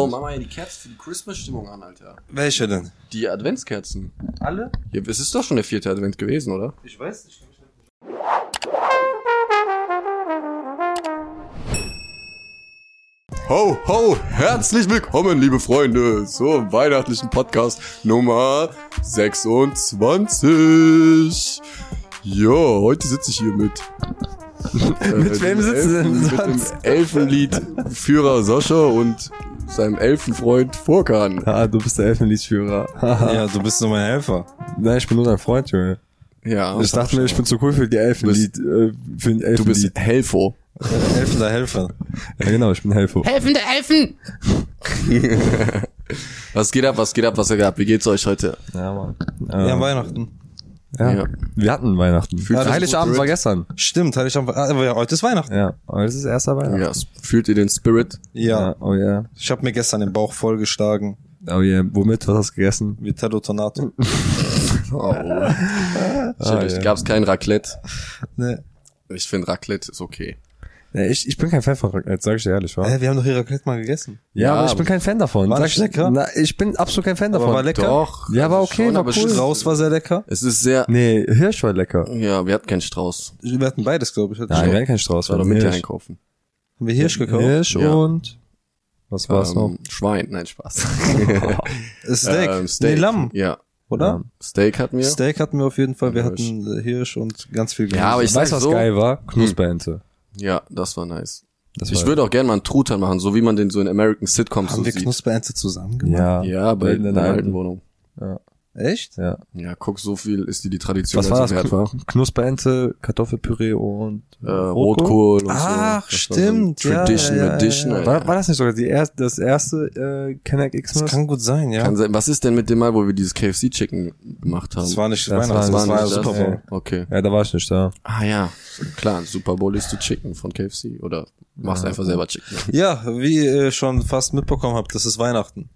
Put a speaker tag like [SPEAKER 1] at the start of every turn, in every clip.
[SPEAKER 1] Oh, mach mal hier die Kerzen für die Christmas-Stimmung an, Alter.
[SPEAKER 2] Welche denn?
[SPEAKER 1] Die Adventskerzen.
[SPEAKER 3] Alle?
[SPEAKER 1] Ja, es ist doch schon der vierte Advent gewesen, oder?
[SPEAKER 3] Ich weiß nicht. ich kann mich halt nicht-
[SPEAKER 1] Ho, ho, herzlich willkommen, liebe Freunde, zum weihnachtlichen Podcast Nummer 26. Ja, heute sitze ich hier mit. äh,
[SPEAKER 2] Mit wem
[SPEAKER 1] dem
[SPEAKER 2] sitzen Sie denn
[SPEAKER 1] Elfen-
[SPEAKER 2] sonst?
[SPEAKER 1] Mit dem Elfenlied-Führer Sascha und seinem Elfenfreund Vorkan.
[SPEAKER 4] Ah, du bist der Elfenliedführer.
[SPEAKER 2] Ja, du bist nur mein Helfer.
[SPEAKER 4] Nein, ich bin nur dein Freund, Junge.
[SPEAKER 1] Ja,
[SPEAKER 4] Ich dachte mir, ich bin zu cool für die Elfenlied, äh, für den
[SPEAKER 1] du bist
[SPEAKER 4] Elfenlied.
[SPEAKER 1] Helfo.
[SPEAKER 2] Helfender Helfer.
[SPEAKER 4] Ja, genau, ich bin Helfo.
[SPEAKER 1] Helfende Elfen! was geht ab, was geht ab, was geht ab? Wie geht's euch heute?
[SPEAKER 4] Ja, Mann.
[SPEAKER 2] Ja,
[SPEAKER 4] Ja,
[SPEAKER 2] Weihnachten.
[SPEAKER 4] Ähm, ja. Wir hatten Weihnachten.
[SPEAKER 1] Fühlt sich
[SPEAKER 4] Heiligabend
[SPEAKER 1] gut,
[SPEAKER 4] war
[SPEAKER 1] Brit?
[SPEAKER 4] gestern.
[SPEAKER 2] Stimmt, hatte ich am, ah, aber ja, heute ist Weihnachten.
[SPEAKER 4] Ja, aber es ist erster Weihnachten.
[SPEAKER 1] Ja, s- fühlt ihr den Spirit?
[SPEAKER 2] Ja.
[SPEAKER 4] oh ja.
[SPEAKER 2] Ich habe mir gestern den Bauch vollgeschlagen
[SPEAKER 4] Oh ja, womit? Was hast du gegessen?
[SPEAKER 2] mit Telotonato.
[SPEAKER 1] Oh.
[SPEAKER 4] Ah,
[SPEAKER 1] Natürlich
[SPEAKER 4] ja.
[SPEAKER 1] gab's kein Raclette.
[SPEAKER 2] ne.
[SPEAKER 1] Ich finde Raclette ist okay.
[SPEAKER 4] Ja, ich, ich bin kein Fan von Raclette, sag ich dir ehrlich, wa?
[SPEAKER 2] Hä, wir haben doch hier Raclette mal gegessen.
[SPEAKER 4] ja, aber
[SPEAKER 1] ja,
[SPEAKER 4] ich bin kein Fan davon.
[SPEAKER 2] War
[SPEAKER 4] Sag
[SPEAKER 2] nicht
[SPEAKER 4] ich-
[SPEAKER 2] lecker?
[SPEAKER 4] Na, ich bin absolut kein Fan davon.
[SPEAKER 2] war lecker?
[SPEAKER 1] Doch. Also
[SPEAKER 4] Ja, war okay, war
[SPEAKER 1] aber
[SPEAKER 4] cool.
[SPEAKER 2] Strauß war sehr lecker.
[SPEAKER 1] Es ist sehr.
[SPEAKER 4] Nee, Hirsch war lecker.
[SPEAKER 1] Ja, wir hatten keinen Strauß.
[SPEAKER 2] Wir hatten beides, glaube ich. Hatten
[SPEAKER 4] Nein,
[SPEAKER 2] wir-
[SPEAKER 4] wir hatten keinen Strauß,
[SPEAKER 1] Das war doch mit dir einkaufen.
[SPEAKER 2] haben wir Hirsch gekauft.
[SPEAKER 4] Hirsch
[SPEAKER 1] Ja.
[SPEAKER 4] und... Was war's noch?
[SPEAKER 1] Ähm, Schwein, nein, Spaß.
[SPEAKER 2] Äh, Steak.
[SPEAKER 1] Ähm, Steak.
[SPEAKER 2] Nee, Lamm,
[SPEAKER 1] ja.
[SPEAKER 2] oder?
[SPEAKER 1] Steak hatten wir.
[SPEAKER 2] Steak hatten wir auf jeden Fall. Wir
[SPEAKER 1] Hirsch.
[SPEAKER 2] hatten äh, Hirsch und ganz viel Gemüse.
[SPEAKER 1] Ja, aber ich
[SPEAKER 4] Weißt du,
[SPEAKER 1] sag
[SPEAKER 4] was
[SPEAKER 1] so. hm.
[SPEAKER 4] geil war? Knusperente.
[SPEAKER 1] Ja, das war nice.
[SPEAKER 4] Das
[SPEAKER 1] ich
[SPEAKER 4] war-
[SPEAKER 1] würde auch gerne mal einen Truthahn machen, so wie man den so in American Sitcoms so
[SPEAKER 2] haben wir
[SPEAKER 1] sieht.
[SPEAKER 2] Knusperente zusammen gemacht?
[SPEAKER 4] Ja,
[SPEAKER 1] Ja, bei
[SPEAKER 4] in
[SPEAKER 1] in
[SPEAKER 4] der
[SPEAKER 1] der
[SPEAKER 4] alten-
[SPEAKER 1] alten Wohnung.
[SPEAKER 2] Echt?
[SPEAKER 4] ja.
[SPEAKER 1] Ja, guck, so viel ist die, die Tradition,
[SPEAKER 4] Was war das?
[SPEAKER 1] sie wert war.
[SPEAKER 4] Kn- Knusperente, Kartoffelpüree und
[SPEAKER 1] Äh, Rotkohl und
[SPEAKER 2] Ach,
[SPEAKER 1] so. Das war
[SPEAKER 2] stimmt,
[SPEAKER 1] So
[SPEAKER 2] ja,
[SPEAKER 1] Tradition,
[SPEAKER 2] ja, ja,
[SPEAKER 1] Edition.
[SPEAKER 2] ja.
[SPEAKER 1] Alter.
[SPEAKER 4] War, war das nicht sogar die erst, das erste äh, Kenneck
[SPEAKER 2] Das
[SPEAKER 4] Xmas?
[SPEAKER 2] kann gut sein, ja.
[SPEAKER 1] Kann sein. Was ist denn mit dem Mal, wo wir dieses KFC-Chicken gemacht haben?
[SPEAKER 2] Das war nicht
[SPEAKER 4] Das
[SPEAKER 2] Weihnachten,
[SPEAKER 4] war-
[SPEAKER 2] das war,
[SPEAKER 4] das
[SPEAKER 1] nicht
[SPEAKER 2] Super Bowl.
[SPEAKER 1] Okay.
[SPEAKER 4] Ja, da war ich nicht da.
[SPEAKER 1] Ah ja, klar, Super Bowl ist du Chicken von KFC oder machst einfach selber Chicken.
[SPEAKER 2] Ja, wie ihr schon fast mitbekommen habt, das ist Weihnachten.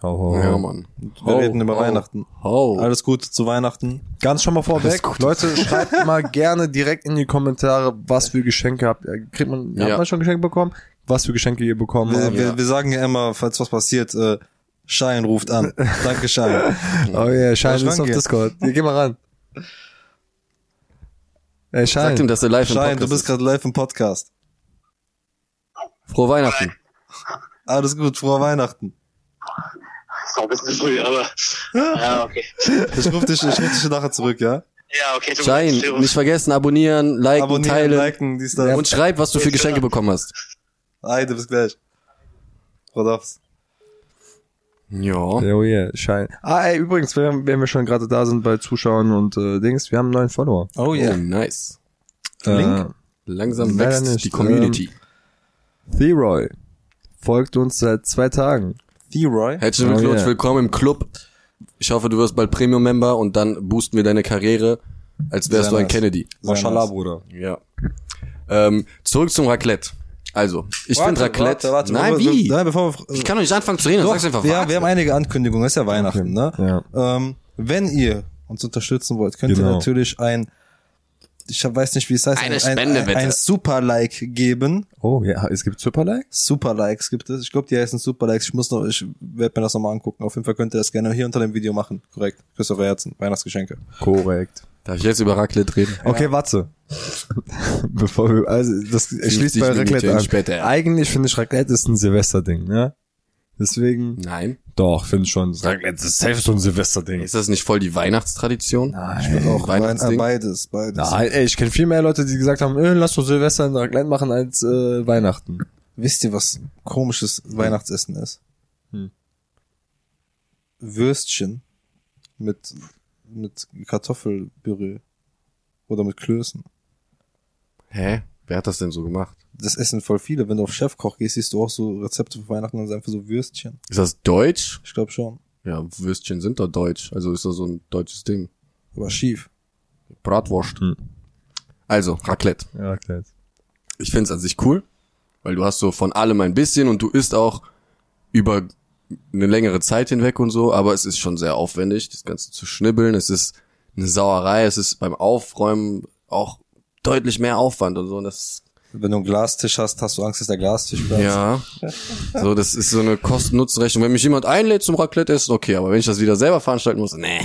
[SPEAKER 4] Ho, ho, ho.
[SPEAKER 1] Ja, Mann.
[SPEAKER 2] Oh. Wir reden über Weihnachten.
[SPEAKER 1] Oh.
[SPEAKER 2] Alles Gute zu Weihnachten.
[SPEAKER 4] Ganz schon mal
[SPEAKER 1] Alles
[SPEAKER 4] vorweg,
[SPEAKER 1] gut.
[SPEAKER 4] Leute, schreibt mal gerne direkt in die Kommentare, was für Geschenke habt ihr. Kriegt man,
[SPEAKER 1] Ja.
[SPEAKER 4] hat man schon Geschenke bekommen? Was für Geschenke ihr bekommen
[SPEAKER 2] Wir,
[SPEAKER 4] habt.
[SPEAKER 2] wir, wir sagen ja immer, falls was passiert, äh, Schein ruft an. Danke, Schein.
[SPEAKER 4] Oh ja, Schein
[SPEAKER 2] Soll ich
[SPEAKER 4] ist auf
[SPEAKER 2] rangehen?
[SPEAKER 4] Discord. Ja, geh mal ran. Ey, Schein.
[SPEAKER 1] Sagt ihm, dass er live im
[SPEAKER 2] Schein,
[SPEAKER 1] Podcast
[SPEAKER 2] du bist
[SPEAKER 1] ist.
[SPEAKER 2] gerade live im Podcast.
[SPEAKER 1] Frohe Weihnachten.
[SPEAKER 2] Alles gut, frohe Weihnachten.
[SPEAKER 5] Ist noch ein bisschen früh, aber. Ja, okay.
[SPEAKER 2] Ich ruf dich, ich ruf dich nachher zurück, ja?
[SPEAKER 5] Ja, okay. du-
[SPEAKER 1] Schein, nicht vergessen, abonnieren, liken,
[SPEAKER 2] Abonnieren,
[SPEAKER 1] teilen
[SPEAKER 2] liken, dies, das.
[SPEAKER 1] und schreib, was du für Geschenke bekommen hast.
[SPEAKER 2] Heide, bis gleich. Rodafs.
[SPEAKER 1] Ja.
[SPEAKER 4] Ja, Oh yeah, Schein. Ah, ey, übrigens, wenn, wenn wir schon gerade da sind bei Zuschauern und äh, Dings, wir haben einen neuen Follower.
[SPEAKER 2] Oh
[SPEAKER 1] Oh, nice.
[SPEAKER 2] Link?
[SPEAKER 1] Langsam
[SPEAKER 4] Leider
[SPEAKER 1] wächst
[SPEAKER 4] nicht.
[SPEAKER 1] die
[SPEAKER 2] Ähm,
[SPEAKER 1] Community.
[SPEAKER 4] Äh, Theroy folgt uns seit zwei Tagen.
[SPEAKER 2] Theroy.
[SPEAKER 1] Herzlichen
[SPEAKER 4] oh
[SPEAKER 1] Glückwunsch,
[SPEAKER 4] yeah.
[SPEAKER 1] willkommen im Club. Ich hoffe, du wirst bald Premium-Member und dann boosten wir deine Karriere, als wärst
[SPEAKER 2] Sehr
[SPEAKER 1] du ein
[SPEAKER 2] nice.
[SPEAKER 1] Kennedy.
[SPEAKER 2] Mashallah,
[SPEAKER 4] Bruder.
[SPEAKER 1] Ja. Ähm, zurück zum Raclette. Also, ich finde Raclette.
[SPEAKER 2] Warte, warte,
[SPEAKER 1] nein,
[SPEAKER 2] bevor wir-
[SPEAKER 1] wie?
[SPEAKER 2] Nein, bevor wir,
[SPEAKER 1] Ich kann doch nicht anfangen zu reden, dann
[SPEAKER 2] Doch,
[SPEAKER 1] sag's einfach
[SPEAKER 2] wir,
[SPEAKER 1] warte.
[SPEAKER 2] wir haben einige Ankündigungen, ist ja Weihnachten, ne?
[SPEAKER 4] Ja.
[SPEAKER 2] Ähm, wenn ihr uns unterstützen wollt, könnt ihr
[SPEAKER 4] Genau.
[SPEAKER 2] natürlich ein, ich hab- weiß nicht, wie es heißt,
[SPEAKER 1] Eine
[SPEAKER 2] ein-
[SPEAKER 1] Spende,
[SPEAKER 2] ein, ein,
[SPEAKER 1] bitte.
[SPEAKER 2] ein Super-Like geben.
[SPEAKER 4] Oh ja, es gibt Superlikes?
[SPEAKER 2] Super-Likes gibt es. Ich glaube, die heißen Super-Likes. Ich muss noch, ich werde mir das nochmal angucken. Auf jeden Fall könnt ihr das gerne hier unter dem Video machen. Korrekt. Küsse auf euer Herzen. Weihnachtsgeschenke.
[SPEAKER 4] Korrekt.
[SPEAKER 1] Darf ich jetzt über Raclette reden?
[SPEAKER 4] Okay, warte. Bevor wir, also das schließt
[SPEAKER 1] dich
[SPEAKER 4] bei
[SPEAKER 1] mit
[SPEAKER 4] Raclette
[SPEAKER 1] Nutella
[SPEAKER 4] an.
[SPEAKER 1] später.
[SPEAKER 4] Eigentlich finde ich Raclette ist ein Silvesterding, ne? Deswegen,
[SPEAKER 1] Nein.
[SPEAKER 4] doch, finde ich schon. Raclette ist safe so ein Silvesterding.
[SPEAKER 1] Ist das nicht voll die Weihnachtstradition? Nein. Ich bin auch
[SPEAKER 2] Wein,
[SPEAKER 1] Weihnachtsding.
[SPEAKER 2] äh, beides, beides.
[SPEAKER 4] Nein, ey, ich kenne viel mehr Leute, die gesagt haben, äh, lass doch Silvester ein Raclette machen als äh, Weihnachten.
[SPEAKER 2] Wisst ihr, was komisches Weihnachtsessen ist?
[SPEAKER 4] Hm.
[SPEAKER 2] Würstchen mit, mit Kartoffelpüree oder mit Klößen.
[SPEAKER 1] Hä? Wer hat das denn so gemacht?
[SPEAKER 2] Das essen voll viele. Wenn du auf Chefkoch gehst, siehst du auch so Rezepte für Weihnachten und dann sind einfach so Würstchen.
[SPEAKER 1] Ist das deutsch?
[SPEAKER 2] Ich glaube schon.
[SPEAKER 1] Ja, Würstchen sind doch deutsch. Also ist das so ein deutsches Ding.
[SPEAKER 2] Aber schief.
[SPEAKER 1] Bratwurst.
[SPEAKER 4] Hm.
[SPEAKER 1] Also, Raclette.
[SPEAKER 4] Ja, Raclette.
[SPEAKER 1] Ich find's an sich cool, weil du hast so von allem ein bisschen und du isst auch über eine längere Zeit hinweg und so, aber es ist schon sehr aufwendig, das Ganze zu schnibbeln. Es ist eine Sauerei, es ist beim Aufräumen auch deutlich mehr Aufwand und so. Und das
[SPEAKER 2] Wenn du einen Glastisch hast, hast du Angst, dass der Glastisch bleibt.
[SPEAKER 1] Ja. So, das ist so eine Kosten-Nutzen-Rechnung. Wenn mich jemand einlädt zum Raclette essen, okay, aber wenn ich das wieder selber veranstalten muss, nee.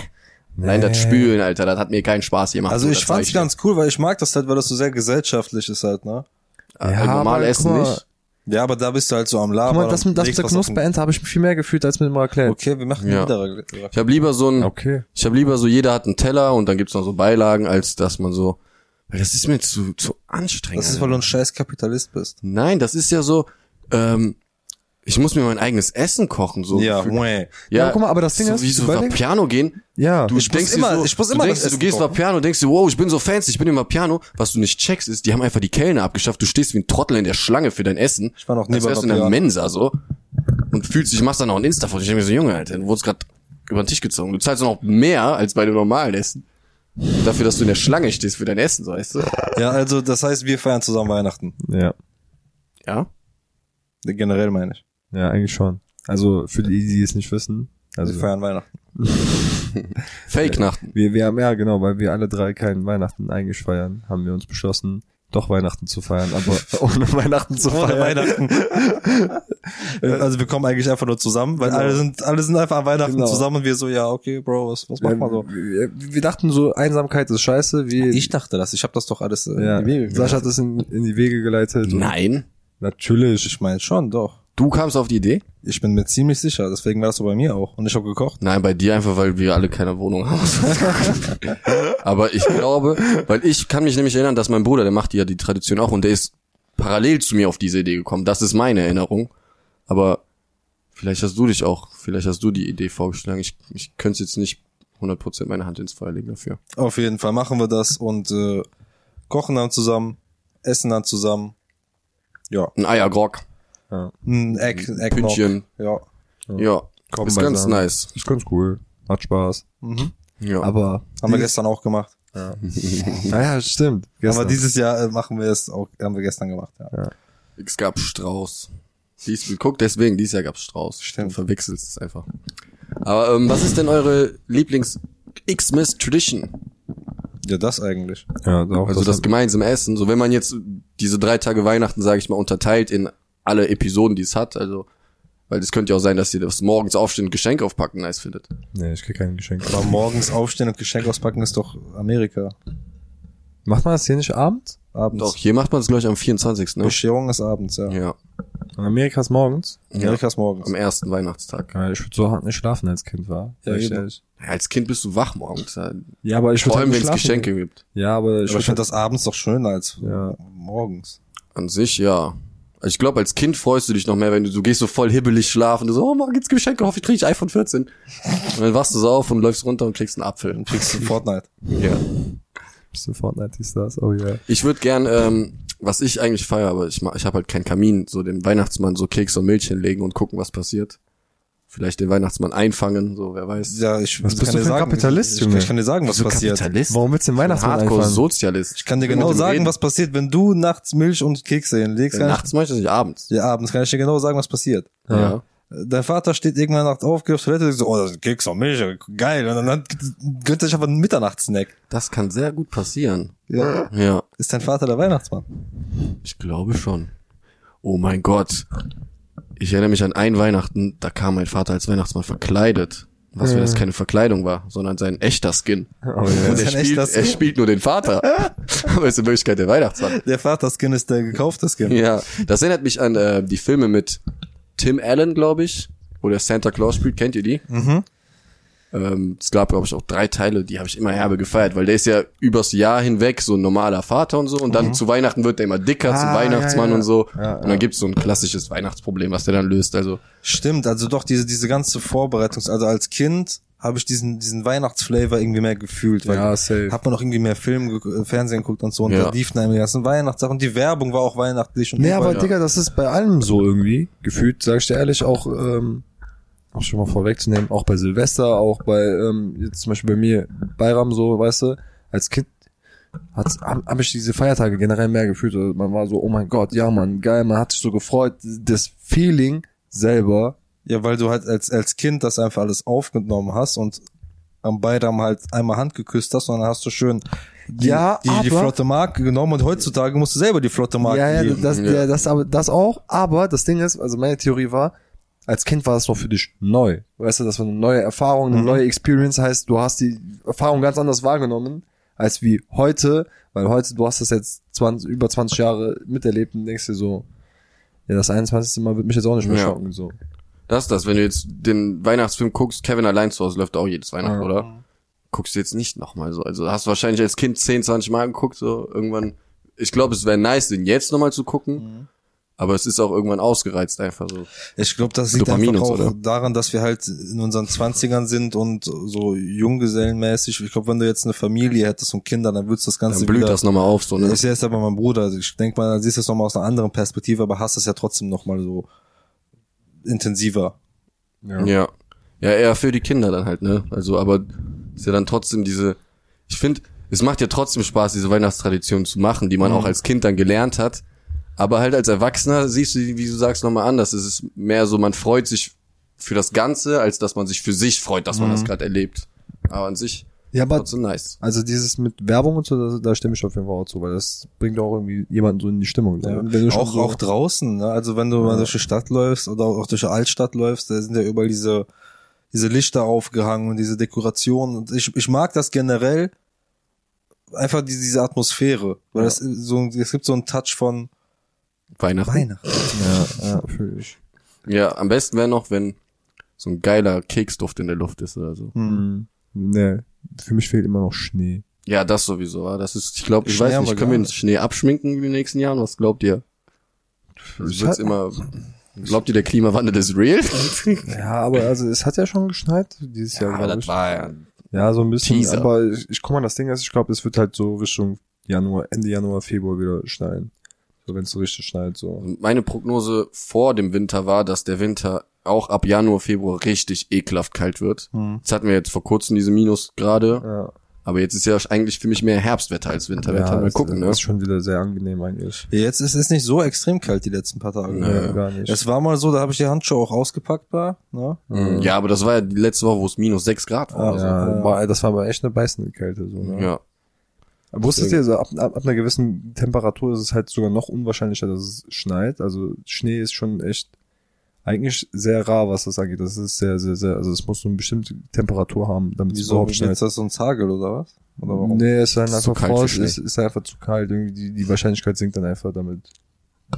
[SPEAKER 1] Nein, das Spülen, Alter, das hat mir keinen Spaß gemacht.
[SPEAKER 2] Also
[SPEAKER 1] So,
[SPEAKER 2] ich
[SPEAKER 1] das
[SPEAKER 2] fand's
[SPEAKER 1] sag
[SPEAKER 2] ganz cool, weil ich mag das halt, weil das so sehr gesellschaftlich ist halt, ne?
[SPEAKER 1] dir. Äh, normal
[SPEAKER 4] aber
[SPEAKER 1] essen
[SPEAKER 4] guck mal,
[SPEAKER 1] nicht.
[SPEAKER 2] Ja, aber da bist du halt so am Laber.
[SPEAKER 4] Guck mal, das mit, das
[SPEAKER 2] legst
[SPEAKER 4] mit der
[SPEAKER 2] was auf den-
[SPEAKER 4] Knusperente habe ich mich viel mehr gefühlt als mit dem Raclette.
[SPEAKER 2] Okay, wir machen
[SPEAKER 1] Ja.
[SPEAKER 2] wieder Raclette.
[SPEAKER 1] Ich habe lieber so ein,
[SPEAKER 4] Okay.
[SPEAKER 1] ich habe lieber so, jeder hat einen Teller und dann gibt's noch so Beilagen, als dass man so, weil das ist mir zu, zu anstrengend.
[SPEAKER 2] Das ist, weil du ein scheiß Kapitalist bist.
[SPEAKER 1] Nein, das ist ja so, ähm, ich muss mir mein eigenes Essen kochen, so.
[SPEAKER 2] Ja,
[SPEAKER 1] Gefühl.
[SPEAKER 2] meh.
[SPEAKER 4] Ja, guck mal, aber das Ding
[SPEAKER 1] so,
[SPEAKER 4] ist,
[SPEAKER 1] Wie so
[SPEAKER 4] überleg-
[SPEAKER 1] Vapiano gehen.
[SPEAKER 4] Ja.
[SPEAKER 1] Du
[SPEAKER 2] Ich muss
[SPEAKER 1] denkst dir
[SPEAKER 2] immer-
[SPEAKER 1] so,
[SPEAKER 2] ich muss
[SPEAKER 1] du
[SPEAKER 2] immer
[SPEAKER 1] denkst, dir,
[SPEAKER 2] das
[SPEAKER 1] du
[SPEAKER 2] Essen
[SPEAKER 1] gehst
[SPEAKER 2] kochen.
[SPEAKER 1] Vapiano und denkst dir, wow, ich bin so fancy, ich bin im Vapiano. Was du nicht checkst ist, die haben einfach die Kellner abgeschafft. Du stehst wie ein Trottel in der Schlange für dein Essen.
[SPEAKER 2] Ich war noch nie
[SPEAKER 1] Als
[SPEAKER 2] bei
[SPEAKER 1] wärst du in der
[SPEAKER 2] Vapiano.
[SPEAKER 1] Mensa so. Und fühlst dich, machst dann noch ein Insta vor. Ich denke mir so, Junge, Alter, du wurdest gerade über den Tisch gezogen. Du zahlst noch mehr als bei dem normalen Essen. Dafür, dass du in der Schlange stehst für dein Essen, so weißt du.
[SPEAKER 2] Ja, also das heißt, wir feiern zusammen Weihnachten.
[SPEAKER 4] Ja.
[SPEAKER 1] Ja.
[SPEAKER 2] Generell meine ich.
[SPEAKER 4] Ja, eigentlich schon. Also für die, die es nicht wissen.
[SPEAKER 2] Also
[SPEAKER 4] Also
[SPEAKER 2] wir feiern Weihnachten.
[SPEAKER 1] Fake-Nachten.
[SPEAKER 4] wir, wir haben, ja genau, weil wir alle drei keinen Weihnachten eigentlich feiern, haben wir uns beschlossen, doch Weihnachten zu feiern, aber ohne Weihnachten zu
[SPEAKER 2] Ohne
[SPEAKER 4] feiern.
[SPEAKER 2] Weihnachten. also wir kommen eigentlich einfach nur zusammen, weil alle sind alle sind einfach an Weihnachten
[SPEAKER 4] Genau.
[SPEAKER 2] zusammen und wir so, ja, okay, Bro, was, was macht man so?
[SPEAKER 4] Wir, wir dachten so, Einsamkeit ist scheiße, wie
[SPEAKER 2] dachte das, ich habe das doch alles. Äh,
[SPEAKER 4] ja,
[SPEAKER 2] in die Wege geleitet.
[SPEAKER 4] Sascha hat es in, in die Wege geleitet. und-
[SPEAKER 1] Nein.
[SPEAKER 4] Natürlich.
[SPEAKER 2] Ich meine schon, doch.
[SPEAKER 1] Du kamst auf die Idee?
[SPEAKER 2] Ich bin mir ziemlich sicher, deswegen war das so bei mir auch. Und ich habe gekocht.
[SPEAKER 1] Nein, bei dir einfach, weil wir alle keine Wohnung haben. Aber ich glaube, weil ich kann mich nämlich erinnern, dass mein Bruder, der macht ja die Tradition auch und der ist parallel zu mir auf diese Idee gekommen. Das ist meine Erinnerung. Aber vielleicht hast du dich auch, vielleicht hast du die Idee vorgeschlagen. Ich, ich könnte jetzt nicht 100% meine Hand ins Feuer legen dafür.
[SPEAKER 2] Auf jeden Fall machen wir das und äh, kochen dann zusammen, essen dann zusammen. Ja,
[SPEAKER 1] Ein Eiergrog,
[SPEAKER 2] ein Eck, ein Eck Hm, noch.
[SPEAKER 1] Pünktchen.
[SPEAKER 2] Ja.
[SPEAKER 1] Ja,
[SPEAKER 4] Komm
[SPEAKER 1] ist
[SPEAKER 4] beisammen.
[SPEAKER 1] ganz nice.
[SPEAKER 4] Ist ganz cool. Macht Spaß.
[SPEAKER 2] Mhm.
[SPEAKER 1] Ja.
[SPEAKER 4] Aber.
[SPEAKER 2] Haben wir
[SPEAKER 4] dieses-
[SPEAKER 2] gestern auch gemacht.
[SPEAKER 4] Naja, stimmt.
[SPEAKER 2] Aber dieses Jahr äh, machen wir es auch, haben wir gestern gemacht, ja.
[SPEAKER 1] es gab Strauß. Siehst du, guck, deswegen, dieses Jahr gab Strauß.
[SPEAKER 2] Stimmt.
[SPEAKER 1] Du verwechselst es einfach. Aber ähm, was ist denn eure Lieblings-Xmas-Tradition?
[SPEAKER 2] Ja, das eigentlich.
[SPEAKER 4] ja, auch
[SPEAKER 1] Also das, gemeinsame Essen, so wenn man jetzt diese drei Tage Weihnachten, sage ich mal, unterteilt in alle Episoden, die es hat, also weil es könnte ja auch sein, dass ihr das morgens aufstehen und Geschenk aufpacken nice findet.
[SPEAKER 4] Nee, ich krieg kein Geschenk.
[SPEAKER 2] Aber morgens aufstehen und Geschenk auspacken ist doch Amerika.
[SPEAKER 4] Macht man das hier nicht abends?
[SPEAKER 2] Abends.
[SPEAKER 1] Doch, hier macht man es, glaube ich, am 24. Ne?
[SPEAKER 2] Bescherung ist abends, ja.
[SPEAKER 1] Ja,
[SPEAKER 4] In Amerika ist morgens?
[SPEAKER 1] ja.
[SPEAKER 2] Amerika ist morgens.
[SPEAKER 1] am ersten Weihnachtstag.
[SPEAKER 4] Ja, ich würde so hart nicht schlafen als Kind war.
[SPEAKER 2] Ja,
[SPEAKER 4] Sag ich
[SPEAKER 2] eben.
[SPEAKER 4] ehrlich.
[SPEAKER 1] Ja, als Kind bist du wach morgens. Ja.
[SPEAKER 4] ja aber ich würd
[SPEAKER 1] Vor allem, wenn
[SPEAKER 4] halt nicht
[SPEAKER 1] es
[SPEAKER 4] schlafen
[SPEAKER 1] Geschenke
[SPEAKER 4] gehen.
[SPEAKER 1] gibt.
[SPEAKER 4] Ja, aber ich,
[SPEAKER 2] Aber ich
[SPEAKER 4] würd
[SPEAKER 2] finde das abends doch schöner als
[SPEAKER 4] Ja.
[SPEAKER 2] morgens.
[SPEAKER 1] An sich, ja. Also ich glaube, als Kind freust du dich noch mehr, wenn du, du gehst so voll hibbelig schlafen, du so, oh, morgen gibt's Geschenke, hoffe ich kriege ich iPhone 14. Und dann wachst du so auf und läufst runter und kriegst einen Apfel.
[SPEAKER 2] Und kriegst du Fortnite.
[SPEAKER 1] Ja.
[SPEAKER 4] halt bist du Fortnite die Stars. Oh ja.
[SPEAKER 1] Ich würde gern, ähm, was ich eigentlich feiere, aber ich, ma- ich habe halt keinen Kamin, so dem Weihnachtsmann so Keks und Milch hinlegen und gucken, was passiert. Vielleicht den Weihnachtsmann einfangen, so, wer weiß.
[SPEAKER 2] Ja, ich,
[SPEAKER 4] Was
[SPEAKER 2] ich
[SPEAKER 4] bist
[SPEAKER 2] kann
[SPEAKER 4] du
[SPEAKER 2] dir
[SPEAKER 4] für ein
[SPEAKER 2] sagen,
[SPEAKER 4] Kapitalist,
[SPEAKER 2] ich,
[SPEAKER 4] Junge?
[SPEAKER 2] ich kann dir sagen, was
[SPEAKER 1] So
[SPEAKER 2] passiert.
[SPEAKER 1] Kapitalist?
[SPEAKER 4] Warum willst du den Weihnachtsmann
[SPEAKER 1] Hardcore
[SPEAKER 4] einfahren?
[SPEAKER 1] Sozialist.
[SPEAKER 2] Ich kann dir
[SPEAKER 1] Mit
[SPEAKER 2] genau
[SPEAKER 1] dem
[SPEAKER 2] sagen,
[SPEAKER 1] reden.
[SPEAKER 2] was passiert, wenn du nachts Milch und Kekse hinlegst. Kann
[SPEAKER 1] Nachts manchmal nicht abends.
[SPEAKER 2] ich, ja, abends kann ich dir genau sagen, was passiert.
[SPEAKER 1] Ja.
[SPEAKER 2] Dein Vater steht irgendwann nachts auf, geht auf Toilette, denkt so, oh, das sind Kekse und Milch, geil. Und dann gönnt er sich einfach einen Mitternachtssnack.
[SPEAKER 1] Das kann sehr gut passieren.
[SPEAKER 2] Ja.
[SPEAKER 1] Ja,
[SPEAKER 2] Ist dein Vater der Weihnachtsmann?
[SPEAKER 1] ich glaube schon. Oh mein Gott. Ich erinnere mich an ein Weihnachten, da kam mein Vater als Weihnachtsmann verkleidet. Was, wenn das keine Verkleidung war, sondern sein echter Skin.
[SPEAKER 4] Oh ja.
[SPEAKER 1] Und er
[SPEAKER 2] Sein echter
[SPEAKER 1] spielt, er
[SPEAKER 2] Skin.
[SPEAKER 1] spielt nur den Vater. Aber ist in Wirklichkeit der Weihnachtsmann.
[SPEAKER 2] Der Vater-Skin ist der gekaufte Skin.
[SPEAKER 1] Ja, das erinnert mich an äh, die Filme mit Tim Allen, glaube ich, wo der Santa Claus spielt. Kennt ihr die?
[SPEAKER 2] Mhm.
[SPEAKER 1] Ähm, es gab, glaube ich, auch drei Teile, die habe ich immer herbe gefeiert, weil der ist ja übers Jahr hinweg so ein normaler Vater und so. Und dann zu Weihnachten wird der immer dicker zum
[SPEAKER 4] Mhm. Ah,
[SPEAKER 1] Weihnachtsmann
[SPEAKER 4] ja, ja.
[SPEAKER 1] und so.
[SPEAKER 4] Ja,
[SPEAKER 1] Und dann gibt's so ein klassisches Weihnachtsproblem, was der dann löst. Also
[SPEAKER 2] Stimmt, also doch diese, diese ganze Vorbereitung, also als Kind habe ich diesen, diesen Weihnachtsflavor irgendwie mehr gefühlt, weil
[SPEAKER 4] Ja, safe.
[SPEAKER 2] hat man auch irgendwie mehr Film, ge- äh, Fernsehen geguckt und so und
[SPEAKER 1] Ja.
[SPEAKER 2] da liefen dann die ganzen Weihnachtssachen, die Werbung war auch weihnachtlich und
[SPEAKER 4] Nee,
[SPEAKER 2] überall-
[SPEAKER 4] aber Digga, das ist bei allem so irgendwie. Gefühlt, sag ich dir ehrlich, auch, ähm, auch schon mal vorwegzunehmen, auch bei Silvester, auch bei, ähm, jetzt zum Beispiel bei mir, Bayram so, weißt du, als Kind hat's- hab hab ich diese Feiertage generell mehr gefühlt. Also Man war so, oh mein Gott, ja man, geil, man hat sich so gefreut. Das Feeling selber,
[SPEAKER 2] Ja, weil du halt als, als Kind das einfach alles aufgenommen hast und am Bayram halt einmal Hand geküsst hast, sondern hast du schön die,
[SPEAKER 4] Ja,
[SPEAKER 2] die, die
[SPEAKER 4] aber-
[SPEAKER 2] flotte Marke genommen und heutzutage musst du selber die flotte Marke
[SPEAKER 4] Ja, ja,
[SPEAKER 2] geben.
[SPEAKER 4] das,
[SPEAKER 1] Ja.
[SPEAKER 4] ja. Das, aber, das auch, aber das Ding ist, also meine Theorie war, als Kind war das noch für dich neu. Weißt du, das war eine neue Erfahrung,
[SPEAKER 2] Mhm.
[SPEAKER 4] eine neue Experience heißt, du hast die Erfahrung ganz anders wahrgenommen, als wie heute, weil heute, du hast das jetzt 20, über 20 Jahre miterlebt und denkst dir so, ja, das 21. Mal wird mich jetzt auch nicht mehr
[SPEAKER 1] Ja.
[SPEAKER 4] schocken, so.
[SPEAKER 1] Das ist das, wenn du jetzt den Weihnachtsfilm guckst, Kevin allein zu Hause läuft auch jedes Weihnachten, oder? Guckst du jetzt nicht nochmal so. Also hast du wahrscheinlich als Kind 10, 20 Mal geguckt, so irgendwann. Ich glaube, es wäre nice, den jetzt nochmal zu gucken. Aber es ist auch irgendwann ausgereizt einfach so.
[SPEAKER 2] Ich glaube, das liegt
[SPEAKER 1] Dopamin
[SPEAKER 2] einfach
[SPEAKER 1] und
[SPEAKER 2] auch
[SPEAKER 1] so, oder?
[SPEAKER 2] daran, dass wir halt in unseren Zwanzigern sind und so junggesellenmäßig. Ich glaube, wenn du jetzt eine Familie hättest und Kinder, dann würdest du das Ganze
[SPEAKER 1] Dann blüht
[SPEAKER 2] wieder...
[SPEAKER 1] das nochmal auf, so, ne?
[SPEAKER 2] Das ist jetzt aber mein Bruder. Also Ich denke mal, dann siehst du es nochmal aus einer anderen Perspektive, aber hast es ja trotzdem nochmal so intensiver.
[SPEAKER 1] Ja. Ja, eher für die Kinder dann halt, ne? Also, aber ist ja dann trotzdem diese. Ich finde, es macht ja trotzdem Spaß, diese Weihnachtstradition zu machen, die man auch als Kind dann gelernt hat. Aber halt als Erwachsener siehst du, die, wie du sagst, nochmal anders. Es ist mehr so, man freut sich für das Ganze, als dass man sich für sich freut, dass man das gerade erlebt. Aber an sich
[SPEAKER 4] Ja, aber,
[SPEAKER 1] trotzdem nice.
[SPEAKER 4] also dieses mit Werbung und so, da, da stimme ich auf jeden Fall auch zu, weil das bringt auch irgendwie jemanden so in die Stimmung. so.
[SPEAKER 2] Ja.
[SPEAKER 4] Und Wenn du schon
[SPEAKER 2] Auch,
[SPEAKER 4] so,
[SPEAKER 2] auch draußen, ne? also wenn du mal durch die Stadt läufst oder auch durch die Altstadt läufst, da sind ja überall diese, diese Lichter aufgehangen und diese Dekorationen. Und ich, ich mag das generell, einfach diese, diese Atmosphäre, weil das ist so, es gibt so einen Touch von
[SPEAKER 1] Weihnachten.
[SPEAKER 2] Weihnachten.
[SPEAKER 4] ja, ja, fühl ich.
[SPEAKER 1] Ja, am besten wäre noch, wenn so ein geiler Keksduft in der Luft ist oder so.
[SPEAKER 4] Mhm. Nee, für mich fehlt immer noch Schnee.
[SPEAKER 1] Ja, das sowieso. ah, Das ist, ich glaube, ich
[SPEAKER 2] Schnee
[SPEAKER 1] weiß
[SPEAKER 2] haben
[SPEAKER 1] nicht,
[SPEAKER 2] wir
[SPEAKER 1] können wir
[SPEAKER 2] gar
[SPEAKER 1] uns Schnee abschminken in den nächsten Jahren? Was glaubt ihr? Es wird's
[SPEAKER 4] hat-
[SPEAKER 1] immer, glaubt ihr, der Klimawandel ist real?
[SPEAKER 4] Ja, aber also es hat ja schon geschneit dieses Jahr. glaub ich.
[SPEAKER 1] war ja.
[SPEAKER 4] ja so ein bisschen.
[SPEAKER 1] Teaser.
[SPEAKER 4] Aber ich, ich guck mal, das Ding ist, ich glaube, es wird halt so Richtung Januar, Ende Januar, Februar wieder schneien. So wenn es so richtig schneit, so.
[SPEAKER 1] Meine Prognose vor dem Winter war, dass der Winter auch ab Januar, Februar richtig ekelhaft kalt wird.
[SPEAKER 4] Hm.
[SPEAKER 1] Jetzt hatten wir jetzt vor kurzem diese Minusgrade,
[SPEAKER 4] Ja,
[SPEAKER 1] aber jetzt ist ja eigentlich für mich mehr Herbstwetter als Winterwetter.
[SPEAKER 4] ja
[SPEAKER 1] Mal
[SPEAKER 4] es-
[SPEAKER 1] gucken, ne?
[SPEAKER 4] ist schon wieder sehr angenehm eigentlich.
[SPEAKER 2] Jetzt ist es nicht so extrem kalt die letzten paar Tage.
[SPEAKER 1] Ja,
[SPEAKER 4] Ja,
[SPEAKER 1] ja.
[SPEAKER 4] gar nicht.
[SPEAKER 2] Es war mal so, da habe ich die Handschuhe auch ausgepackt, war, ne?
[SPEAKER 1] Ja, aber das war ja die letzte Woche, wo es minus sechs Grad war.
[SPEAKER 4] ja,
[SPEAKER 1] oder so.
[SPEAKER 4] war- das war aber echt eine beißende Kälte. So, ne?
[SPEAKER 1] ja.
[SPEAKER 4] Wusstet ihr, also ab, ab, ab einer gewissen Temperatur ist es halt sogar noch unwahrscheinlicher, dass es schneit. Also Schnee ist schon echt eigentlich sehr rar, was das angeht. Das ist sehr, sehr, sehr, also es muss so eine bestimmte Temperatur haben, damit es
[SPEAKER 2] Wieso
[SPEAKER 4] überhaupt
[SPEAKER 2] ist
[SPEAKER 4] schneit.
[SPEAKER 2] das so ein Hagel oder was? Oder warum?
[SPEAKER 4] Nee, es ist dann
[SPEAKER 1] Ist zu
[SPEAKER 4] einfach
[SPEAKER 1] kalt für
[SPEAKER 4] Frost,
[SPEAKER 1] Schnee.
[SPEAKER 4] es ist einfach zu kalt. Irgendwie die, die Wahrscheinlichkeit sinkt dann einfach damit.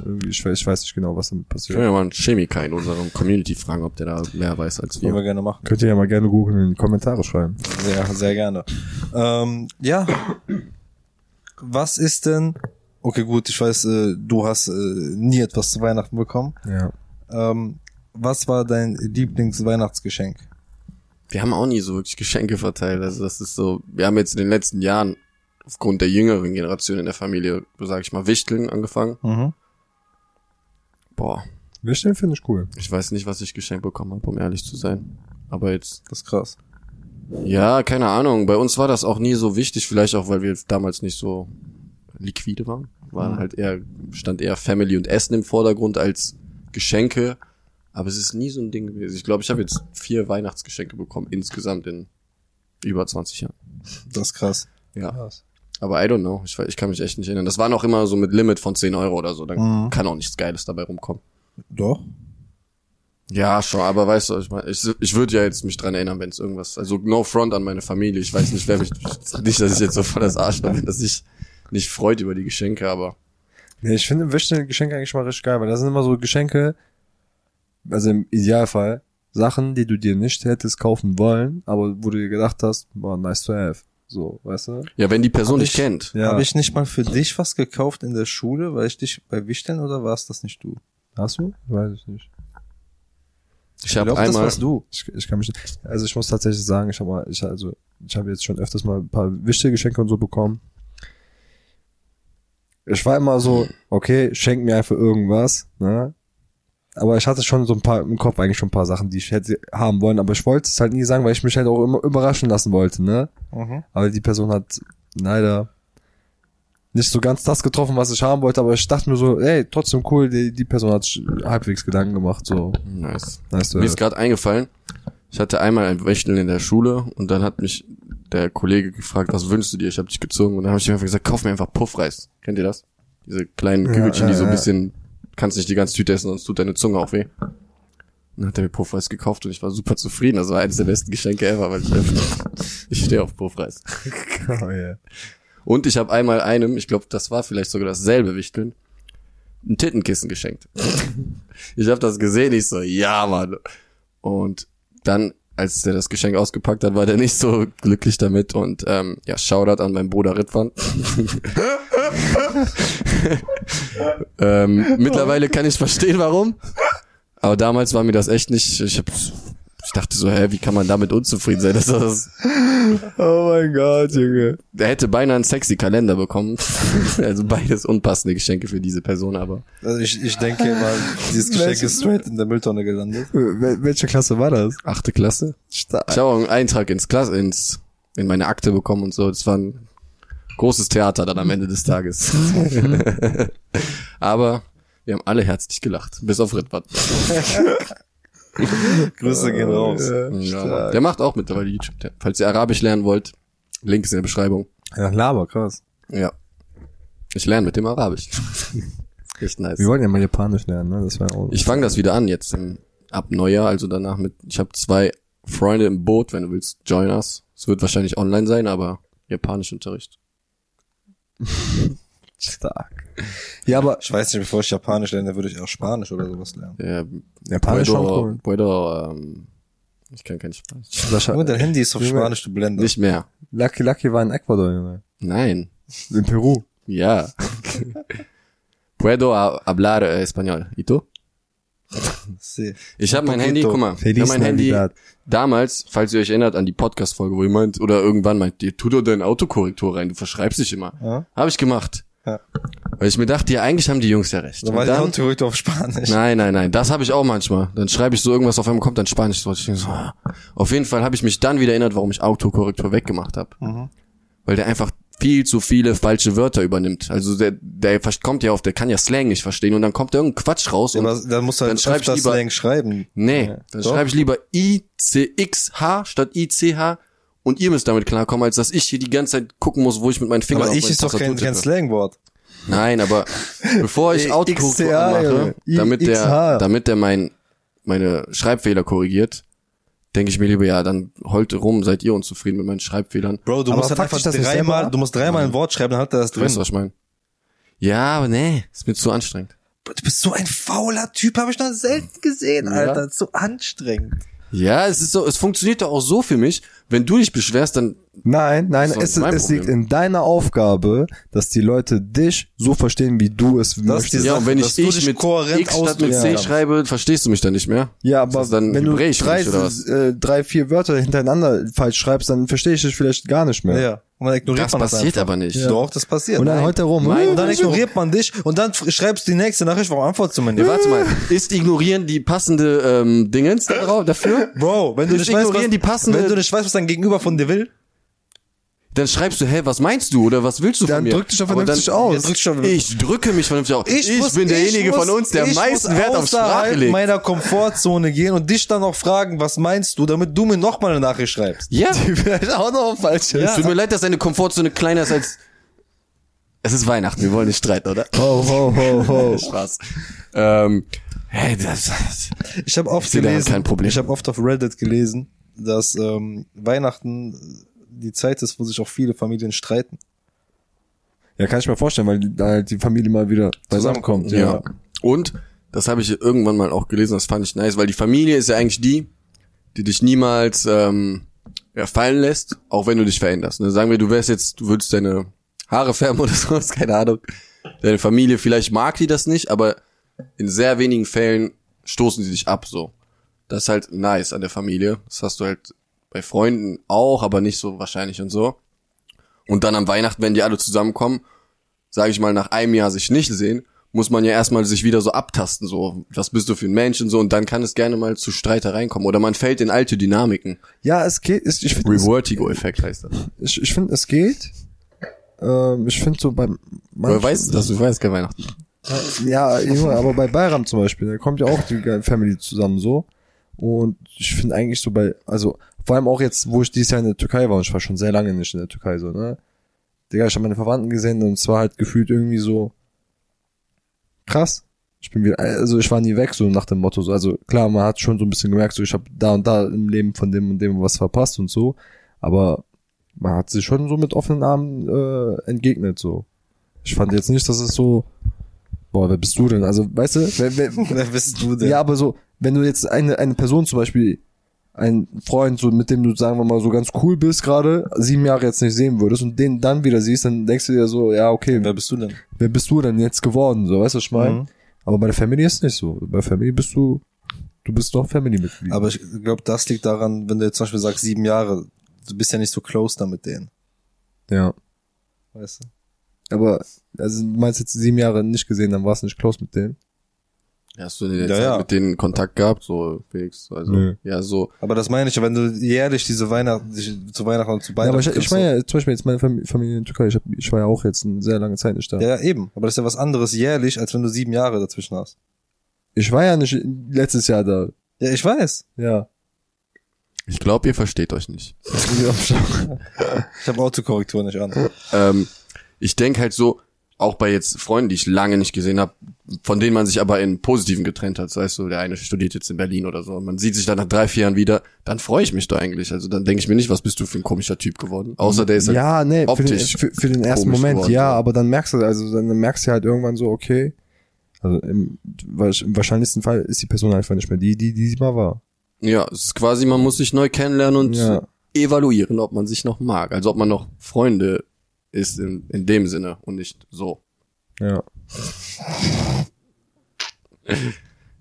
[SPEAKER 4] Irgendwie, ich, weiß, ich weiß nicht genau, was damit passiert.
[SPEAKER 1] Können wir mal einen Chemiker in unserem Community fragen, ob der da mehr weiß als
[SPEAKER 2] Können
[SPEAKER 1] wir.
[SPEAKER 2] wir gerne machen.
[SPEAKER 4] Könnt ihr ja mal gerne googeln in die Kommentare schreiben.
[SPEAKER 2] Sehr, sehr gerne. Ähm, ja. Was ist denn? Okay, gut, ich weiß, äh, du hast äh, nie etwas zu Weihnachten bekommen.
[SPEAKER 4] Ja.
[SPEAKER 2] Ähm, was war dein Lieblingsweihnachtsgeschenk?
[SPEAKER 1] wir haben auch nie so wirklich Geschenke verteilt. Also das ist so, wir haben jetzt in den letzten Jahren aufgrund der jüngeren Generation in der Familie, sag ich mal, Wichteln angefangen.
[SPEAKER 2] Mhm.
[SPEAKER 1] Boah,
[SPEAKER 4] Wichteln finde ich cool.
[SPEAKER 1] ich weiß nicht, was ich geschenkt bekommen habe, um ehrlich zu sein. Aber jetzt,
[SPEAKER 2] Das ist krass.
[SPEAKER 1] ja, keine Ahnung. Bei uns war das auch nie so wichtig, vielleicht auch, weil wir damals nicht so liquide waren. Waren halt eher, stand eher Family und Essen im Vordergrund als Geschenke. Aber es ist nie so ein Ding gewesen. Ich glaube, ich habe jetzt vier Weihnachtsgeschenke bekommen, insgesamt in über 20 Jahren.
[SPEAKER 2] Das ist krass.
[SPEAKER 1] Ja. Aber I don't know. Ich, weiß- ich kann mich echt nicht erinnern. Das waren auch immer so mit Limit von 10 Euro oder so. Dann
[SPEAKER 2] Mhm.
[SPEAKER 1] kann auch nichts Geiles dabei rumkommen.
[SPEAKER 2] Doch.
[SPEAKER 1] Ja, schon, aber weißt du, ich meine, ich, ich würde ja jetzt mich dran erinnern, wenn es irgendwas. Also no front an meine Familie. Ich weiß nicht, wer mich. nicht, dass ich jetzt so voll das Arsch bin, dass ich nicht freut über die Geschenke, aber.
[SPEAKER 4] Nee, ich finde Wichteln Geschenke eigentlich mal richtig geil, weil das sind immer so Geschenke, also im Idealfall, Sachen, die du dir nicht hättest kaufen wollen, aber wo du dir gedacht hast, war nice to have. So, weißt du?
[SPEAKER 1] Ja, wenn die Person
[SPEAKER 2] Hab
[SPEAKER 1] dich
[SPEAKER 2] ich-
[SPEAKER 1] kennt.
[SPEAKER 4] Ja.
[SPEAKER 2] Habe ich nicht mal für dich was gekauft in der Schule, weil ich dich bei Wichteln oder war es das nicht du?
[SPEAKER 4] Hast du? Weiß ich nicht.
[SPEAKER 1] Ich habe
[SPEAKER 2] glaub, das
[SPEAKER 1] einmal.
[SPEAKER 2] warst du.
[SPEAKER 4] Ich, ich kann mich nicht. Also ich muss tatsächlich sagen, ich habe mal, ich also, ich habe jetzt schon öfters mal ein paar Wichtelgeschenke und so bekommen. Ich war immer so, okay, schenk mir einfach irgendwas, ne? Aber ich hatte schon so ein paar im Kopf eigentlich schon ein paar Sachen, die ich hätte haben wollen, aber ich wollte es halt nie sagen, weil ich mich halt auch immer überraschen lassen wollte, ne?
[SPEAKER 2] Mhm.
[SPEAKER 4] Aber die Person hat leider nicht so ganz das getroffen, was ich haben wollte, aber ich dachte mir so, ey, trotzdem cool, die, die Person hat sich halbwegs Gedanken gemacht, so.
[SPEAKER 1] Nice.
[SPEAKER 4] Nice to
[SPEAKER 1] Mir
[SPEAKER 4] have.
[SPEAKER 1] ist gerade eingefallen, Ich hatte einmal ein Wechseln in der Schule und dann hat mich der Kollege gefragt, was wünschst du dir? Ich habe dich gezogen und dann habe ich ihm einfach gesagt, kauf mir einfach Puffreis. Kennt ihr das? Diese kleinen
[SPEAKER 4] Ja,
[SPEAKER 1] Kügelchen, die
[SPEAKER 4] ja,
[SPEAKER 1] so ein
[SPEAKER 4] ja.
[SPEAKER 1] bisschen, kannst nicht die ganze Tüte essen, sonst tut deine Zunge auch weh. Dann hat er mir Puffreis gekauft und ich war super zufrieden. Das war eines der besten Geschenke ever, weil ich einfach, ich stehe auf Puffreis.
[SPEAKER 4] Oh, yeah.
[SPEAKER 1] Und ich habe einmal einem, ich glaube, das war vielleicht sogar dasselbe Wichteln, ein Tittenkissen geschenkt. ich habe das gesehen, ich so, ja, Mann. Und dann, als der das Geschenk ausgepackt hat, war der nicht so glücklich damit. Und ähm, ja, Shoutout an meinen Bruder Ritwan. ähm, mittlerweile kann ich verstehen, warum. Aber damals war mir das echt nicht. Ich, hab, ich dachte so, hä, wie kann man damit unzufrieden sein? Dass das,
[SPEAKER 4] oh mein Gott, Junge.
[SPEAKER 1] der hätte beinahe einen sexy Kalender bekommen. also beides unpassende Geschenke für diese Person, aber
[SPEAKER 2] Also ich, ich denke mal, dieses Geschenk ist straight in der Mülltonne gelandet.
[SPEAKER 4] Wel welche Klasse war das?
[SPEAKER 1] achte Klasse. Ich
[SPEAKER 4] Stark.
[SPEAKER 1] habe auch einen Eintrag ins Klass, ins, in meine Akte bekommen und so. Das war ein großes Theater dann am Ende des Tages. aber wir haben alle herzlich gelacht. Bis auf Ritbad.
[SPEAKER 2] Grüße gehen raus.
[SPEAKER 1] Ja, Mann. der macht auch mittlerweile YouTube. Der- Falls ihr Arabisch lernen wollt, Link ist in der Beschreibung.
[SPEAKER 4] Ja, Laber, krass.
[SPEAKER 1] Ja. Ich lerne mit dem Arabisch. Echt nice.
[SPEAKER 4] Wir wollten ja mal Japanisch lernen, ne? Das war auch.
[SPEAKER 1] Ich fange das wieder an jetzt im, ab Neujahr, also danach mit. Ich habe zwei Freunde im Boot, wenn du willst, join us. Es wird wahrscheinlich online sein, aber Japanischunterricht.
[SPEAKER 4] stark. Ja, aber
[SPEAKER 2] Ich weiß nicht, bevor ich Japanisch lerne, würde ich auch Spanisch oder sowas lernen.
[SPEAKER 1] Ja,
[SPEAKER 4] Japanisch schon cool.
[SPEAKER 1] Puedo, ähm, ich kann kein Spanisch.
[SPEAKER 2] Nur
[SPEAKER 4] Sascha,
[SPEAKER 2] dein Handy ist auf Spanisch, du Blender.
[SPEAKER 1] Nicht mehr.
[SPEAKER 4] Lucky Lucky war in Ecuador, Junge.
[SPEAKER 1] Nein.
[SPEAKER 4] In Peru.
[SPEAKER 1] Ja. Puedo ha- hablar eh, español. ¿Y tú?
[SPEAKER 2] See.
[SPEAKER 1] Ich habe mein
[SPEAKER 2] Poquito.
[SPEAKER 1] Handy, guck mal, ich hab mein Handy damals, falls ihr euch erinnert an die Podcast-Folge, wo ihr meint, oder irgendwann meint, ihr tu doch deine Autokorrektur rein, du verschreibst dich immer.
[SPEAKER 2] Ja.
[SPEAKER 1] Habe ich gemacht.
[SPEAKER 2] Ja.
[SPEAKER 1] Weil ich mir dachte, ja, eigentlich haben die Jungs ja recht.
[SPEAKER 2] Da
[SPEAKER 1] Und
[SPEAKER 2] war die
[SPEAKER 1] dann,
[SPEAKER 2] Autorität auf Spanisch.
[SPEAKER 1] nein, nein, nein, das habe ich auch manchmal. Dann schreibe ich so irgendwas, auf einmal kommt dann Spanisch. So, ich denk so, ah. auf jeden Fall habe ich mich dann wieder erinnert, warum ich Autokorrektur weggemacht habe.
[SPEAKER 2] Mhm.
[SPEAKER 1] Weil der einfach viel zu viele falsche Wörter übernimmt. Also der, der ver- kommt ja auf, der kann ja Slang nicht verstehen und dann kommt da irgendein Quatsch raus und
[SPEAKER 2] Aber dann musst du
[SPEAKER 1] Dann
[SPEAKER 2] halt
[SPEAKER 1] schreib ich
[SPEAKER 2] öfter
[SPEAKER 1] lieber-
[SPEAKER 2] Slang schreiben.
[SPEAKER 1] Nee, dann
[SPEAKER 2] doch.
[SPEAKER 1] schreibe ich lieber ICXH statt ICH und ihr müsst damit klarkommen, als dass ich hier die ganze Zeit gucken muss, wo ich mit meinen Fingern
[SPEAKER 2] Aber
[SPEAKER 1] auf
[SPEAKER 2] ich
[SPEAKER 1] meine
[SPEAKER 2] ist doch kein, E
[SPEAKER 1] Tastatur
[SPEAKER 2] kein
[SPEAKER 1] tippe.
[SPEAKER 2] Slangwort.
[SPEAKER 1] Nein, aber bevor ich Autokorrektur
[SPEAKER 4] XCH,
[SPEAKER 1] mache,
[SPEAKER 4] Junge.
[SPEAKER 1] damit
[SPEAKER 4] IXH.
[SPEAKER 1] der, damit der mein, meine Schreibfehler korrigiert, denke ich mir lieber, ja, dann heult rum, seid ihr unzufrieden mit meinen Schreibfehlern.
[SPEAKER 2] Bro, du
[SPEAKER 4] Aber
[SPEAKER 2] musst halt
[SPEAKER 4] fuck
[SPEAKER 2] einfach
[SPEAKER 4] dich das nicht selber
[SPEAKER 2] dreimal,
[SPEAKER 4] ab?
[SPEAKER 2] du musst dreimal ein Wort schreiben, dann hat er das
[SPEAKER 1] Du weißt,
[SPEAKER 2] drin.
[SPEAKER 1] was ich meine. Ja, aber nee, ist mir zu anstrengend.
[SPEAKER 2] Du bist so ein fauler Typ, habe ich noch selten gesehen, Alter. So anstrengend.
[SPEAKER 1] Ja, es ist so, es funktioniert doch auch so für mich. Wenn du dich beschwerst, dann
[SPEAKER 4] Nein, nein,
[SPEAKER 1] Das ist
[SPEAKER 4] es,
[SPEAKER 1] mein
[SPEAKER 4] es
[SPEAKER 1] Problem.
[SPEAKER 4] liegt in deiner Aufgabe, dass die Leute dich so verstehen, wie du es möchtest.
[SPEAKER 2] die
[SPEAKER 1] ja,
[SPEAKER 2] Sache,
[SPEAKER 1] und wenn
[SPEAKER 2] dass
[SPEAKER 1] ich
[SPEAKER 2] du
[SPEAKER 1] ich
[SPEAKER 2] dich
[SPEAKER 1] mit
[SPEAKER 2] kohärent
[SPEAKER 1] X statt mit
[SPEAKER 2] ausdrücken
[SPEAKER 1] C
[SPEAKER 2] kannst.
[SPEAKER 1] schreibe, verstehst du mich dann nicht mehr?
[SPEAKER 4] Ja,
[SPEAKER 1] Ist
[SPEAKER 4] aber
[SPEAKER 1] das dann
[SPEAKER 4] wenn du
[SPEAKER 1] Hebräisch für
[SPEAKER 4] drei,
[SPEAKER 1] mich, oder was?
[SPEAKER 4] äh, drei, vier Wörter hintereinander falsch schreibst, dann verstehe ich dich vielleicht gar nicht mehr.
[SPEAKER 2] Ja. Und dann ignoriert
[SPEAKER 1] Das
[SPEAKER 2] man das
[SPEAKER 1] passiert
[SPEAKER 2] einfach.
[SPEAKER 1] aber nicht.
[SPEAKER 2] Doch, das passiert.
[SPEAKER 4] Und dann
[SPEAKER 2] Nein.
[SPEAKER 4] heult er rum.
[SPEAKER 1] Nein,
[SPEAKER 2] Und dann ignoriert man dich und dann f- schreibst du die nächste Nachricht, warum antwortest du mir
[SPEAKER 1] Ja,
[SPEAKER 2] nicht?
[SPEAKER 1] warte mal, ist ignorieren die passende ähm, Dingens darauf- dafür?
[SPEAKER 2] Bro, wenn du,
[SPEAKER 1] Ich
[SPEAKER 2] nicht weißt, was,
[SPEAKER 1] ignorieren die passende-
[SPEAKER 2] wenn du nicht weißt, was dein Gegenüber von dir will,
[SPEAKER 1] Dann schreibst du, hä, was meinst du oder was willst du
[SPEAKER 4] Dann
[SPEAKER 1] von mir?
[SPEAKER 4] drück dich doch
[SPEAKER 1] Aber
[SPEAKER 4] vernünftig
[SPEAKER 1] dann,
[SPEAKER 4] aus.
[SPEAKER 2] dann drückst du schon
[SPEAKER 1] Ich drücke mich vernünftig aus. Ich,
[SPEAKER 2] muss-
[SPEAKER 1] bin derjenige
[SPEAKER 2] muss-
[SPEAKER 1] von uns, der am
[SPEAKER 2] ich
[SPEAKER 1] meisten
[SPEAKER 2] muss
[SPEAKER 1] Wert auf Sprache
[SPEAKER 2] außerhalb
[SPEAKER 1] legt.
[SPEAKER 2] meiner Komfortzone gehen und dich dann auch fragen, was meinst du, damit du mir nochmal eine Nachricht schreibst.
[SPEAKER 1] ja,
[SPEAKER 4] vielleicht auch noch falsch.
[SPEAKER 1] es tut mir leid, dass deine Komfortzone kleiner ist als... Es ist Weihnachten, wir wollen nicht streiten, oder?
[SPEAKER 4] Ho, ho, ho, ho.
[SPEAKER 1] Spaß. Ähm, hey, das,
[SPEAKER 2] Ich habe oft
[SPEAKER 1] Ich sehe daran
[SPEAKER 2] gelesen,
[SPEAKER 1] kein Problem.
[SPEAKER 2] ich habe oft auf Reddit gelesen, dass ähm, Weihnachten die Zeit ist, wo sich auch viele Familien streiten.
[SPEAKER 4] Ja, kann ich mir vorstellen, weil da halt die Familie mal wieder zusammenkommt.
[SPEAKER 1] Ja. Und das habe ich irgendwann mal auch gelesen, das fand ich nice, weil die Familie ist ja eigentlich die, die dich niemals ähm, ja, fallen lässt, auch wenn du dich veränderst. Ne? Sagen wir, du wärst jetzt, du würdest deine Haare färben oder sowas, keine Ahnung. Deine Familie, vielleicht mag die das nicht, aber in sehr wenigen Fällen stoßen sie dich ab so. Das ist halt nice an der Familie. Das hast du halt bei Freunden auch, aber nicht so wahrscheinlich und so. Und dann am Weihnachten, wenn die alle zusammenkommen, sage ich mal, nach einem Jahr sich nicht sehen, muss man ja erstmal sich wieder so abtasten, so, was bist du für ein Mensch und so, und dann kann es gerne mal zu Streitereien kommen. Oder man fällt in alte Dynamiken.
[SPEAKER 4] Ja, es geht. es- Ich finde, es,
[SPEAKER 1] Revertigo-Effekt heißt das.
[SPEAKER 4] ich, ich find, es geht. Ähm, ich finde so beim
[SPEAKER 1] Wer weiß das? Du weißt kein Weihnachten.
[SPEAKER 4] Ja, Junge, aber bei Bayram zum Beispiel, da kommt ja auch die Family zusammen so. Und ich finde eigentlich so bei, also vor allem auch jetzt, wo ich dieses Jahr in der Türkei war und ich war schon sehr lange nicht in der Türkei, so, ne? Digga, ich habe meine Verwandten gesehen und es war halt gefühlt irgendwie so krass. Ich bin wieder, also ich war nie weg, so nach dem Motto, so, also klar, man hat schon so ein bisschen gemerkt, so ich habe da und da im Leben von dem und dem was verpasst und so, aber man hat sich schon so mit offenen Armen äh, entgegnet, so. Ich fand jetzt nicht, dass es so, boah, wer bist du denn? Also, weißt du, wer, wer,
[SPEAKER 2] Wer bist du denn?
[SPEAKER 4] ja, aber so, wenn du jetzt eine, eine Person zum Beispiel, einen Freund, so mit dem du, sagen wir mal, so ganz cool bist gerade, sieben Jahre jetzt nicht sehen würdest und den dann wieder siehst, dann denkst du dir so, ja, okay,
[SPEAKER 2] Wer
[SPEAKER 4] wer,
[SPEAKER 2] bist du denn?
[SPEAKER 4] wer bist du denn jetzt geworden? So, weißt du, was ich meine?
[SPEAKER 2] Mhm.
[SPEAKER 4] Aber bei der Familie ist nicht so. Bei Familie bist du, du bist doch Family-Mitglied.
[SPEAKER 2] Aber ich glaube, das liegt daran, wenn du jetzt zum Beispiel sagst, sieben Jahre, du bist ja nicht so close da mit denen.
[SPEAKER 4] ja.
[SPEAKER 2] Weißt du?
[SPEAKER 4] Aber, also, du meinst jetzt sieben Jahre nicht gesehen, dann warst du nicht close mit denen.
[SPEAKER 1] Hast du in der
[SPEAKER 2] Ja,
[SPEAKER 1] Zeit
[SPEAKER 2] ja.
[SPEAKER 1] mit denen Kontakt gehabt, so wenigstens? Also,
[SPEAKER 4] Nö.
[SPEAKER 1] ja, so.
[SPEAKER 2] Aber das meine ich, ja, wenn du jährlich diese Weihnachten, dich zu Weihnachten und zu
[SPEAKER 4] Ja,
[SPEAKER 2] Weihnachten.
[SPEAKER 4] aber ich, ich
[SPEAKER 2] triffst,
[SPEAKER 4] meine ja, zum Beispiel jetzt meine Fam- Familie in der Türkei, ich, hab, ich war ja auch jetzt eine sehr lange Zeit nicht da.
[SPEAKER 2] so. ja, ja, eben. Aber das ist ja was anderes jährlich, als wenn du sieben Jahre dazwischen hast.
[SPEAKER 4] Ich war ja nicht letztes Jahr da.
[SPEAKER 2] Ja, ich weiß.
[SPEAKER 4] Ja.
[SPEAKER 1] Ich glaube, ihr versteht euch nicht.
[SPEAKER 2] Ich habe Autokorrektur nicht an.
[SPEAKER 1] Ähm, ich denk halt so, auch bei jetzt Freunden, die ich lange nicht gesehen habe, von denen man sich aber in Positiven getrennt hat, weißt du, der eine studiert jetzt in Berlin oder so, und man sieht sich dann nach drei, vier Jahren wieder, dann freue ich mich da eigentlich. Also dann denke ich mir nicht, was bist du für ein komischer Typ geworden? Außer der ist halt,
[SPEAKER 4] ja, nee, für den,
[SPEAKER 1] optisch
[SPEAKER 4] für, für den ersten
[SPEAKER 1] komisch
[SPEAKER 4] Moment,
[SPEAKER 1] geworden,
[SPEAKER 4] ja,
[SPEAKER 1] so.
[SPEAKER 4] aber dann merkst du, also dann merkst du halt irgendwann so, okay, also im, wahrsch- im wahrscheinlichsten Fall ist die Person einfach nicht mehr die, die, die sie mal war.
[SPEAKER 1] ja, es ist quasi, man muss sich neu kennenlernen und
[SPEAKER 4] Ja.
[SPEAKER 1] evaluieren, ob man sich noch mag. Also ob man noch Freunde ist in, in dem Sinne und nicht so.
[SPEAKER 4] Ja.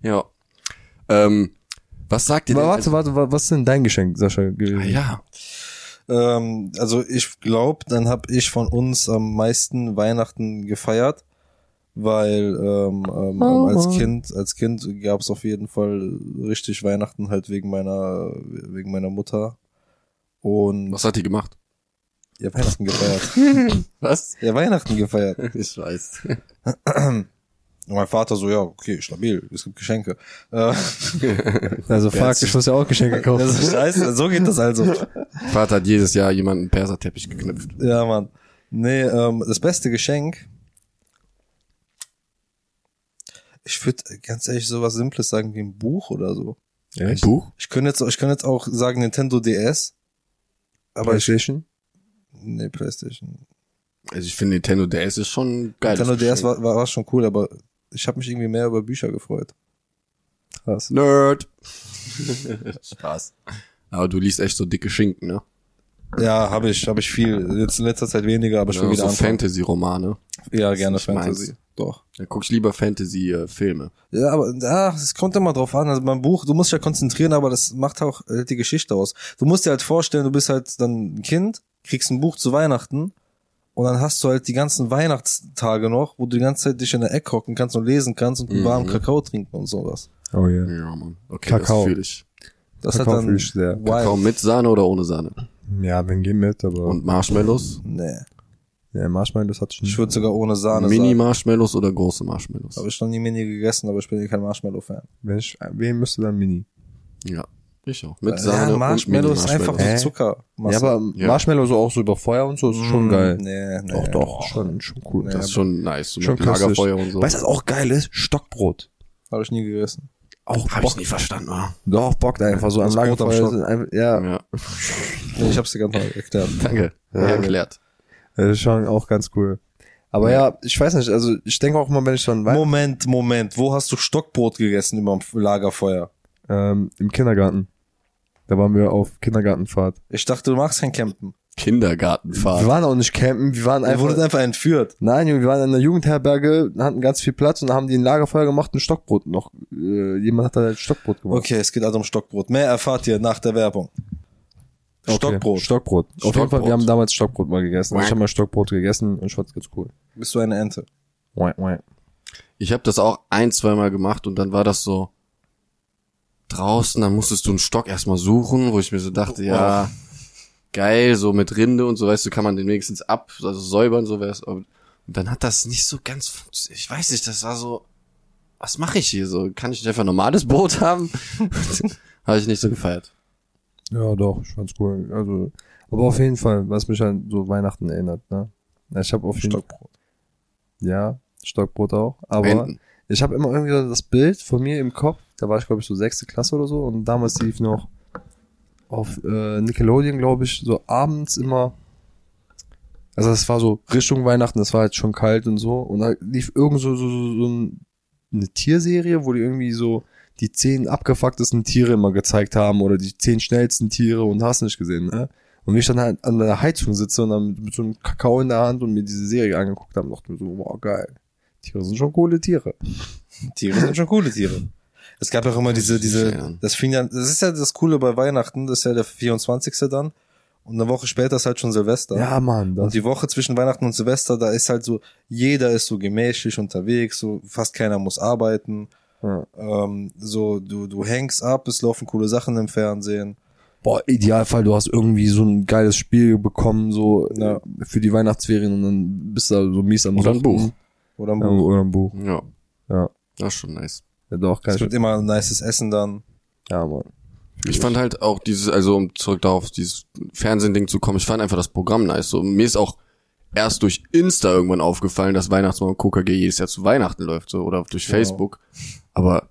[SPEAKER 1] Ja. Ähm, was sagt ihr
[SPEAKER 4] Aber
[SPEAKER 1] denn?
[SPEAKER 4] warte, warte, wa- was ist denn dein Geschenk, Sascha? gewesen?
[SPEAKER 1] Ah, ja.
[SPEAKER 2] Ähm, also ich glaube, dann habe ich von uns am meisten Weihnachten gefeiert, weil ähm, ähm,
[SPEAKER 4] Oh.
[SPEAKER 2] als Kind als Kind gab es auf jeden Fall richtig Weihnachten halt wegen meiner wegen meiner Mutter und
[SPEAKER 1] Was hat die gemacht?
[SPEAKER 2] ja Weihnachten gefeiert,
[SPEAKER 1] Was?
[SPEAKER 2] ja Weihnachten gefeiert.
[SPEAKER 1] Ich weiß.
[SPEAKER 2] Und mein Vater so ja okay stabil, es gibt Geschenke. Äh,
[SPEAKER 4] Also fuck,
[SPEAKER 1] Herz.
[SPEAKER 4] ich muss ja auch Geschenke kaufen.
[SPEAKER 2] das ist scheiße, so geht das also.
[SPEAKER 1] Vater hat jedes Jahr jemanden Perserteppich geknüpft.
[SPEAKER 2] Ja Mann, nee ähm, das beste Geschenk. Ich würde ganz ehrlich sowas Simples sagen wie ein Buch oder so.
[SPEAKER 1] Ein Buch?
[SPEAKER 2] Ich könnte jetzt, ich könnte jetzt auch sagen Nintendo DS, aber ich,
[SPEAKER 4] PlayStation?
[SPEAKER 2] nee, PlayStation.
[SPEAKER 1] Also ich finde Nintendo DS ist schon geil.
[SPEAKER 2] Nintendo DS war, war, war schon cool, aber ich habe mich irgendwie mehr über Bücher gefreut.
[SPEAKER 4] Krass.
[SPEAKER 1] Nerd. Spaß. Aber du liest echt so dicke Schinken, ne?
[SPEAKER 2] Ja, habe ich, habe ich viel. Jetzt in letzter Zeit weniger, aber ich will
[SPEAKER 1] Ja,
[SPEAKER 2] wieder
[SPEAKER 1] so
[SPEAKER 2] anfangen.
[SPEAKER 1] Fantasy-Romane.
[SPEAKER 2] Ja,
[SPEAKER 1] ist
[SPEAKER 2] gerne
[SPEAKER 1] nicht
[SPEAKER 2] Fantasy.
[SPEAKER 1] meins.
[SPEAKER 2] Doch.
[SPEAKER 1] Dann guck ich lieber äh, Fantasy-Filme.
[SPEAKER 2] Ja, aber ja, es kommt immer drauf an. Also beim Buch, du musst dich ja konzentrieren, aber das macht auch äh, die Geschichte aus. Du musst dir halt vorstellen, du bist halt dann ein Kind, kriegst ein Buch zu Weihnachten und dann hast du halt die ganzen Weihnachtstage noch, wo du die ganze Zeit dich in der Ecke hocken kannst und lesen kannst und einen
[SPEAKER 1] Mhm.
[SPEAKER 2] warmen Kakao trinken und sowas.
[SPEAKER 4] Oh ja. Yeah.
[SPEAKER 1] Ja, Mann. Okay,
[SPEAKER 4] Kakao.
[SPEAKER 1] das fühle ich.
[SPEAKER 2] Das
[SPEAKER 4] Kakao
[SPEAKER 2] hat dann
[SPEAKER 4] fühl ich sehr.
[SPEAKER 2] wild.
[SPEAKER 1] Kakao mit Sahne oder ohne Sahne?
[SPEAKER 4] Ja, wenn gehen mit, aber
[SPEAKER 1] Und Marshmallows?
[SPEAKER 2] Nee.
[SPEAKER 4] ja, Marshmallows hatte ich
[SPEAKER 2] Ich
[SPEAKER 4] nicht.
[SPEAKER 2] würde sogar ohne Sahne sagen.
[SPEAKER 1] Mini-Marshmallows oder große Marshmallows?
[SPEAKER 2] Habe ich noch nie Mini gegessen, aber ich bin eh kein Marshmallow-Fan.
[SPEAKER 4] Wenn ich wählen müsste, dann Mini.
[SPEAKER 1] Ja, ich auch. Mit
[SPEAKER 2] Äh,
[SPEAKER 1] Sahne
[SPEAKER 2] ja,
[SPEAKER 1] und
[SPEAKER 2] Marshmallow ist einfach
[SPEAKER 1] Mini-Marshmallows.
[SPEAKER 2] so
[SPEAKER 4] Hä?
[SPEAKER 2] Zucker.
[SPEAKER 4] Ja, aber
[SPEAKER 1] Ja.
[SPEAKER 4] Marshmallow so auch so über Feuer und so ist schon geil.
[SPEAKER 2] Mm, Nee, nee.
[SPEAKER 4] Doch, doch, Mm, schon, schon cool.
[SPEAKER 2] Nee,
[SPEAKER 1] Das ist schon nice. So
[SPEAKER 4] Schon
[SPEAKER 1] mit Lagerfeuer
[SPEAKER 4] klassisch.
[SPEAKER 1] und so.
[SPEAKER 4] Weißt du, was auch geil ist? Stockbrot.
[SPEAKER 2] Habe ich nie gegessen.
[SPEAKER 4] Auch
[SPEAKER 1] Hab ich nie verstanden, oder?
[SPEAKER 4] Doch, bockt einfach so
[SPEAKER 2] Das
[SPEAKER 4] am
[SPEAKER 2] Brot am
[SPEAKER 4] Lagerfeuer.
[SPEAKER 2] Stock.
[SPEAKER 4] sind einfach- Ja,
[SPEAKER 1] Ja,
[SPEAKER 2] Nee, ich hab's dir ganz mal erklärt.
[SPEAKER 1] danke.
[SPEAKER 4] Ja.
[SPEAKER 1] Erklärt.
[SPEAKER 4] das ist schon auch ganz cool. Aber ja, ich weiß nicht, also ich denke auch mal, wenn ich dann wei-
[SPEAKER 2] Moment, Moment, wo hast du Stockbrot gegessen über dem Lagerfeuer?
[SPEAKER 4] ähm, im Kindergarten. Da waren wir auf Kindergartenfahrt.
[SPEAKER 2] Ich dachte, du machst kein Campen.
[SPEAKER 4] Wir
[SPEAKER 1] Kindergartenfahrt.
[SPEAKER 4] waren auch nicht campen, wir waren
[SPEAKER 2] Er
[SPEAKER 4] einfach.
[SPEAKER 2] wurde einfach entführt.
[SPEAKER 4] Nein, Junge, wir waren in der Jugendherberge, hatten ganz viel Platz und haben die ein Lagerfeuer gemacht und Stockbrot noch. Äh, jemand hat da halt Stockbrot gemacht.
[SPEAKER 2] Okay, es geht also um Stockbrot. Mehr erfahrt ihr nach der Werbung.
[SPEAKER 4] Okay.
[SPEAKER 2] Stockbrot.
[SPEAKER 4] Stockbrot. Auf jeden Fall,
[SPEAKER 1] Stockbrot.
[SPEAKER 4] wir haben damals Stockbrot mal gegessen. Ich habe mal Stockbrot gegessen und ich fand's ganz cool.
[SPEAKER 2] Bist du eine Ente?
[SPEAKER 4] Wait, wait.
[SPEAKER 1] Ich habe das auch ein, zweimal gemacht und dann war das so draußen, dann musstest du einen Stock erstmal suchen, wo ich mir so dachte, ja, geil, so mit Rinde und so, weißt du, kann man den wenigstens ab, also säubern, so wär's. Und dann hat das nicht so ganz funktioniert. Ich weiß nicht, das war so, was mache ich hier so? Kann ich nicht einfach ein normales Boot haben? Habe ich nicht so gefeiert.
[SPEAKER 4] Ja, doch, ich fand's cool. Also, aber auf jeden Fall, was mich an so Weihnachten erinnert, ne? Ja, Ich habe auf jeden
[SPEAKER 2] Stockbrot.
[SPEAKER 4] Ja, Stockbrot auch. Aber
[SPEAKER 1] Enten.
[SPEAKER 4] ich habe immer irgendwie so das Bild von mir im Kopf. Da war ich, glaube ich, so sechste Klasse oder so. Und damals lief noch auf äh, Nickelodeon, glaube ich, so abends immer. Also es war so Richtung Weihnachten, es war halt schon kalt und so. Und da lief irgend so, so, so, so ein, eine Tierserie, wo die irgendwie so die zehn abgefucktesten Tiere immer gezeigt haben oder die zehn schnellsten Tiere und hast nicht gesehen, ne? Und wie ich dann halt an der Heizung sitze und dann mit so einem Kakao in der Hand und mir diese Serie angeguckt habe, dachte mir so, wow, geil. Tiere sind schon coole Tiere.
[SPEAKER 2] Tiere sind schon coole Tiere. Es gab ja auch immer diese, diese,
[SPEAKER 1] erinnern.
[SPEAKER 2] das fing ja, das ist ja das Coole bei Weihnachten, das ist ja der 24. dann. Und eine Woche später ist halt schon Silvester.
[SPEAKER 4] Mann,
[SPEAKER 2] Und die Woche zwischen Weihnachten und Silvester, da ist halt so, jeder ist so gemächlich unterwegs, so fast keiner muss arbeiten.
[SPEAKER 4] Ja.
[SPEAKER 2] Ähm, so, du, du hängst ab, es laufen coole Sachen im Fernsehen.
[SPEAKER 4] Boah, Idealfall, du hast irgendwie so ein geiles Spiel bekommen, so
[SPEAKER 2] Ja.
[SPEAKER 4] äh, für die Weihnachtsferien und dann bist du da so mies am
[SPEAKER 1] Oder ein
[SPEAKER 4] Suchten.
[SPEAKER 1] Buch.
[SPEAKER 2] Oder im
[SPEAKER 4] Ja,
[SPEAKER 2] Buch.
[SPEAKER 4] oder ein Buch.
[SPEAKER 1] Ja.
[SPEAKER 4] Ja.
[SPEAKER 1] Das ist schon nice.
[SPEAKER 4] Ja, doch, kann
[SPEAKER 2] Es
[SPEAKER 4] ich.
[SPEAKER 2] wird immer ein nices Essen dann.
[SPEAKER 4] Ja, Mann.
[SPEAKER 1] Ich fand halt auch dieses, also um zurück darauf, dieses Fernsehending zu kommen, ich fand einfach das Programm nice. So, mir ist auch erst durch Insta irgendwann aufgefallen, dass Weihnachtsmann KKG jedes Jahr zu Weihnachten läuft, so, oder durch Facebook. Aber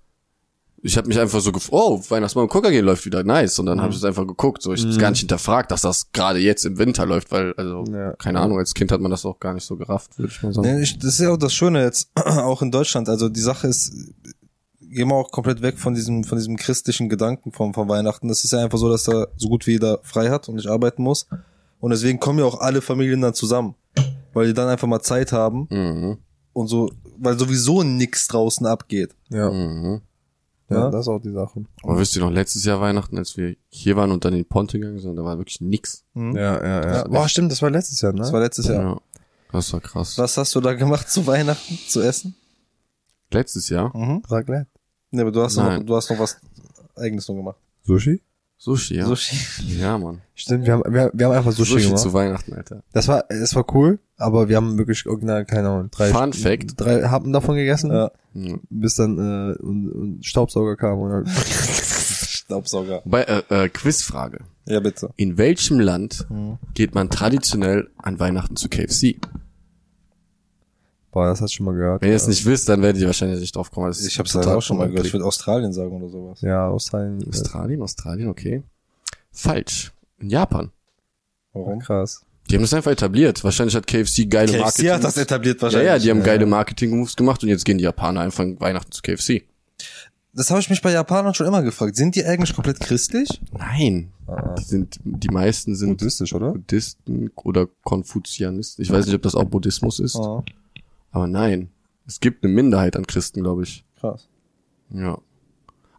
[SPEAKER 1] ich habe mich einfach so gefreut, oh, Weihnachtsmann KKG läuft wieder, nice. Und dann habe ich es einfach geguckt, so, ich hab's gar nicht hinterfragt, dass das gerade jetzt im Winter läuft, weil, also,
[SPEAKER 4] Ja.
[SPEAKER 1] keine Ahnung, als Kind hat man das auch gar nicht so gerafft, würde ich mal sagen.
[SPEAKER 2] Nee, ich, das ist ja auch das Schöne jetzt, auch in Deutschland. Also die Sache ist, gehen wir auch komplett weg von diesem, von diesem christlichen Gedanken von, von Weihnachten. Es ist ja einfach so, dass da so gut wie jeder frei hat und nicht arbeiten muss. Und deswegen kommen ja auch alle Familien dann zusammen. Weil die dann einfach mal Zeit haben
[SPEAKER 1] Mhm.
[SPEAKER 2] und so, weil sowieso nix draußen abgeht.
[SPEAKER 4] Ja.
[SPEAKER 1] Mhm.
[SPEAKER 4] ja,
[SPEAKER 2] Ja.
[SPEAKER 4] das ist auch die Sache.
[SPEAKER 1] Aber wisst ihr noch, letztes Jahr Weihnachten, als wir hier waren und dann in die Ponte gegangen sind, da war wirklich nix.
[SPEAKER 2] Hm?
[SPEAKER 4] Ja, ja,
[SPEAKER 2] Ja,
[SPEAKER 4] Boah, stimmt, das war letztes Jahr, ne?
[SPEAKER 2] Das war letztes Jahr.
[SPEAKER 1] Das war krass.
[SPEAKER 2] Was hast du da gemacht zu Weihnachten zu essen?
[SPEAKER 1] Letztes Jahr?
[SPEAKER 2] Mhm.
[SPEAKER 4] Raclette.
[SPEAKER 2] Nee, aber du hast, noch,
[SPEAKER 1] Nein.
[SPEAKER 2] du hast noch was eigenes noch gemacht.
[SPEAKER 4] Sushi?
[SPEAKER 1] Sushi, ja.
[SPEAKER 2] Sushi.
[SPEAKER 1] Ja, Mann.
[SPEAKER 4] Stimmt, wir haben, wir, wir haben einfach Sushi,
[SPEAKER 1] Sushi
[SPEAKER 4] gemacht.
[SPEAKER 1] zu Weihnachten, Alter.
[SPEAKER 4] Das war, es war cool, aber wir haben wirklich original, keine Ahnung, drei,
[SPEAKER 1] Fun Fact.
[SPEAKER 4] drei Happen davon gegessen,
[SPEAKER 2] Ja.
[SPEAKER 1] Mhm.
[SPEAKER 4] bis dann äh, und, und Staubsauger kam und dann,
[SPEAKER 2] Staubsauger.
[SPEAKER 1] Bei, äh, äh, Quizfrage.
[SPEAKER 2] Ja, bitte.
[SPEAKER 1] In welchem Land
[SPEAKER 2] Mhm.
[SPEAKER 1] geht man traditionell an Weihnachten zu KFC?
[SPEAKER 4] boah, das hast du schon mal gehört.
[SPEAKER 1] Wenn ihr es nicht wisst, dann werdet ihr wahrscheinlich nicht drauf kommen. weil das ist
[SPEAKER 2] Ich hab's
[SPEAKER 1] total
[SPEAKER 2] leider auch schon mal gehört.
[SPEAKER 1] unbekannt.
[SPEAKER 2] Ich würde Australien sagen oder sowas.
[SPEAKER 4] Ja, Australien. äh,
[SPEAKER 1] Australien, Australien, okay. Falsch. In Japan.
[SPEAKER 2] Warum?
[SPEAKER 4] Krass.
[SPEAKER 1] Die haben das einfach etabliert. Wahrscheinlich hat KFC geile Marketing.
[SPEAKER 2] KFC hat das etabliert
[SPEAKER 1] ja,
[SPEAKER 2] wahrscheinlich.
[SPEAKER 1] ja, die haben geile Marketing-Moves gemacht und jetzt gehen die Japaner einfach an Weihnachten zu KFC.
[SPEAKER 2] Das habe ich mich bei Japanern schon immer gefragt. Sind die eigentlich komplett christlich?
[SPEAKER 1] Nein.
[SPEAKER 2] Ah.
[SPEAKER 1] Die sind, die meisten sind
[SPEAKER 4] Buddhistisch, oder?
[SPEAKER 1] Buddhisten oder Konfuzianisten. Ich weiß nicht, ob das auch Buddhismus ist.
[SPEAKER 2] Ah,
[SPEAKER 1] Aber nein, es gibt eine Minderheit an Christen, glaube ich.
[SPEAKER 2] krass.
[SPEAKER 1] Ja.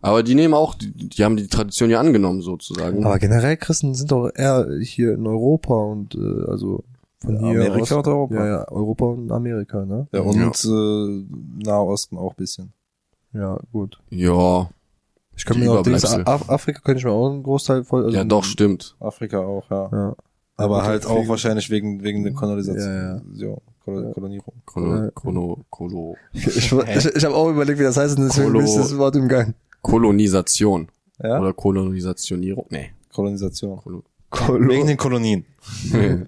[SPEAKER 1] Aber die nehmen auch, die, die haben die Tradition ja angenommen sozusagen.
[SPEAKER 4] Aber generell Christen sind doch eher hier in Europa und äh, also von
[SPEAKER 2] Ja,
[SPEAKER 4] hier
[SPEAKER 2] Amerika
[SPEAKER 4] aus,
[SPEAKER 2] und Europa.
[SPEAKER 4] Ja, ja, Europa und Amerika, ne?
[SPEAKER 2] Ja, und Äh, Nahosten auch ein bisschen.
[SPEAKER 4] Ja, gut.
[SPEAKER 1] ja,
[SPEAKER 4] Ich kann
[SPEAKER 1] Die
[SPEAKER 4] mir auch Dings,
[SPEAKER 1] Überbleibsel.
[SPEAKER 4] Af Afrika könnte ich mir auch einen Großteil voll. Also,
[SPEAKER 1] ja doch, stimmt.
[SPEAKER 2] Afrika auch, ja.
[SPEAKER 4] Ja.
[SPEAKER 2] Aber
[SPEAKER 4] Gut,
[SPEAKER 2] halt
[SPEAKER 4] viel-
[SPEAKER 2] auch wahrscheinlich wegen, wegen der Kolonisation.
[SPEAKER 4] Ja, ja.
[SPEAKER 2] Kol Kolonierung.
[SPEAKER 1] Kolo,
[SPEAKER 4] Ja.
[SPEAKER 1] Kolo, Kolo,
[SPEAKER 4] Ich, ich, ich habe auch überlegt, wie das heißt, und deswegen
[SPEAKER 1] Kolo-
[SPEAKER 4] ist das Wort im Gang.
[SPEAKER 1] Kolonisation.
[SPEAKER 2] Ja?
[SPEAKER 1] Oder Kolonisationierung. Nee.
[SPEAKER 2] Kolonisation.
[SPEAKER 1] Kolo,
[SPEAKER 2] Wegen
[SPEAKER 4] Kolo
[SPEAKER 2] den Kolonien.
[SPEAKER 1] ja, safe.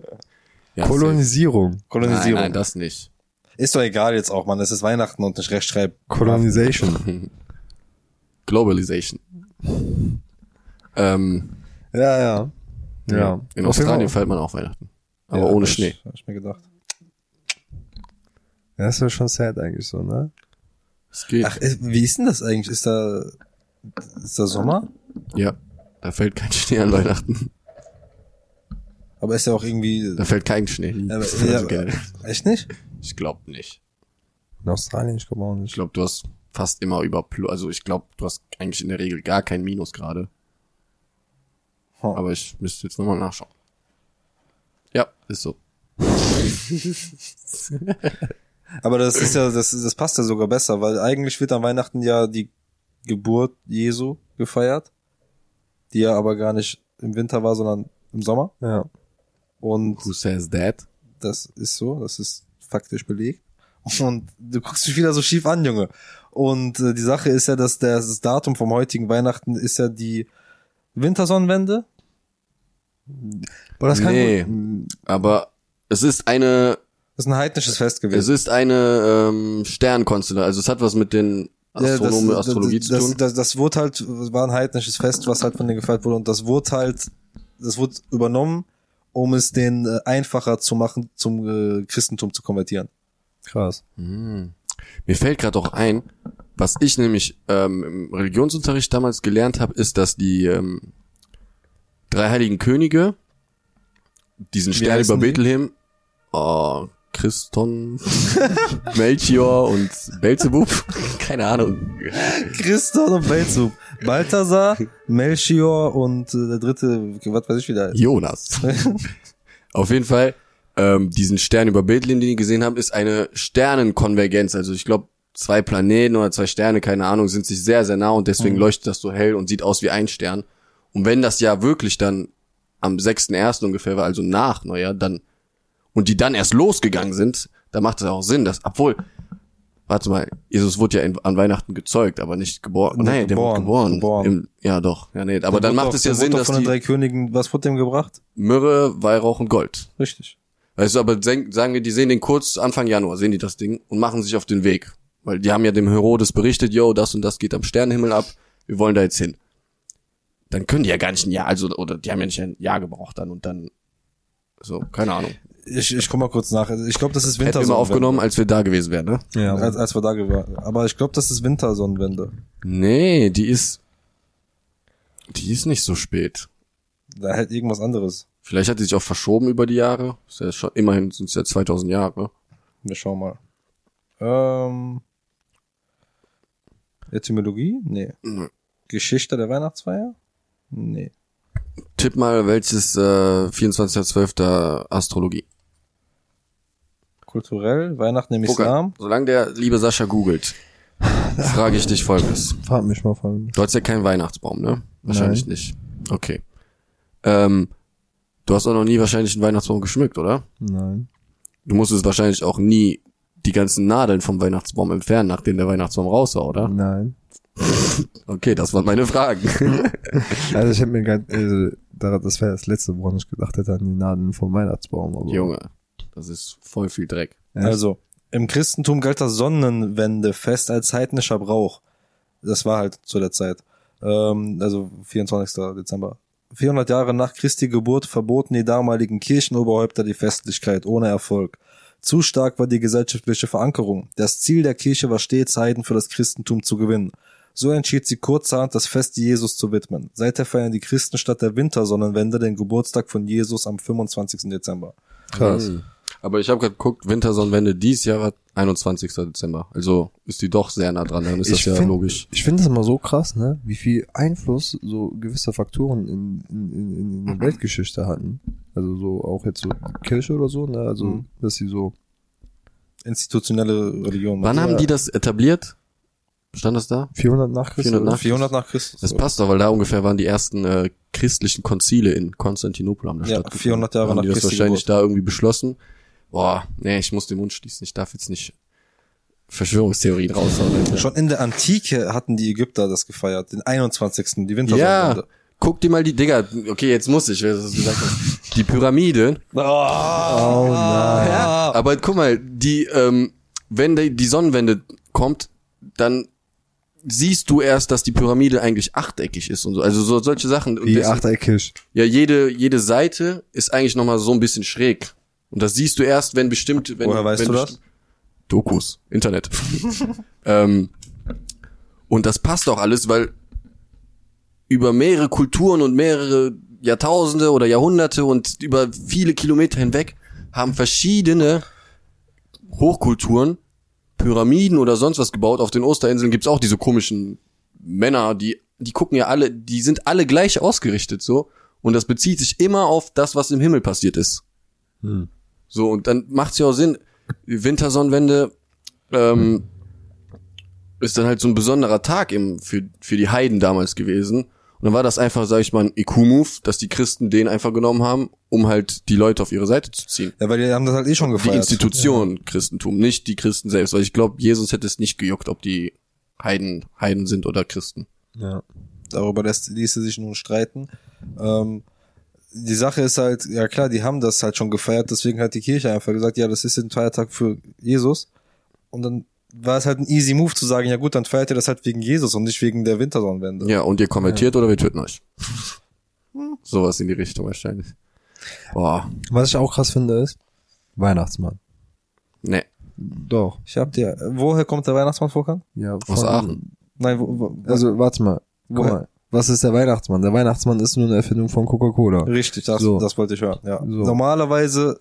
[SPEAKER 4] Kolonisierung.
[SPEAKER 1] Nein,
[SPEAKER 2] Kolonisierung.
[SPEAKER 1] nein, das nicht.
[SPEAKER 2] Ist doch egal jetzt auch, Mann. Es ist Weihnachten und nicht rechtschreib.
[SPEAKER 4] Colonization.
[SPEAKER 1] Globalization. ähm,
[SPEAKER 4] Ja, ja.
[SPEAKER 1] In
[SPEAKER 4] Ja. Auf jeden Fall.
[SPEAKER 1] Australien feiert man auch Weihnachten. Aber
[SPEAKER 2] Ja,
[SPEAKER 1] ohne
[SPEAKER 2] hab ich-
[SPEAKER 1] Schnee.
[SPEAKER 2] Hab ich mir gedacht.
[SPEAKER 4] Ja, Das ist ja schon sad eigentlich so, ne?
[SPEAKER 1] Es geht.
[SPEAKER 2] Ach, äh, wie ist denn das eigentlich? Ist da, ist da Sommer?
[SPEAKER 1] Ja. Da fällt kein Schnee an Weihnachten.
[SPEAKER 2] Aber ist ja auch irgendwie.
[SPEAKER 1] Da fällt kein Schnee.
[SPEAKER 2] aber-
[SPEAKER 1] Also
[SPEAKER 2] ja,
[SPEAKER 1] generell.
[SPEAKER 2] Echt nicht?
[SPEAKER 1] Ich glaube nicht.
[SPEAKER 4] In Australien, ich glaube auch
[SPEAKER 1] Ich
[SPEAKER 4] nicht.
[SPEAKER 1] glaube, du hast fast immer über Plus. Also ich glaube, du hast eigentlich in der Regel gar kein Minus gerade.
[SPEAKER 2] Hm.
[SPEAKER 1] Aber ich müsste jetzt nochmal nachschauen. Ja, ist so.
[SPEAKER 2] Aber das ist ja, das, das passt ja sogar besser, weil eigentlich wird an Weihnachten ja die Geburt Jesu gefeiert, die ja aber gar nicht im Winter war, sondern im Sommer.
[SPEAKER 4] Ja.
[SPEAKER 2] Und
[SPEAKER 1] Who says that?
[SPEAKER 2] das ist so, das ist faktisch belegt. Und du guckst mich wieder so schief an, Junge. Und äh, die Sache ist ja, dass der, das Datum vom heutigen Weihnachten ist ja die Wintersonnenwende. Boah, das, kann
[SPEAKER 1] Nee.
[SPEAKER 2] gut- Mm.
[SPEAKER 1] Aber es ist eine,
[SPEAKER 2] das ist ein heidnisches Fest gewesen.
[SPEAKER 1] es ist eine ähm, Sternkonstellation. Also es hat was mit den Astronomen, Astrologie
[SPEAKER 2] das,
[SPEAKER 1] zu tun.
[SPEAKER 2] Das, das, das wurde halt, das war ein heidnisches Fest, was halt von denen gefeiert wurde und das wurde halt, das wurde übernommen, um es den äh, einfacher zu machen, zum äh, Christentum zu konvertieren.
[SPEAKER 4] Krass.
[SPEAKER 1] Hm. Mir fällt gerade auch ein, was ich nämlich ähm, im Religionsunterricht damals gelernt habe, ist, dass die ähm, drei heiligen Könige diesen
[SPEAKER 2] Wie
[SPEAKER 1] Stern
[SPEAKER 2] heißen
[SPEAKER 1] über
[SPEAKER 2] die?
[SPEAKER 1] Bethlehem, oh, Christon, Melchior und Belzebub, keine Ahnung.
[SPEAKER 2] Christon und Belzub, Balthasar, Melchior und äh, der dritte, was weiß ich wieder.
[SPEAKER 1] Jonas. Auf jeden Fall, ähm, diesen Stern über Bethlehem, den die gesehen haben, ist eine Sternenkonvergenz. Also ich glaube, zwei Planeten oder zwei Sterne, keine Ahnung, sind sich sehr, sehr nah und deswegen
[SPEAKER 2] Mhm.
[SPEAKER 1] leuchtet das so hell und sieht aus wie ein Stern. Und wenn das ja wirklich dann am 6.1. ungefähr war, also nach Neujahr, dann und die dann erst losgegangen sind, da macht es auch Sinn, dass, obwohl, warte mal, Jesus wurde ja in, an Weihnachten gezeugt, aber nicht geboren.
[SPEAKER 2] Nee,
[SPEAKER 1] Nein, der wurde
[SPEAKER 2] geboren,
[SPEAKER 1] geboren.
[SPEAKER 2] geboren.
[SPEAKER 1] Im, ja, doch. Ja, nee, aber dann
[SPEAKER 2] Der wurde
[SPEAKER 1] macht
[SPEAKER 2] doch-
[SPEAKER 1] es ja
[SPEAKER 2] der wurde
[SPEAKER 1] Sinn,
[SPEAKER 2] doch
[SPEAKER 1] dass
[SPEAKER 2] von den
[SPEAKER 1] die,
[SPEAKER 2] drei Königen, was wurde dem gebracht?
[SPEAKER 1] Myrrhe, Weihrauch und Gold.
[SPEAKER 2] Richtig.
[SPEAKER 1] Weißt du, aber sen- sagen wir, die sehen den kurz Anfang Januar, sehen die das Ding und machen sich auf den Weg. Weil die haben ja dem Herodes berichtet, yo, das und das geht am Sternenhimmel ab, wir wollen da jetzt hin. Dann können die ja gar nicht ein Jahr, also, oder die haben ja nicht ein Jahr gebraucht dann und dann, so, keine Ahnung.
[SPEAKER 2] Ich, ich komme mal kurz nach. Also Ich glaube, das ist
[SPEAKER 1] Hätten wir mal
[SPEAKER 2] Wintersonnenwende.
[SPEAKER 1] aufgenommen, als wir da gewesen wären, ne?
[SPEAKER 4] Ja.
[SPEAKER 2] als, als wir da waren. Aber ich glaube, das ist Wintersonnenwende.
[SPEAKER 1] Nee, die ist, die ist nicht so spät.
[SPEAKER 2] Da halt irgendwas anderes.
[SPEAKER 1] Vielleicht hat die sich auch verschoben über die Jahre. Ist ja schon, immerhin sind es ja 2000 Jahre.
[SPEAKER 2] Wir schauen mal. Ähm, Etymologie? Nee.
[SPEAKER 1] Nö.
[SPEAKER 2] Geschichte der Weihnachtsfeier? Nee.
[SPEAKER 1] Tipp mal, welches, äh, 24.12. Astrologie.
[SPEAKER 2] Kulturell? Weihnachten im
[SPEAKER 1] Gucke,
[SPEAKER 2] Islam?
[SPEAKER 1] Solange der liebe Sascha googelt, frage ich dich folgendes.
[SPEAKER 4] Frag mich mal von.
[SPEAKER 1] Du hast ja keinen Weihnachtsbaum, ne? Wahrscheinlich nicht. Okay. Ähm, du hast auch noch nie wahrscheinlich einen Weihnachtsbaum geschmückt, oder?
[SPEAKER 4] Nein.
[SPEAKER 1] Du musstest wahrscheinlich auch nie die ganzen Nadeln vom Weihnachtsbaum entfernen, nachdem der Weihnachtsbaum raus war, oder?
[SPEAKER 4] Nein.
[SPEAKER 1] Okay, das waren meine Fragen.
[SPEAKER 4] Also ich habe mir ganz, also, daran- das wäre das letzte, woran ich gedacht hätte, an die Nadeln vom Weihnachtsbaum. Aber
[SPEAKER 1] Junge, das ist voll viel Dreck.
[SPEAKER 4] Echt?
[SPEAKER 2] Also, im Christentum galt das Sonnenwendefest als heidnischer Brauch. Das war halt zu der Zeit. Ähm, also 24. Dezember. 400 Jahre nach Christi Geburt verboten die damaligen Kirchenoberhäupter die Festlichkeit ohne Erfolg. Zu stark war die gesellschaftliche Verankerung. Das Ziel der Kirche war stets, Heiden für das Christentum zu gewinnen. So entschied sie kurzerhand, das Fest Jesus zu widmen. Seither feiern die Christen statt der Wintersonnenwende den Geburtstag von Jesus am 25. Dezember.
[SPEAKER 4] Krass.
[SPEAKER 1] Mhm. Aber ich habe gerade geguckt, Wintersonnenwende dieses Jahr war 21. Dezember. Also ist die doch sehr nah dran, dann ist
[SPEAKER 4] Ich
[SPEAKER 1] das ja
[SPEAKER 4] find-
[SPEAKER 1] logisch.
[SPEAKER 4] Ich finde das immer so krass, ne? Wie viel Einfluss so gewisse Faktoren in, in, in, in der Weltgeschichte hatten. Also so auch jetzt so die Kirche oder so, ne? Also,
[SPEAKER 2] Mhm.
[SPEAKER 4] dass sie so.
[SPEAKER 2] Institutionelle Religion.
[SPEAKER 1] Wann
[SPEAKER 2] Ja.
[SPEAKER 1] haben die das etabliert? Stand das da?
[SPEAKER 4] 400 nach Christus.
[SPEAKER 1] 400 nach-
[SPEAKER 2] 400 nach Christus.
[SPEAKER 1] Das passt doch, weil da ungefähr waren die ersten äh, christlichen Konzile in Konstantinopel am
[SPEAKER 2] Ja, 400 Jahre
[SPEAKER 1] haben
[SPEAKER 2] nach
[SPEAKER 1] die das
[SPEAKER 2] Christi
[SPEAKER 1] wahrscheinlich
[SPEAKER 2] Geburt.
[SPEAKER 1] da irgendwie beschlossen. Boah, nee, ich muss den Mund schließen. Ich darf jetzt nicht Verschwörungstheorien raushauen. Alter.
[SPEAKER 2] Schon in der Antike hatten die Ägypter das gefeiert, den 21. die
[SPEAKER 1] Ja,
[SPEAKER 2] Wintersonnenwende.
[SPEAKER 1] guck dir mal die, Digga, okay, jetzt muss ich, weil du das gesagt hast. Die Pyramide.
[SPEAKER 2] Oh, nein. Ja.
[SPEAKER 1] Aber guck mal, die, ähm, wenn die, die Sonnenwende kommt, dann siehst du erst, dass die Pyramide eigentlich achteckig ist und so. Also so solche Sachen. Und
[SPEAKER 4] Die
[SPEAKER 1] deswegen-
[SPEAKER 4] Achteckirche.
[SPEAKER 1] Ja, jede, jede Seite ist eigentlich nochmal so ein bisschen schräg. Und das siehst du erst, wenn bestimmt, wenn
[SPEAKER 2] Woher weißt
[SPEAKER 1] wenn
[SPEAKER 2] du
[SPEAKER 1] besti-
[SPEAKER 2] das?
[SPEAKER 1] Dokus, Internet. ähm, und das passt auch alles, weil über mehrere Kulturen und mehrere Jahrtausende oder Jahrhunderte und über viele Kilometer hinweg haben verschiedene Hochkulturen Pyramiden oder sonst was gebaut. Auf den Osterinseln gibt's auch diese komischen Männer, die, die gucken ja alle, die sind alle gleich ausgerichtet so. Und das bezieht sich immer auf das, was im Himmel passiert ist.
[SPEAKER 4] Hm.
[SPEAKER 1] So, und dann macht's ja auch Sinn, die Wintersonnenwende ähm, ist dann halt so ein besonderer Tag im, für, für die Heiden damals gewesen. Und dann war das einfach, sag ich mal, ein IQ-Move, dass die Christen den einfach genommen haben um halt die Leute auf ihre Seite zu ziehen.
[SPEAKER 2] Ja, weil die haben das halt eh schon
[SPEAKER 1] Die
[SPEAKER 2] gefeiert.
[SPEAKER 1] Institution Christentum, nicht die Christen selbst. Weil ich glaube, Jesus hätte es nicht gejuckt, ob die Heiden Heiden sind oder Christen.
[SPEAKER 4] Ja.
[SPEAKER 2] darüber lässt, ließe sich nun streiten. Ähm, die Sache ist halt, ja klar, die haben das halt schon gefeiert, deswegen hat die Kirche einfach gesagt, ja, das ist ein Feiertag für Jesus. Und dann war es halt ein easy Move zu sagen, ja gut, dann feiert ihr das halt wegen Jesus und nicht wegen der Wintersonnenwende.
[SPEAKER 1] Ja, und ihr konvertiert oder wir töten euch. Sowas in die Richtung wahrscheinlich. Boah,
[SPEAKER 4] Was ich auch krass finde ist, Weihnachtsmann.
[SPEAKER 1] ne.
[SPEAKER 4] Doch.
[SPEAKER 2] Ich hab dir, woher kommt der Weihnachtsmann, Volkan?
[SPEAKER 4] Ja,
[SPEAKER 1] Aus
[SPEAKER 4] von-
[SPEAKER 1] Aachen.
[SPEAKER 2] Nein, wo, wo, also,
[SPEAKER 4] Also, warte mal. Guck
[SPEAKER 2] Woher?
[SPEAKER 4] mal. Was ist der Weihnachtsmann? Der Weihnachtsmann ist nur eine Erfindung von Coca-Cola.
[SPEAKER 2] richtig, das,
[SPEAKER 4] So.
[SPEAKER 2] das wollte ich hören. Ja.
[SPEAKER 4] So.
[SPEAKER 2] Normalerweise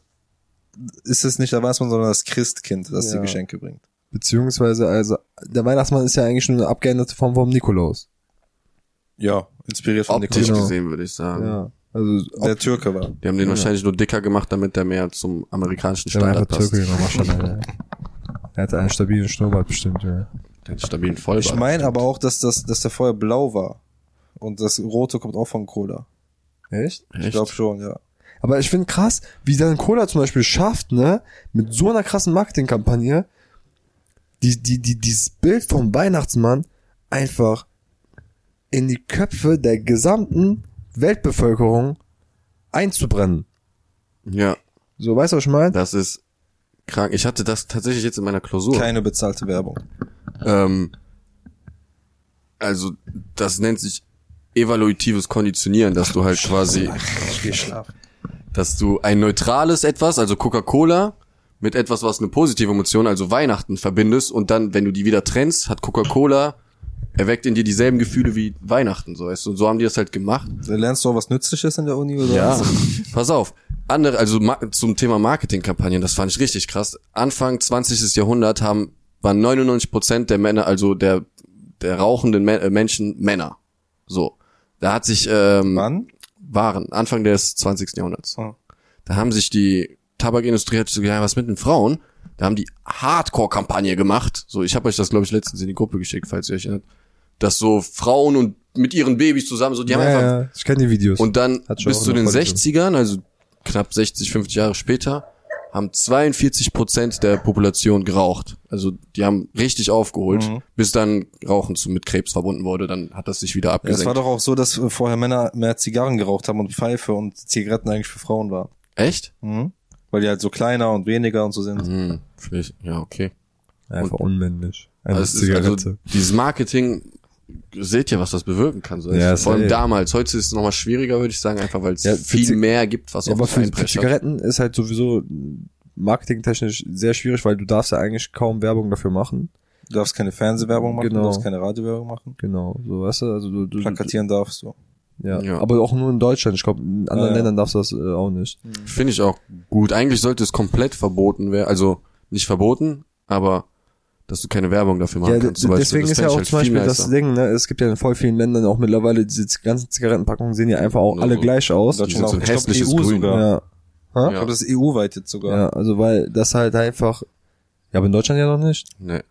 [SPEAKER 2] ist es nicht der Weihnachtsmann, sondern das Christkind, das die
[SPEAKER 4] Ja.
[SPEAKER 2] Geschenke bringt.
[SPEAKER 4] Beziehungsweise, also, der Weihnachtsmann ist ja eigentlich nur eine abgeänderte Form vom Nikolaus.
[SPEAKER 2] Ja, inspiriert von
[SPEAKER 1] Optisch
[SPEAKER 2] Nikolaus.
[SPEAKER 4] Genau.
[SPEAKER 1] gesehen würde ich sagen.
[SPEAKER 4] Ja. Also,
[SPEAKER 2] Der Türke war.
[SPEAKER 1] Die haben den wahrscheinlich nur dicker gemacht, damit der mehr zum amerikanischen
[SPEAKER 4] der war einfach
[SPEAKER 1] Standard passt.
[SPEAKER 4] Türke, genau, Maschallah. Er hatte einen stabilen Schnurrbart bestimmt, ja.
[SPEAKER 1] Den stabilen Vollbart.
[SPEAKER 2] Ich meine aber auch, dass, das, dass der vorher blau war. Und das Rote kommt auch von Cola.
[SPEAKER 4] Echt?
[SPEAKER 2] Ich glaube schon, ja.
[SPEAKER 4] Aber ich finde krass, wie dann Cola zum Beispiel schafft, ne, mit so einer krassen Marketingkampagne, die, die, die, dieses Bild vom Weihnachtsmann einfach in die Köpfe der gesamten Weltbevölkerung einzubrennen.
[SPEAKER 1] Ja,
[SPEAKER 4] So, weißt du, was ich meine?
[SPEAKER 1] das ist krank. Ich hatte das tatsächlich jetzt in meiner Klausur.
[SPEAKER 2] Keine bezahlte Werbung.
[SPEAKER 1] Ähm, also, das nennt sich evaluatives Konditionieren, dass du halt quasi,
[SPEAKER 2] Ich geh schlafen.
[SPEAKER 1] dass du ein neutrales etwas, also Coca-Cola, mit etwas, was eine positive Emotion, also Weihnachten verbindest und dann, wenn du die wieder trennst, hat Coca-Cola erweckt in dir dieselben Gefühle wie Weihnachten, so weißt du. Und so haben die das halt gemacht.
[SPEAKER 2] Lernst du auch was Nützliches in der Uni? Oder
[SPEAKER 1] Ja,
[SPEAKER 2] was?
[SPEAKER 1] pass auf. Andere, also ma zum Thema Marketingkampagnen, das fand ich richtig krass. Anfang 20. Jahrhundert haben, waren 99 Prozent der Männer, also der, der rauchenden Me äh, Menschen Männer. So. Da hat sich, ähm,
[SPEAKER 2] Mann?
[SPEAKER 1] waren, Anfang des 20. Jahrhunderts.
[SPEAKER 2] Ah.
[SPEAKER 1] Da haben sich die Tabakindustrie hat so, ja, was mit den Frauen? Da haben die Hardcore-Kampagne gemacht. So, ich habe euch das, glaube ich, letztens in die Gruppe geschickt, falls ihr euch erinnert. Dass so Frauen und mit ihren Babys zusammen, so, die haben einfach
[SPEAKER 4] ja, ich kenne die Videos.
[SPEAKER 1] und dann
[SPEAKER 4] Hat schon
[SPEAKER 1] bis
[SPEAKER 4] auch
[SPEAKER 1] zu
[SPEAKER 4] eine
[SPEAKER 1] den
[SPEAKER 4] Folge
[SPEAKER 1] 60ern, also knapp 60, 50 Jahre später, haben 42 Prozent der Population geraucht. Also die haben richtig aufgeholt,
[SPEAKER 4] Mhm.
[SPEAKER 1] bis dann Rauchen zu, mit Krebs verbunden wurde. Dann hat das sich wieder
[SPEAKER 2] Ja, Es
[SPEAKER 1] abgesenkt.
[SPEAKER 2] war doch auch so, dass äh, vorher Männer mehr Zigarren geraucht haben und Pfeife und Zigaretten eigentlich für Frauen waren.
[SPEAKER 1] Echt?
[SPEAKER 2] Mhm. Weil die halt so kleiner und weniger und so sind.
[SPEAKER 1] Hm, vielleicht, ja, okay.
[SPEAKER 4] einfach unmännlich. Eine
[SPEAKER 1] Also, es ist, also
[SPEAKER 4] Zigarette.
[SPEAKER 1] dieses Marketing, seht ihr, was das bewirken kann. So.
[SPEAKER 4] Ja,
[SPEAKER 1] Vor allem
[SPEAKER 4] safe.
[SPEAKER 1] damals. Heute ist es nochmal schwieriger, würde ich sagen, einfach weil es
[SPEAKER 4] Ja, für
[SPEAKER 1] viel
[SPEAKER 4] Zi-
[SPEAKER 1] mehr gibt, was
[SPEAKER 4] Ja,
[SPEAKER 1] auf
[SPEAKER 4] aber
[SPEAKER 1] dich
[SPEAKER 4] für, für
[SPEAKER 1] einprasselt.
[SPEAKER 4] Zigaretten ist halt sowieso marketingtechnisch sehr schwierig, weil du darfst ja eigentlich kaum Werbung dafür machen.
[SPEAKER 2] Du darfst keine Fernsehwerbung machen,
[SPEAKER 4] Genau.
[SPEAKER 2] du darfst keine Radiowerbung machen.
[SPEAKER 4] Genau, so weißt du, also du, du, du
[SPEAKER 2] Plakatieren darfst du.
[SPEAKER 4] Ja.
[SPEAKER 1] Ja.
[SPEAKER 4] aber auch nur in Deutschland. Ich glaube, in anderen
[SPEAKER 2] Ja, ja.
[SPEAKER 4] Ländern darfst du das äh, auch nicht.
[SPEAKER 1] Finde ich auch gut. Eigentlich sollte es komplett verboten werden. Also nicht verboten, aber dass du keine Werbung dafür machen
[SPEAKER 4] Ja,
[SPEAKER 1] kannst.
[SPEAKER 4] d-
[SPEAKER 1] zum Beispiel.
[SPEAKER 4] deswegen
[SPEAKER 1] Das
[SPEAKER 4] ist
[SPEAKER 1] fänd
[SPEAKER 4] ja
[SPEAKER 1] ich
[SPEAKER 4] auch
[SPEAKER 1] halt
[SPEAKER 4] zum
[SPEAKER 1] viel
[SPEAKER 4] Beispiel das
[SPEAKER 1] nicer.
[SPEAKER 4] Ding, ne? Es gibt ja in voll vielen Ländern auch mittlerweile diese z- ganzen Zigarettenpackungen sehen ja einfach auch
[SPEAKER 1] Ja,
[SPEAKER 4] alle
[SPEAKER 1] so.
[SPEAKER 4] gleich aus.
[SPEAKER 1] Die sind
[SPEAKER 2] auch-
[SPEAKER 1] so ein
[SPEAKER 2] ich glaub,
[SPEAKER 1] hässliches
[SPEAKER 2] EU
[SPEAKER 1] Grün.
[SPEAKER 2] sogar.
[SPEAKER 4] Ja. ne?
[SPEAKER 2] Ich
[SPEAKER 1] Ja.
[SPEAKER 2] glaube, das ist EU-weit jetzt sogar.
[SPEAKER 4] ja, also weil das halt einfach. Ja, aber in Deutschland ja noch nicht.
[SPEAKER 1] Nee.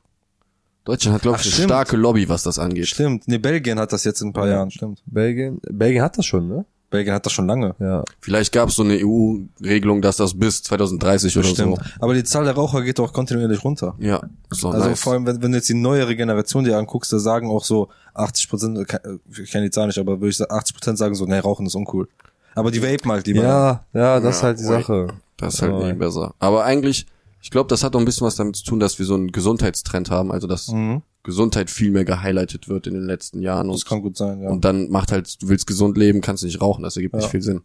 [SPEAKER 1] Deutschland hat, glaube
[SPEAKER 2] Ach,
[SPEAKER 1] ich, eine
[SPEAKER 2] stimmt.
[SPEAKER 1] starke Lobby, was das angeht.
[SPEAKER 2] Stimmt. Nee, Belgien hat das jetzt in ein paar
[SPEAKER 4] Ja.
[SPEAKER 2] Jahren, stimmt.
[SPEAKER 4] Belgien, Belgien hat das schon, ne?
[SPEAKER 2] Belgien hat das schon lange.
[SPEAKER 4] Ja.
[SPEAKER 1] Vielleicht gab es so eine EU-Regelung, dass das bis 2030
[SPEAKER 2] Bestimmt.
[SPEAKER 1] oder so.
[SPEAKER 2] Aber die Zahl der Raucher geht auch kontinuierlich runter.
[SPEAKER 1] Ja, ist doch
[SPEAKER 2] Also
[SPEAKER 1] Oh, nice.
[SPEAKER 2] vor allem, wenn, wenn du jetzt die neuere Generation dir anguckst, da sagen auch so 80 Prozent, äh, ich kenne die Zahl nicht, aber würde ich sagen, 80 Prozent sagen so, nee, Rauchen ist uncool. Aber die vapen halt lieber.
[SPEAKER 4] Ja, ja, das ist halt die
[SPEAKER 1] Ja, ui.
[SPEAKER 4] Sache.
[SPEAKER 1] Das ist halt
[SPEAKER 4] Aber-
[SPEAKER 1] nie besser. Aber eigentlich, ich glaube, das hat auch ein bisschen was damit zu tun, dass wir so einen Gesundheitstrend haben. Also dass
[SPEAKER 2] Mhm.
[SPEAKER 1] Gesundheit viel mehr gehighlightet wird in den letzten Jahren.
[SPEAKER 2] Das
[SPEAKER 1] Und,
[SPEAKER 2] kann gut sein, ja.
[SPEAKER 1] und dann macht halt, du willst gesund leben, kannst nicht rauchen. Das ergibt nicht
[SPEAKER 2] Ja.
[SPEAKER 1] viel Sinn.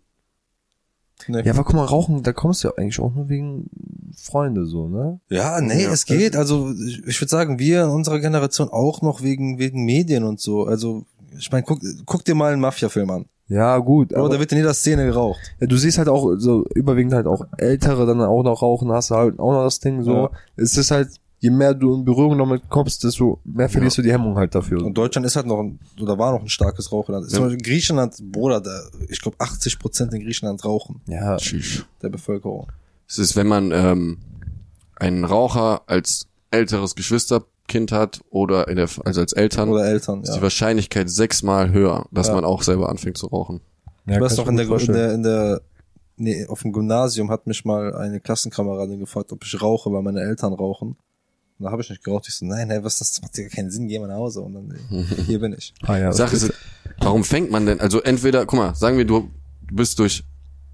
[SPEAKER 2] nee.
[SPEAKER 4] Ja,
[SPEAKER 2] ja.
[SPEAKER 4] aber guck mal, Rauchen, da kommst du ja eigentlich auch nur wegen Freunde so, ne?
[SPEAKER 2] nee,
[SPEAKER 1] Ja.
[SPEAKER 2] es geht. Also ich, ich würde sagen, wir in unserer Generation auch noch wegen, wegen Medien und so. Also ich meine, guck, guck dir mal einen Mafia-Film an.
[SPEAKER 4] Ja, gut.
[SPEAKER 2] Bro,
[SPEAKER 4] aber-
[SPEAKER 2] da wird in jeder Szene geraucht.
[SPEAKER 4] Ja, du siehst halt auch so überwiegend halt auch ältere dann auch noch rauchen, hast du halt auch noch das Ding so.
[SPEAKER 2] Ja.
[SPEAKER 4] Es ist halt, je mehr du in Berührung damit kommst, desto mehr verlierst du die Hemmung halt dafür.
[SPEAKER 2] Und Deutschland ist halt noch ein, oder war noch ein starkes Raucherland. Ist
[SPEAKER 1] Ja.
[SPEAKER 2] Zum Beispiel Griechenland, Bruder, da, ich glaube 80 Prozent in Griechenland rauchen,
[SPEAKER 4] ja,
[SPEAKER 1] Tschüss.
[SPEAKER 2] der Bevölkerung.
[SPEAKER 1] Es ist, wenn man ähm, einen Raucher als älteres Geschwisterkind hat oder in der, also als Eltern,
[SPEAKER 2] Oder Eltern,
[SPEAKER 1] ist
[SPEAKER 2] ja.
[SPEAKER 1] die Wahrscheinlichkeit sechsmal höher, dass
[SPEAKER 2] Ja.
[SPEAKER 1] man auch selber anfängt zu rauchen.
[SPEAKER 4] ja
[SPEAKER 2] Du hast doch in der, in der, in der nee, auf dem Gymnasium hat mich mal eine Klassenkameradin gefragt, ob ich rauche, weil meine Eltern rauchen. Und da habe ich nicht geraucht. Ich so, nein, nein, was, das macht ja keinen Sinn, geh mal nach Hause. Und dann, äh, hier bin ich.
[SPEAKER 4] Ah, ja.
[SPEAKER 1] Sache ist, warum fängt man denn? Also entweder, guck mal, sagen wir, du bist durch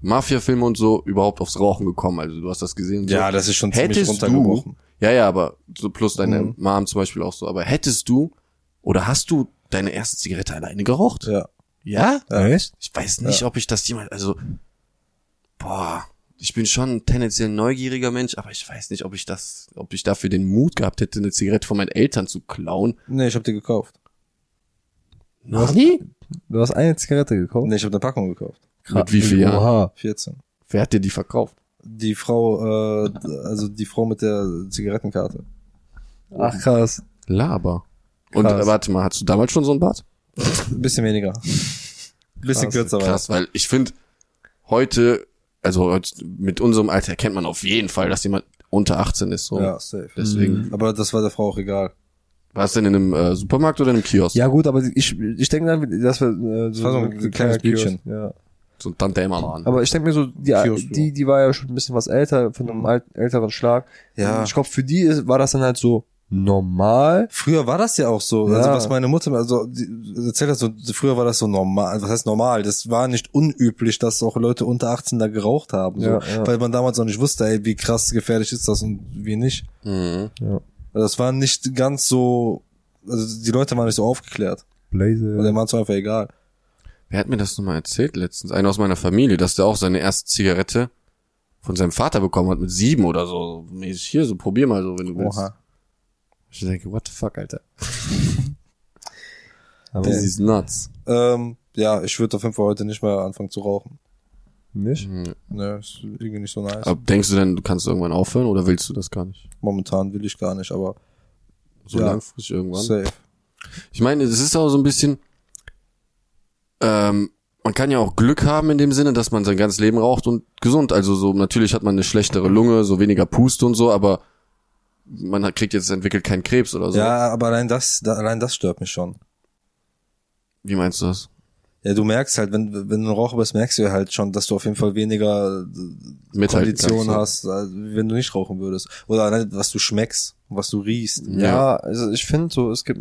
[SPEAKER 1] Mafia-Filme und so überhaupt aufs Rauchen gekommen. Also du hast das gesehen. und So.
[SPEAKER 2] Ja, das ist schon ziemlich
[SPEAKER 1] hättest du,
[SPEAKER 2] runtergebrochen.
[SPEAKER 1] ja, ja, aber so plus deine
[SPEAKER 2] Mhm.
[SPEAKER 1] Mom zum Beispiel auch so. Aber hättest du oder hast du deine erste Zigarette alleine geraucht?
[SPEAKER 2] Ja.
[SPEAKER 1] Ja?
[SPEAKER 2] Ja.
[SPEAKER 4] Echt?
[SPEAKER 1] Ich weiß nicht, ob ich das jemals, also, boah, ich bin schon tendenziell ein neugieriger Mensch, aber ich weiß nicht, ob ich das, ob ich dafür den Mut gehabt hätte, eine Zigarette von meinen Eltern zu klauen.
[SPEAKER 2] Nee, ich habe die gekauft.
[SPEAKER 1] Noch nie?
[SPEAKER 4] Du hast eine Zigarette gekauft?
[SPEAKER 2] Nee, ich habe eine Packung gekauft.
[SPEAKER 1] Mit wie viel Jahren?
[SPEAKER 4] Oha.
[SPEAKER 2] 14.
[SPEAKER 1] Wer hat dir die verkauft?
[SPEAKER 2] Die Frau, äh, also die Frau mit der Zigarettenkarte.
[SPEAKER 4] Ach krass.
[SPEAKER 1] Laber. Und
[SPEAKER 2] Krass.
[SPEAKER 1] äh, warte mal, hattest du damals schon so ein Bart?
[SPEAKER 2] Ein bisschen weniger. Ein bisschen
[SPEAKER 4] Krass,
[SPEAKER 2] kürzer war
[SPEAKER 1] Krass, weil ich finde, heute, also heutz- mit unserem Alter erkennt man auf jeden Fall, dass jemand unter 18 ist. So.
[SPEAKER 2] das. Ja, safe.
[SPEAKER 1] Deswegen,
[SPEAKER 2] Aber das war der Frau auch egal.
[SPEAKER 1] war es denn in einem äh, Supermarkt oder in einem Kiosk?
[SPEAKER 4] Ja gut, aber ich, ich denke dann, dass wir äh,
[SPEAKER 2] war so ein kleines
[SPEAKER 4] Kiosk,
[SPEAKER 2] Bütchen.
[SPEAKER 4] Ja.
[SPEAKER 1] So ein Tante Emma an.
[SPEAKER 4] Aber ich denke mir so, die,
[SPEAKER 2] Kiosk,
[SPEAKER 4] die, die war ja schon ein bisschen was älter, von einem alten, älteren Schlag.
[SPEAKER 2] Ja.
[SPEAKER 4] Und Ich glaube, für die ist, war das dann halt so normal.
[SPEAKER 2] Früher war das ja auch so. Also
[SPEAKER 4] Ja.
[SPEAKER 2] was meine Mutter, also die erzählt das so, früher war das so normal. Was heißt normal? Das war nicht unüblich, dass auch Leute unter 18 da geraucht haben. So.
[SPEAKER 4] Ja, ja.
[SPEAKER 2] Weil man damals noch nicht wusste, ey, wie krass gefährlich ist das und wie nicht.
[SPEAKER 1] Mhm.
[SPEAKER 2] Also Das war nicht ganz so, also die Leute waren nicht so aufgeklärt. Und
[SPEAKER 4] Blaze.
[SPEAKER 2] denen war es einfach egal.
[SPEAKER 1] Wer hat mir das nochmal erzählt letztens? Einer aus meiner Familie, dass der auch seine erste Zigarette von seinem Vater bekommen hat mit sieben oder so. Mäßig hier, so probier mal so, wenn du willst.
[SPEAKER 2] Oha.
[SPEAKER 1] Ich denke, what the fuck, Alter?
[SPEAKER 4] Aber
[SPEAKER 1] This is nuts.
[SPEAKER 2] Ähm, ja, ich würde auf jeden Fall heute nicht mehr anfangen zu rauchen.
[SPEAKER 4] nicht?
[SPEAKER 2] Ne, ist irgendwie nicht so nice.
[SPEAKER 1] Aber denkst du denn, du kannst irgendwann aufhören oder willst du das gar nicht?
[SPEAKER 2] Momentan will ich gar nicht, aber
[SPEAKER 1] So
[SPEAKER 2] Ja.
[SPEAKER 1] langfristig irgendwann?
[SPEAKER 2] safe.
[SPEAKER 1] Ich meine, es ist auch so ein bisschen, ähm, man kann ja auch Glück haben in dem Sinne, dass man sein ganzes Leben raucht und gesund. Also so, natürlich hat man eine schlechtere Lunge, so weniger Puste und so, aber man hat, kriegt jetzt entwickelt keinen Krebs oder so.
[SPEAKER 2] Ja, aber allein das, da, allein das stört mich schon.
[SPEAKER 1] Wie meinst du das?
[SPEAKER 2] Ja, du merkst halt, wenn, wenn du ein Raucher bist, merkst du halt schon, dass du auf jeden Fall weniger äh,
[SPEAKER 1] Mithalten
[SPEAKER 2] Konditionen
[SPEAKER 1] kannst,
[SPEAKER 2] hast, als wenn du nicht rauchen würdest. Oder allein, was du schmeckst, was du riechst.
[SPEAKER 1] Ja.
[SPEAKER 4] Ja, also ich finde so, es gibt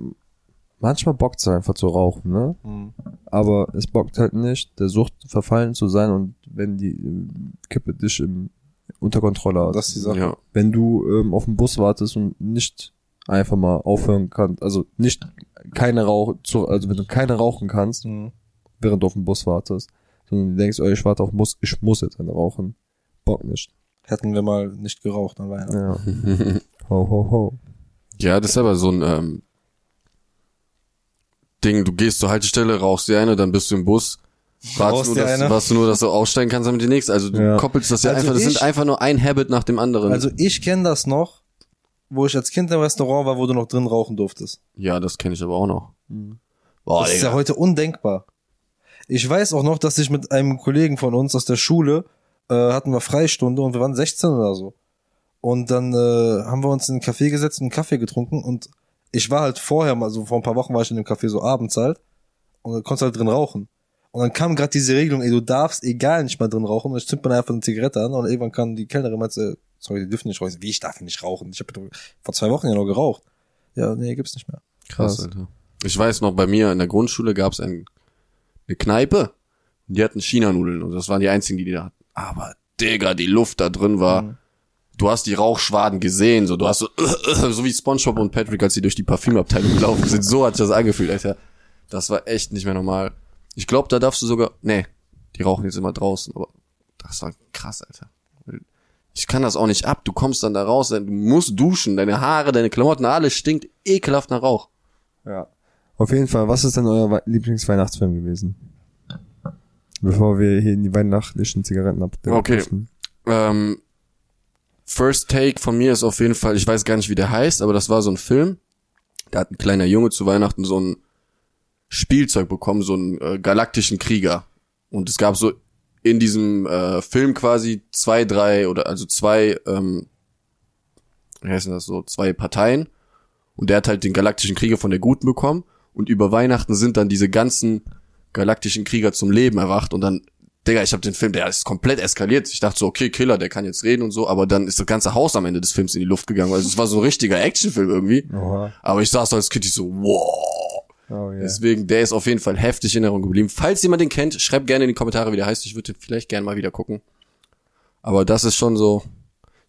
[SPEAKER 4] manchmal bockt es einfach zu rauchen, ne?
[SPEAKER 2] Mhm.
[SPEAKER 4] Aber es bockt halt nicht, der Sucht verfallen zu sein und wenn die ähm, Kippe dich im, unter Kontrolle hat.
[SPEAKER 2] Das ist die
[SPEAKER 1] Ja.
[SPEAKER 2] Sache.
[SPEAKER 1] ja.
[SPEAKER 4] wenn du ähm, auf den Bus wartest und nicht einfach mal aufhören kannst, also nicht keine Rauch, zu, also wenn du keine rauchen kannst,
[SPEAKER 2] Mhm.
[SPEAKER 4] während du auf den Bus wartest, sondern du denkst, oh, ich warte auf den Bus, ich muss jetzt eine rauchen. Bock nicht.
[SPEAKER 2] Hätten wir mal nicht geraucht an Weihnachten.
[SPEAKER 4] Ja. ho, ho, ho.
[SPEAKER 1] Ja, das ist aber so ein ähm, Ding, du gehst zur Haltestelle, rauchst dir eine, dann bist du im Bus. Warst
[SPEAKER 2] Rauchst
[SPEAKER 1] nur,
[SPEAKER 2] dir
[SPEAKER 1] dass,
[SPEAKER 2] eine.
[SPEAKER 1] warst du nur, dass du aussteigen kannst, damit die nächste. Also du
[SPEAKER 4] Ja.
[SPEAKER 1] koppelst das ja
[SPEAKER 2] Also
[SPEAKER 1] einfach, das sind
[SPEAKER 2] ich-
[SPEAKER 1] einfach nur ein Habit nach dem anderen.
[SPEAKER 2] Also ich kenne das noch, wo ich als Kind im Restaurant war, wo du noch drin rauchen durftest.
[SPEAKER 1] ja, das kenne ich aber auch noch. Boah,
[SPEAKER 2] das ist
[SPEAKER 1] Digga.
[SPEAKER 2] ja heute undenkbar. Ich weiß auch noch, dass ich mit einem Kollegen von uns aus der Schule äh, hatten wir Freistunde und wir waren 16 oder so. Und dann äh, haben wir uns in einen Café gesetzt und einen Kaffee getrunken und ich war halt vorher mal, so vor ein paar Wochen war ich in dem Café so abends halt und dann konntest du halt drin rauchen. Und dann kam gerade diese Regelung, ey, du darfst egal nicht mal drin rauchen und ich zünd mir dann einfach eine Zigarette an und irgendwann kam die Kellnerin und meinte, äh, sorry, die dürfen nicht rauchen. Ich so, Wie, ich darf hier nicht rauchen? Ich habe vor zwei Wochen ja noch geraucht. Ja, nee, gibt's nicht mehr.
[SPEAKER 1] Krass, Alter. Ich weiß noch, bei mir in der Grundschule gab's ein, eine Kneipe und die hatten China-Nudeln und das waren die einzigen, die die da hatten. Aber Digga, die Luft da drin war. Du hast die Rauchschwaden gesehen, so du hast so, so wie SpongeBob und Patrick, als sie durch die Parfümabteilung gelaufen sind. So hat sich das angefühlt, Alter. Das war echt nicht mehr normal. Ich glaube, da darfst du sogar. Nee, die rauchen jetzt immer draußen, aber das war krass, Alter. Ich kann das auch nicht ab. Du kommst dann da raus, du musst duschen, deine Haare, deine Klamotten, alles stinkt ekelhaft nach Rauch.
[SPEAKER 4] Ja. Auf jeden Fall, was ist denn euer Wei- Lieblingsweihnachtsfilm gewesen? Bevor wir hier in die weihnachtlichen Zigaretten ab.
[SPEAKER 1] Okay. ähm, First Take von mir ist auf jeden Fall, ich weiß gar nicht, wie der heißt, aber das war so ein Film. Da hat ein kleiner Junge zu Weihnachten so ein Spielzeug bekommen, so einen äh, galaktischen Krieger. Und es gab so in diesem äh, Film quasi zwei, drei oder also zwei, ähm, wie heißen das so, zwei Parteien. Und der hat halt den galaktischen Krieger von der Guten bekommen. Und über Weihnachten sind dann diese ganzen galaktischen Krieger zum Leben erwacht und dann Digga, ich habe den Film, der ist komplett eskaliert. Ich dachte so, okay, Killer, der kann jetzt reden und so, aber dann ist das ganze Haus am Ende des Films in die Luft gegangen, weil es war so ein richtiger Actionfilm irgendwie.
[SPEAKER 4] Oha.
[SPEAKER 1] Aber ich saß da als Kind, ich so, wow.
[SPEAKER 4] Oh, yeah.
[SPEAKER 1] Deswegen, der ist auf jeden Fall heftig in Erinnerung geblieben. Falls jemand den kennt, schreibt gerne in die Kommentare, wie der heißt. Ich würde den vielleicht gerne mal wieder gucken. Aber das ist schon so.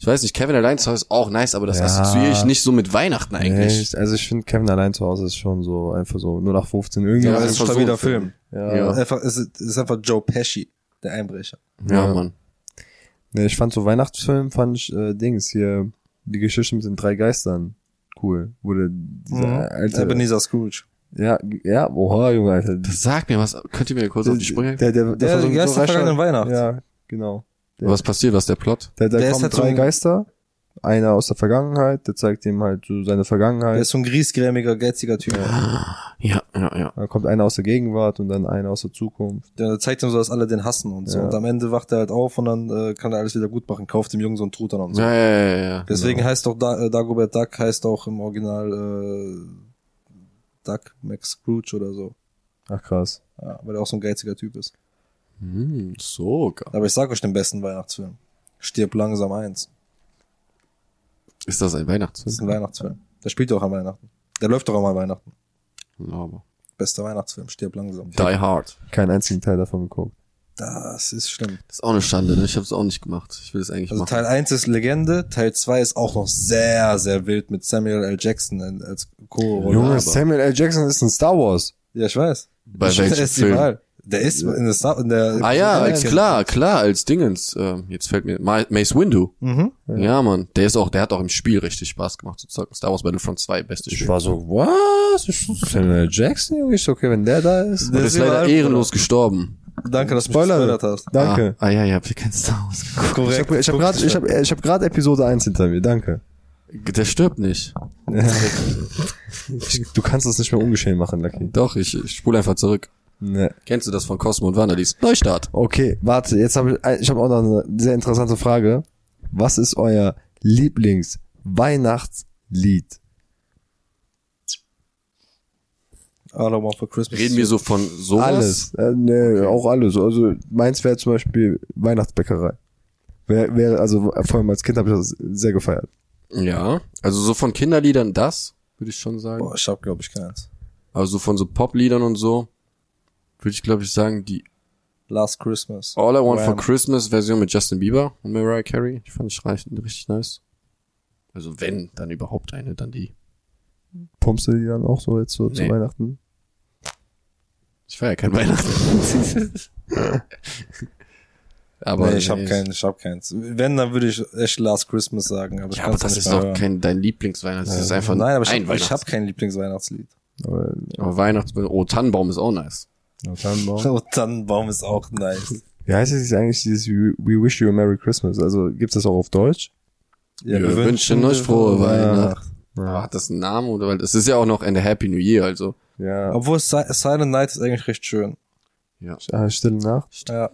[SPEAKER 1] Ich weiß nicht, Kevin allein zu Hause ist auch nice, aber das
[SPEAKER 4] Ja.
[SPEAKER 1] assoziiere ich nicht so mit Weihnachten
[SPEAKER 4] Nee,
[SPEAKER 1] eigentlich.
[SPEAKER 4] ich- also ich finde Kevin allein zu Hause ist schon so einfach so nur nach 15 irgendwie.
[SPEAKER 1] Ja,
[SPEAKER 2] Ja,
[SPEAKER 1] das
[SPEAKER 2] das
[SPEAKER 1] ist
[SPEAKER 2] ist ein
[SPEAKER 1] schon
[SPEAKER 2] stabiler
[SPEAKER 1] so ein Film.
[SPEAKER 2] Film.
[SPEAKER 4] Ja.
[SPEAKER 1] Ja.
[SPEAKER 2] Einfach, es ist, es ist einfach Joe Pesci, der Einbrecher.
[SPEAKER 1] ja,
[SPEAKER 4] Ja.
[SPEAKER 1] Mann.
[SPEAKER 4] Nee, ich fand so Weihnachtsfilm fand ich äh, Dings hier die Geschichte mit den drei Geistern cool, wurde dieser
[SPEAKER 1] Mhm.
[SPEAKER 4] alte
[SPEAKER 2] Ebenezer Scrooge.
[SPEAKER 4] ja ja oha Junge Alter.
[SPEAKER 1] Das sagt mir was. Könnt ihr mir kurz auf die Sprünge helfen?
[SPEAKER 4] Der der der,
[SPEAKER 2] Der
[SPEAKER 4] versucht
[SPEAKER 2] Geister
[SPEAKER 4] reicher-
[SPEAKER 2] vergangenen Weihnacht.
[SPEAKER 4] Ja, genau. der-
[SPEAKER 1] Was passiert? Was ist der Plot?
[SPEAKER 4] Da, da
[SPEAKER 2] Der ist
[SPEAKER 4] kommen
[SPEAKER 2] halt so
[SPEAKER 4] drei
[SPEAKER 2] ein-
[SPEAKER 4] Geister, einer aus der Vergangenheit, der zeigt ihm halt so seine
[SPEAKER 2] Der
[SPEAKER 4] Vergangenheit.
[SPEAKER 2] ist so ein griesgrämiger, geiziger Typ.
[SPEAKER 1] Ja, ja, ja.
[SPEAKER 4] Dann kommt einer aus der Gegenwart und dann einer aus der Zukunft.
[SPEAKER 2] Der zeigt ihm so, dass alle den hassen und so.
[SPEAKER 4] Ja.
[SPEAKER 2] Und am Ende wacht er halt auf und dann äh, kann er alles wieder gut machen, kauft dem Jungen so einen Truthahn und so.
[SPEAKER 1] Ja, ja, ja, ja.
[SPEAKER 2] Deswegen heißt doch da, äh, Dagobert Duck heißt auch im Original äh, Duck Max Scrooge oder so.
[SPEAKER 4] Ach krass.
[SPEAKER 2] Ja, weil er auch so ein geiziger Typ ist.
[SPEAKER 1] Hm, so geil.
[SPEAKER 2] Aber ich sag euch den besten Weihnachtsfilm. Stirb langsam eins.
[SPEAKER 1] Ist das ein
[SPEAKER 2] Das ist
[SPEAKER 1] Weihnachtsfilm?
[SPEAKER 2] ein Weihnachtsfilm. Der spielt doch an Weihnachten. Der läuft doch immer an Weihnachten.
[SPEAKER 1] Aber.
[SPEAKER 2] Bester Weihnachtsfilm, stirb langsam.
[SPEAKER 1] Die Hard.
[SPEAKER 4] Keinen einzigen Teil davon geguckt.
[SPEAKER 2] Das ist schlimm.
[SPEAKER 1] Das ist auch eine Schande, ne? Ich habe es auch nicht gemacht. Ich will es eigentlich
[SPEAKER 2] Also
[SPEAKER 1] machen.
[SPEAKER 2] Teil 1 ist Legende, Teil 2 ist auch noch sehr, sehr wild mit Samuel L. Jackson in- als Co-Rolle.
[SPEAKER 4] Junge,
[SPEAKER 1] aber-
[SPEAKER 4] Samuel L. Jackson ist ein Star Wars.
[SPEAKER 2] Ja, ich weiß.
[SPEAKER 1] Bei
[SPEAKER 2] ich
[SPEAKER 1] welchem
[SPEAKER 2] ist
[SPEAKER 1] Film?
[SPEAKER 2] egal. Der ist in der, Star in der
[SPEAKER 1] Ah ja, als klar, klar, als Dingens. Ähm, jetzt fällt mir Ma- Mace Windu.
[SPEAKER 2] Mhm.
[SPEAKER 1] Ja. Mann, der ist auch, der hat auch im Spiel richtig Spaß gemacht sozusagen. Star Wars Battlefront 2, bestes Spiel.
[SPEAKER 4] war so, was? Samuel L. Jackson, Junge, ist okay, wenn der da ist.
[SPEAKER 1] Und ist leider
[SPEAKER 2] überall-
[SPEAKER 1] ehrenlos gestorben.
[SPEAKER 2] Danke, dass du mich
[SPEAKER 4] Spoiler.
[SPEAKER 2] gespoilert hast. Ah,
[SPEAKER 4] Danke.
[SPEAKER 1] Ah, ah ja, ja, habt ihr kein Star Wars geguckt.
[SPEAKER 4] Ich
[SPEAKER 2] Korrekt.
[SPEAKER 4] habe ich hab gerade ich hab,
[SPEAKER 1] halt-
[SPEAKER 4] ich hab grad Episode 1 hinter mir, danke.
[SPEAKER 1] Der stirbt nicht.
[SPEAKER 4] Du kannst das nicht mehr ungeschehen machen, Lucky.
[SPEAKER 1] Doch, ich, ich spule einfach zurück.
[SPEAKER 4] Ne.
[SPEAKER 1] Kennst du das von Cosmo und Vandalies? Neustart.
[SPEAKER 4] Okay, warte, jetzt habe ich, ich hab auch noch eine sehr interessante Frage. Was ist euer Lieblings-Weihnachtslied?
[SPEAKER 2] All I want for Christmas.
[SPEAKER 1] Reden wir so von sowas?
[SPEAKER 4] Alles. Äh, nee, auch alles. Also meins wäre zum Beispiel Weihnachtsbäckerei. Wäre, wär, also vor allem als Kind habe ich das sehr gefeiert.
[SPEAKER 1] Ja. Also so von Kinderliedern das, würde ich schon sagen.
[SPEAKER 2] Boah, ich hab, glaube ich, keins.
[SPEAKER 1] Also so von so Popliedern und so, würde ich glaube ich sagen, die
[SPEAKER 2] Last Christmas.
[SPEAKER 1] All I Want for
[SPEAKER 2] Wham.
[SPEAKER 1] Christmas Version mit Justin Bieber und Mariah Carey. Die fand ich reich- richtig nice. Also wenn, dann überhaupt eine, dann die.
[SPEAKER 4] Pumpst du die dann auch so jetzt so zu
[SPEAKER 1] Nee.
[SPEAKER 4] Weihnachten?
[SPEAKER 1] Ich feier kein Weihnachten. aber
[SPEAKER 2] nee, ich hab
[SPEAKER 1] nee,
[SPEAKER 2] keinen, ich hab keins. Wenn, dann würde ich echt Last Christmas sagen. Aber ich
[SPEAKER 1] Ja, aber
[SPEAKER 2] kann's
[SPEAKER 1] das
[SPEAKER 2] nicht
[SPEAKER 1] ist
[SPEAKER 2] mal
[SPEAKER 1] doch
[SPEAKER 2] hören.
[SPEAKER 1] kein dein Lieblingsweihnachtslied. Das ist einfach
[SPEAKER 2] Nein, aber ich
[SPEAKER 1] ein
[SPEAKER 2] hab, ich hab
[SPEAKER 1] Weihnachtslied.
[SPEAKER 2] kein Lieblingsweihnachtslied.
[SPEAKER 4] Aber,
[SPEAKER 1] Aber Weihnachtsbaum, oh, Tannenbaum ist auch nice.
[SPEAKER 2] Oh, Tannenbaum ist auch nice.
[SPEAKER 4] Wie heißt es jetzt eigentlich dieses We We Wish You a Merry Christmas? Also gibt's das auch auf Deutsch?
[SPEAKER 1] Ja, wir wünschen euch frohe Weihnachten. Aber hat das einen Namen oder? Weil das ist ja auch noch in der Happy New Year, also.
[SPEAKER 4] Ja.
[SPEAKER 2] Obwohl Si- Silent Night ist eigentlich recht schön.
[SPEAKER 4] Ah, Stille Nacht.
[SPEAKER 2] Ja.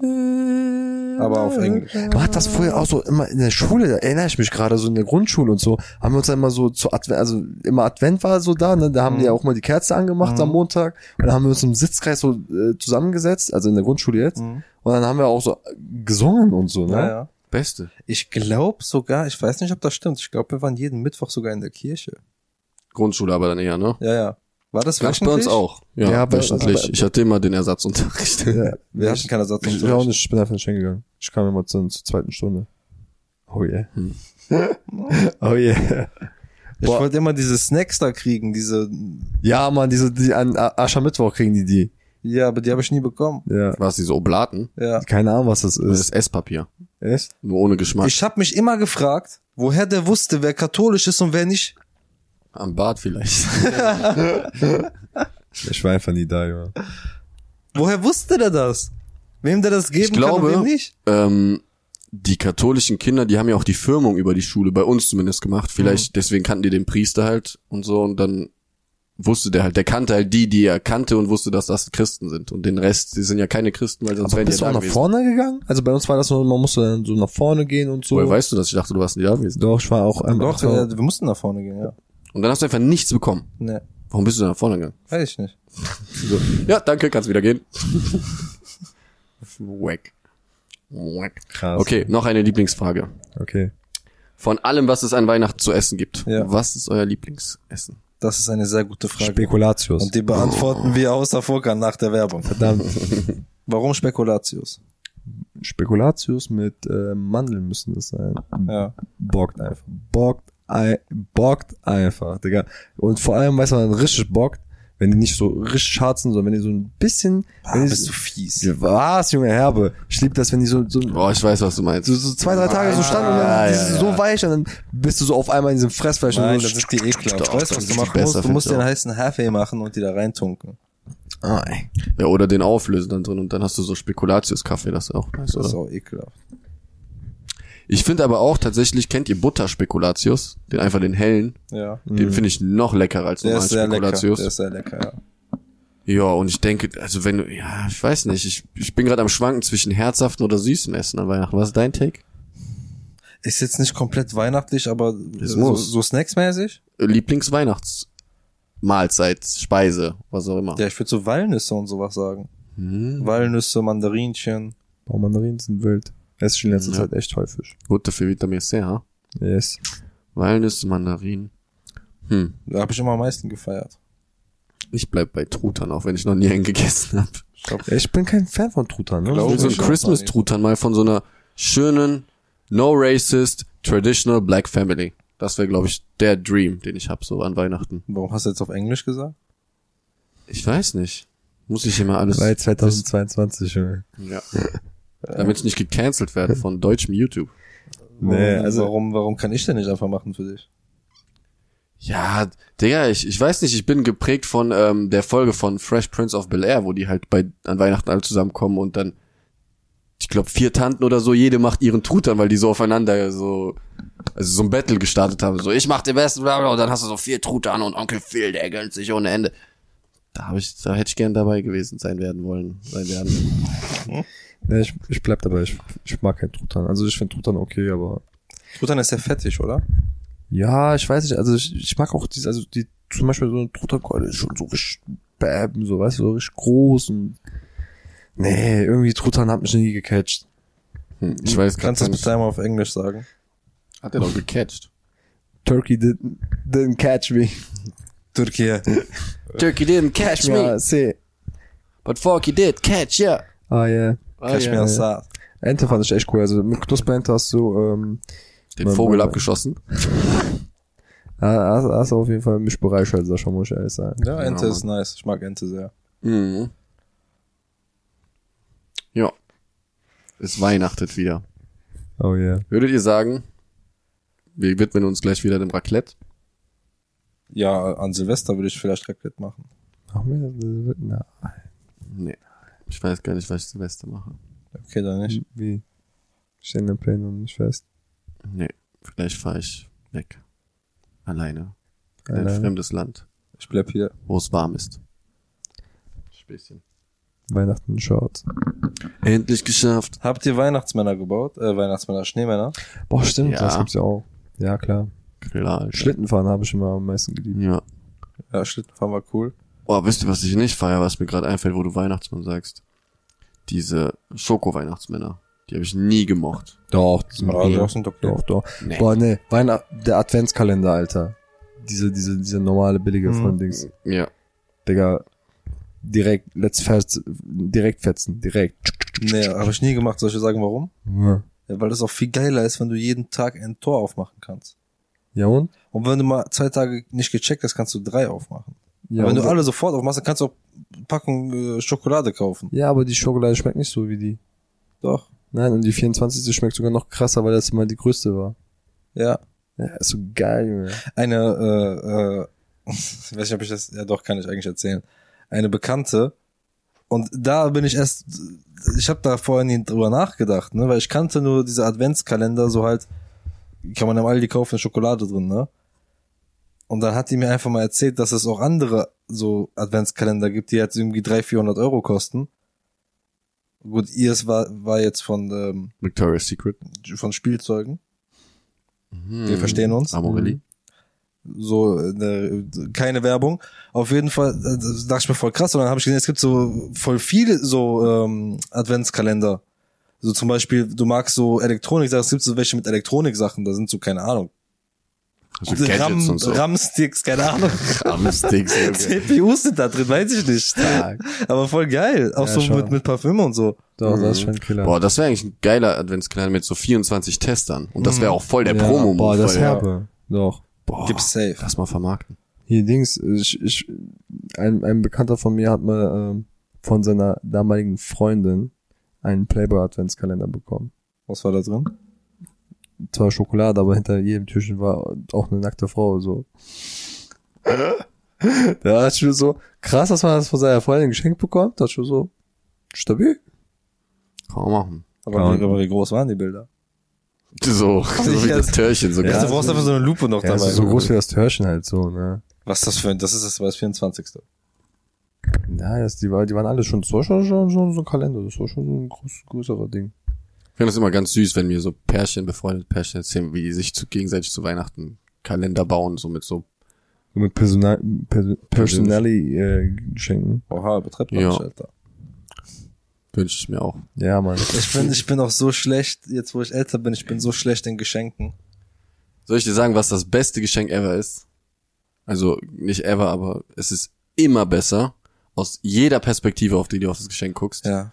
[SPEAKER 2] Aber auf Englisch.
[SPEAKER 4] Man hat das vorher auch so immer in der Schule, da erinnere ich mich gerade, so in der Grundschule und so, haben wir uns dann immer so zu Advent, also immer Advent war so da, ne? da haben die ja auch mal die Kerze angemacht am Montag und dann haben wir uns im Sitzkreis so äh, zusammengesetzt, also in der Grundschule jetzt, und dann haben wir auch so gesungen und so, ne?
[SPEAKER 2] Mhm. Ja, ja.
[SPEAKER 1] Beste.
[SPEAKER 2] Ich glaube sogar, ich weiß nicht, ob das stimmt. Ich glaube, wir waren jeden Mittwoch sogar in der Kirche.
[SPEAKER 1] Grundschule aber dann eher, ne?
[SPEAKER 2] Ja, ja. War das
[SPEAKER 1] Gab's bei uns
[SPEAKER 2] wöchentlich?
[SPEAKER 1] auch. Ja,
[SPEAKER 4] Ja, aber-
[SPEAKER 1] wöchentlich.
[SPEAKER 4] aber-
[SPEAKER 1] ich hatte immer den Ersatzunterricht.
[SPEAKER 4] Ja,
[SPEAKER 2] Wir
[SPEAKER 4] ich,
[SPEAKER 2] hatten keine Satz.
[SPEAKER 4] ich, bin auch nicht, ich bin einfach nicht hingegangen. Ich kam immer zur, zur zweiten Stunde. Oh yeah. oh yeah.
[SPEAKER 2] Ich
[SPEAKER 4] Boah.
[SPEAKER 2] wollte immer diese Snacks da kriegen, diese.
[SPEAKER 4] Ja, man, diese, die an A- Aschermittwoch kriegen die die.
[SPEAKER 2] Ja, aber die habe ich nie bekommen.
[SPEAKER 4] Ja.
[SPEAKER 1] War es diese Oblaten?
[SPEAKER 2] Ja.
[SPEAKER 4] Keine Ahnung, was das
[SPEAKER 1] Das
[SPEAKER 4] ist.
[SPEAKER 1] ist Esspapier.
[SPEAKER 4] Echt?
[SPEAKER 1] Nur ohne Geschmack.
[SPEAKER 2] Ich habe mich immer gefragt, woher der wusste, wer katholisch ist und wer nicht.
[SPEAKER 1] Am Bad vielleicht.
[SPEAKER 4] Ich war einfach nie da, Junge.
[SPEAKER 2] Woher wusste der das? Wem der das geben
[SPEAKER 1] Ich glaube-
[SPEAKER 2] kann und wem nicht?
[SPEAKER 1] ähm, die katholischen Kinder, die haben ja auch die Firmung über die Schule, bei uns zumindest gemacht. Vielleicht, deswegen kannten die den Priester halt und so und dann wusste der halt, der kannte halt die, die er kannte und wusste, dass das Christen sind. Und den Rest, die sind ja keine Christen, weil sonst
[SPEAKER 4] Aber
[SPEAKER 1] wären die
[SPEAKER 4] bist du
[SPEAKER 1] ja
[SPEAKER 4] auch
[SPEAKER 1] da
[SPEAKER 4] nach
[SPEAKER 1] gewesen.
[SPEAKER 4] vorne gegangen? Also bei uns war das so, man musste dann so nach vorne gehen und so.
[SPEAKER 1] Woher weißt du das? Ich dachte, du warst nicht da gewesen.
[SPEAKER 4] Doch, ich war auch einmal.
[SPEAKER 2] Doch, ja, wir mussten nach vorne gehen, ja.
[SPEAKER 1] Und dann hast du einfach nichts bekommen.
[SPEAKER 2] Ne,
[SPEAKER 1] Warum bist du denn nach vorne gegangen?
[SPEAKER 2] weiß ich nicht.
[SPEAKER 1] So, ja, danke, kannst wieder gehen. Wack.
[SPEAKER 4] Krass.
[SPEAKER 1] Okay, noch eine Lieblingsfrage.
[SPEAKER 4] Okay.
[SPEAKER 1] Von allem, was es an Weihnachten zu essen gibt,
[SPEAKER 2] Ja.
[SPEAKER 1] was ist euer Lieblingsessen?
[SPEAKER 2] Das ist eine sehr gute Frage.
[SPEAKER 4] Spekulatius.
[SPEAKER 2] Und die
[SPEAKER 1] Oh.
[SPEAKER 2] beantworten wir außer Vorgang nach der Werbung.
[SPEAKER 4] Verdammt.
[SPEAKER 2] Warum Spekulatius?
[SPEAKER 4] Spekulatius mit äh, Mandeln müssen das sein.
[SPEAKER 2] Ja.
[SPEAKER 4] Bockt einfach. Bockt, ei, bockt einfach, Digga. Und vor allem, weißt du, man richtig bockt, wenn die nicht so richtig hart sind, sondern wenn die so ein bisschen...
[SPEAKER 2] Ah,
[SPEAKER 4] wenn die
[SPEAKER 2] bist
[SPEAKER 4] so-
[SPEAKER 2] du fies.
[SPEAKER 4] Was, Junge, herbe. Ich lieb das, wenn die so... so
[SPEAKER 1] Boah, ich weiß, was du meinst.
[SPEAKER 4] So, so zwei, drei Tage so standen und dann
[SPEAKER 1] Ah,
[SPEAKER 4] die
[SPEAKER 1] ja,
[SPEAKER 4] sind
[SPEAKER 1] ja.
[SPEAKER 4] so weich und dann bist du so auf einmal in diesem Fressfleisch
[SPEAKER 2] Nein,
[SPEAKER 4] und so
[SPEAKER 2] das ist die ekelhaft.
[SPEAKER 1] Doch,
[SPEAKER 2] Weißt du,
[SPEAKER 1] das
[SPEAKER 2] was
[SPEAKER 1] ist
[SPEAKER 2] du
[SPEAKER 1] die
[SPEAKER 2] machen
[SPEAKER 1] besser,
[SPEAKER 2] musst? Du musst
[SPEAKER 1] find ich
[SPEAKER 2] den
[SPEAKER 1] auch.
[SPEAKER 2] heißen Haarfee machen und die da reintunken.
[SPEAKER 4] Ah, ey.
[SPEAKER 1] Ja, oder den auflösen dann drin und dann hast du so Spekulatius-Kaffee, das ist auch nice,
[SPEAKER 2] Das ist
[SPEAKER 1] oder?
[SPEAKER 2] auch ekelhaft.
[SPEAKER 1] Ich finde aber auch tatsächlich, kennt ihr Butter-Spekulatius? Den einfach den hellen.
[SPEAKER 2] Ja.
[SPEAKER 1] Den finde ich noch leckerer als
[SPEAKER 2] Mhm. Der
[SPEAKER 1] normalen
[SPEAKER 2] ist sehr lecker. Der
[SPEAKER 1] Spekulatius.
[SPEAKER 2] ist sehr lecker, ja.
[SPEAKER 1] Ja, und ich denke, also wenn du, ja, ich weiß nicht, ich, ich bin gerade am Schwanken zwischen herzhaften oder süßen Essen an Weihnachten. Was ist dein Take?
[SPEAKER 2] Ist jetzt nicht komplett weihnachtlich, aber so,
[SPEAKER 1] muss.
[SPEAKER 2] so snacksmäßig?
[SPEAKER 1] Lieblingsweihnachtsmahlzeit, Speise, was auch immer.
[SPEAKER 2] Ja, ich würde so Walnüsse und sowas sagen.
[SPEAKER 1] Hm.
[SPEAKER 2] Walnüsse, Mandarinchen.
[SPEAKER 4] Boah, Mandarinen sind wild. Esse ich in letzter
[SPEAKER 1] Ja.
[SPEAKER 4] Zeit echt häufig.
[SPEAKER 1] Gut, dafür Vitamin C, ha?
[SPEAKER 4] Yes.
[SPEAKER 1] Walnüsse, Mandarinen. Hm,
[SPEAKER 2] Da habe ich immer am meisten gefeiert.
[SPEAKER 1] ich bleib bei Truthahn, auch wenn ich noch nie einen gegessen hab.
[SPEAKER 4] Ich bin kein Fan von Truthahn, ne?
[SPEAKER 1] Ich
[SPEAKER 2] Glaub
[SPEAKER 1] will so ein
[SPEAKER 2] ich auch nicht.
[SPEAKER 1] Christmas-Truthahn mal von so einer schönen, no racist, traditional black family. Das wäre, glaube ich, der Dream, den ich hab so an Weihnachten.
[SPEAKER 2] Warum hast du jetzt auf Englisch gesagt?
[SPEAKER 1] Ich weiß nicht. Muss ich immer alles...
[SPEAKER 4] Weil äh, 2022, Junge.
[SPEAKER 1] Ja. Damit ich nicht gecancelt werde von deutschem YouTube.
[SPEAKER 2] Warum,
[SPEAKER 4] Nee, also-
[SPEAKER 2] warum, warum kann ich denn nicht einfach machen für dich?
[SPEAKER 1] Ja, Digga, ich, ich weiß nicht, ich bin geprägt von ähm, der Folge von Fresh Prince of Bel-Air, wo die halt bei an Weihnachten alle zusammenkommen und dann, ich glaube, vier Tanten oder so, jede macht ihren Truthahn, weil die so aufeinander so, also so ein Battle gestartet haben. So, ich mach den besten, bla bla, und dann hast du so vier Truthahn und Onkel Phil, der gönnt sich ohne Ende. Da hab ich, da hätte ich gern dabei gewesen sein werden wollen, sein werden.
[SPEAKER 4] Nee, ich, ich bleib dabei. Ich, ich mag keinen Truthahn. Also ich finde Truthahn okay, aber.
[SPEAKER 2] Truthahn ist ja fettig, oder?
[SPEAKER 4] Ja, ich weiß nicht. Also ich, ich mag auch diese, also die, zum Beispiel so eine Truthahnkeule ist schon so richtig bäm, so, weißt du, so richtig groß und. Nee, irgendwie Truthahn hat mich nie gecatcht.
[SPEAKER 1] Hm, ich weiß
[SPEAKER 2] Kannst du das bitte einmal auf Englisch sagen?
[SPEAKER 1] Hat er doch gecatcht.
[SPEAKER 4] Turkey didn't, didn't catch me.
[SPEAKER 2] Türkei.
[SPEAKER 1] Turkey didn't catch me,
[SPEAKER 4] Ja, see.
[SPEAKER 1] but Forky did catch, yeah. Oh,
[SPEAKER 4] Ah, yeah.
[SPEAKER 2] Kashmir Assad.
[SPEAKER 4] Ente fand ich echt cool. Also mit Knusperente hast du, ähm,
[SPEAKER 1] Den Vogel abgeschossen.
[SPEAKER 4] ha- hast, hast du auf jeden Fall mich bereichert, Sascha, muss ich ehrlich sagen.
[SPEAKER 2] Ja, Ente
[SPEAKER 1] Ja,
[SPEAKER 2] ist nice. Ich mag Ente sehr.
[SPEAKER 1] Mhm. Ja. Es weihnachtet wieder.
[SPEAKER 4] Oh yeah.
[SPEAKER 1] Würdet ihr sagen, wir widmen uns gleich wieder dem Raclette?
[SPEAKER 2] Ja, an Silvester würde ich vielleicht Raclette machen.
[SPEAKER 4] Ach, mir- na,
[SPEAKER 1] Nee. Ich weiß gar nicht, was ich Silvester mache.
[SPEAKER 2] Okay, dann nicht.
[SPEAKER 4] wie? Stehen in Plänen und nicht fest.
[SPEAKER 1] Nee. Vielleicht fahre ich weg. Alleine. In ein
[SPEAKER 4] Alleine.
[SPEAKER 1] fremdes Land,
[SPEAKER 2] Ich bleib hier.
[SPEAKER 1] wo es warm ist. Späßchen.
[SPEAKER 4] Weihnachten Shorts.
[SPEAKER 1] Endlich geschafft.
[SPEAKER 2] Habt ihr Weihnachtsmänner gebaut? Äh, Weihnachtsmänner, Schneemänner?
[SPEAKER 4] Boah, stimmt,
[SPEAKER 1] Ja.
[SPEAKER 4] das gibt's ja auch. Ja, klar.
[SPEAKER 1] Klar. Alter.
[SPEAKER 4] Schlittenfahren habe ich immer am meisten geliebt.
[SPEAKER 1] Ja.
[SPEAKER 2] Ja, Schlittenfahren war cool.
[SPEAKER 1] Oh, wisst ihr, was ich nicht feier, was mir gerade einfällt, wo du Weihnachtsmann sagst? Diese Schoko-Weihnachtsmänner. Die habe ich nie gemocht.
[SPEAKER 4] Doch, die
[SPEAKER 2] Aber
[SPEAKER 4] cool.
[SPEAKER 2] doch, sind doch
[SPEAKER 4] doch, doch.
[SPEAKER 1] Nee.
[SPEAKER 4] Boah, nee, Weihnacht, der Adventskalender, Alter. Diese, diese, diese normale billige
[SPEAKER 2] Mhm.
[SPEAKER 4] von Dings.
[SPEAKER 1] Ja.
[SPEAKER 4] Digga, direkt, let's fest, direkt fetzen, direkt.
[SPEAKER 2] Nee, habe ich nie gemacht. Soll ich dir sagen, warum?
[SPEAKER 4] Ja,
[SPEAKER 2] Ja, weil es auch viel geiler ist, wenn du jeden Tag ein Tor aufmachen kannst.
[SPEAKER 4] ja und?
[SPEAKER 2] Und wenn du mal zwei Tage nicht gecheckt hast, kannst du drei aufmachen.
[SPEAKER 4] Ja,
[SPEAKER 2] Aber wenn du
[SPEAKER 4] und-
[SPEAKER 2] alle sofort aufmachst, dann kannst du auch Packung äh, Schokolade kaufen.
[SPEAKER 4] ja, aber die Schokolade schmeckt nicht so wie die.
[SPEAKER 2] Doch.
[SPEAKER 4] Nein, und die 24. schmeckt sogar noch krasser, weil das immer die größte war.
[SPEAKER 2] Ja.
[SPEAKER 4] Ja, ist so geil, Junge.
[SPEAKER 2] Eine, äh, äh, ich weiß nicht, ob ich das, ja doch, kann ich eigentlich erzählen. Eine Bekannte. Und da bin ich erst, ich habe da vorhin nie drüber nachgedacht, ne, weil ich kannte nur diese Adventskalender, so halt, kann man im Aldi kaufen, Schokolade drin, ne? Und dann hat die mir einfach mal erzählt, dass es auch andere so Adventskalender gibt, die jetzt irgendwie 300, 400 Euro kosten. Gut, ihrs war, war jetzt von, ähm,
[SPEAKER 1] Victoria's Secret.
[SPEAKER 2] von Spielzeugen. Wir
[SPEAKER 1] Mhm.
[SPEAKER 2] verstehen uns.
[SPEAKER 1] Amorelli.
[SPEAKER 2] so ne, keine Werbung. Auf jeden Fall äh, das dachte ich mir voll krass und dann habe ich gesehen, es gibt so voll viele so ähm, Adventskalender. So zum Beispiel, du magst so Elektronik-Sachen, es gibt so welche mit Elektronik-Sachen, da sind so, keine Ahnung,
[SPEAKER 1] So Also Gadgets
[SPEAKER 2] Also Ram,
[SPEAKER 1] und so.
[SPEAKER 2] RAM-Sticks, keine Ahnung,
[SPEAKER 1] Ramsticks, okay.
[SPEAKER 2] CPUs sind da drin, weiß ich nicht. Aber voll geil, auch
[SPEAKER 4] Ja,
[SPEAKER 2] so
[SPEAKER 4] schon.
[SPEAKER 2] mit, mit Parfüm und so.
[SPEAKER 4] Doch, das ist schon ein Killer.
[SPEAKER 1] Boah, das wäre eigentlich ein geiler Adventskalender mit so 24 Testern. Und das wäre auch voll der
[SPEAKER 4] ja,
[SPEAKER 1] promo
[SPEAKER 4] Boah, das ist herbe. Doch.
[SPEAKER 1] Boah,
[SPEAKER 2] Gibt's safe.
[SPEAKER 1] lass mal vermarkten.
[SPEAKER 4] Hier Dings, ich, ich, ein, ein Bekannter von mir hat mal ähm, von seiner damaligen Freundin einen Playboy Adventskalender bekommen.
[SPEAKER 2] Was war da drin?
[SPEAKER 4] Zwar Schokolade, aber hinter jedem Türchen war auch eine nackte Frau so. da hat schon so krass, dass man das von seiner Freundin geschenkt bekommt. Das schon so stabil.
[SPEAKER 1] Kann man machen.
[SPEAKER 2] Aber,
[SPEAKER 4] Ja, und-
[SPEAKER 2] wie, aber wie groß waren die Bilder?
[SPEAKER 1] So, so wie das Törchen. So
[SPEAKER 2] Ja,
[SPEAKER 1] ganz-
[SPEAKER 2] du brauchst einfach so eine Lupe noch
[SPEAKER 4] Ja,
[SPEAKER 2] dabei.
[SPEAKER 4] so groß wie das Türchen halt so, ne?
[SPEAKER 2] Was ist das für ein, das ist das, war das 24.
[SPEAKER 4] Ja, das, die, war, die waren alle schon, das war schon, schon, schon so ein Kalender. Das war schon so ein groß, größerer Ding.
[SPEAKER 1] Ich finde das immer ganz süß, wenn mir so Pärchen, befreundete Pärchen erzählen, wie die sich zu, gegenseitig zu Weihnachten Kalender bauen, so mit so,
[SPEAKER 4] So mit Personal, Perso- Personali äh, schenken.
[SPEAKER 2] Oha, betreibt man
[SPEAKER 1] Ja.
[SPEAKER 2] nicht, Alter.
[SPEAKER 1] wünsche ich mir auch.
[SPEAKER 4] Ja, Mann.
[SPEAKER 2] Ich bin, ich bin auch so schlecht, jetzt wo ich älter bin, ich bin so schlecht in Geschenken.
[SPEAKER 1] Soll ich dir sagen, was das beste Geschenk ever ist? Also, nicht ever, aber es ist immer besser, aus jeder Perspektive, auf die du auf das Geschenk guckst,
[SPEAKER 2] Ja.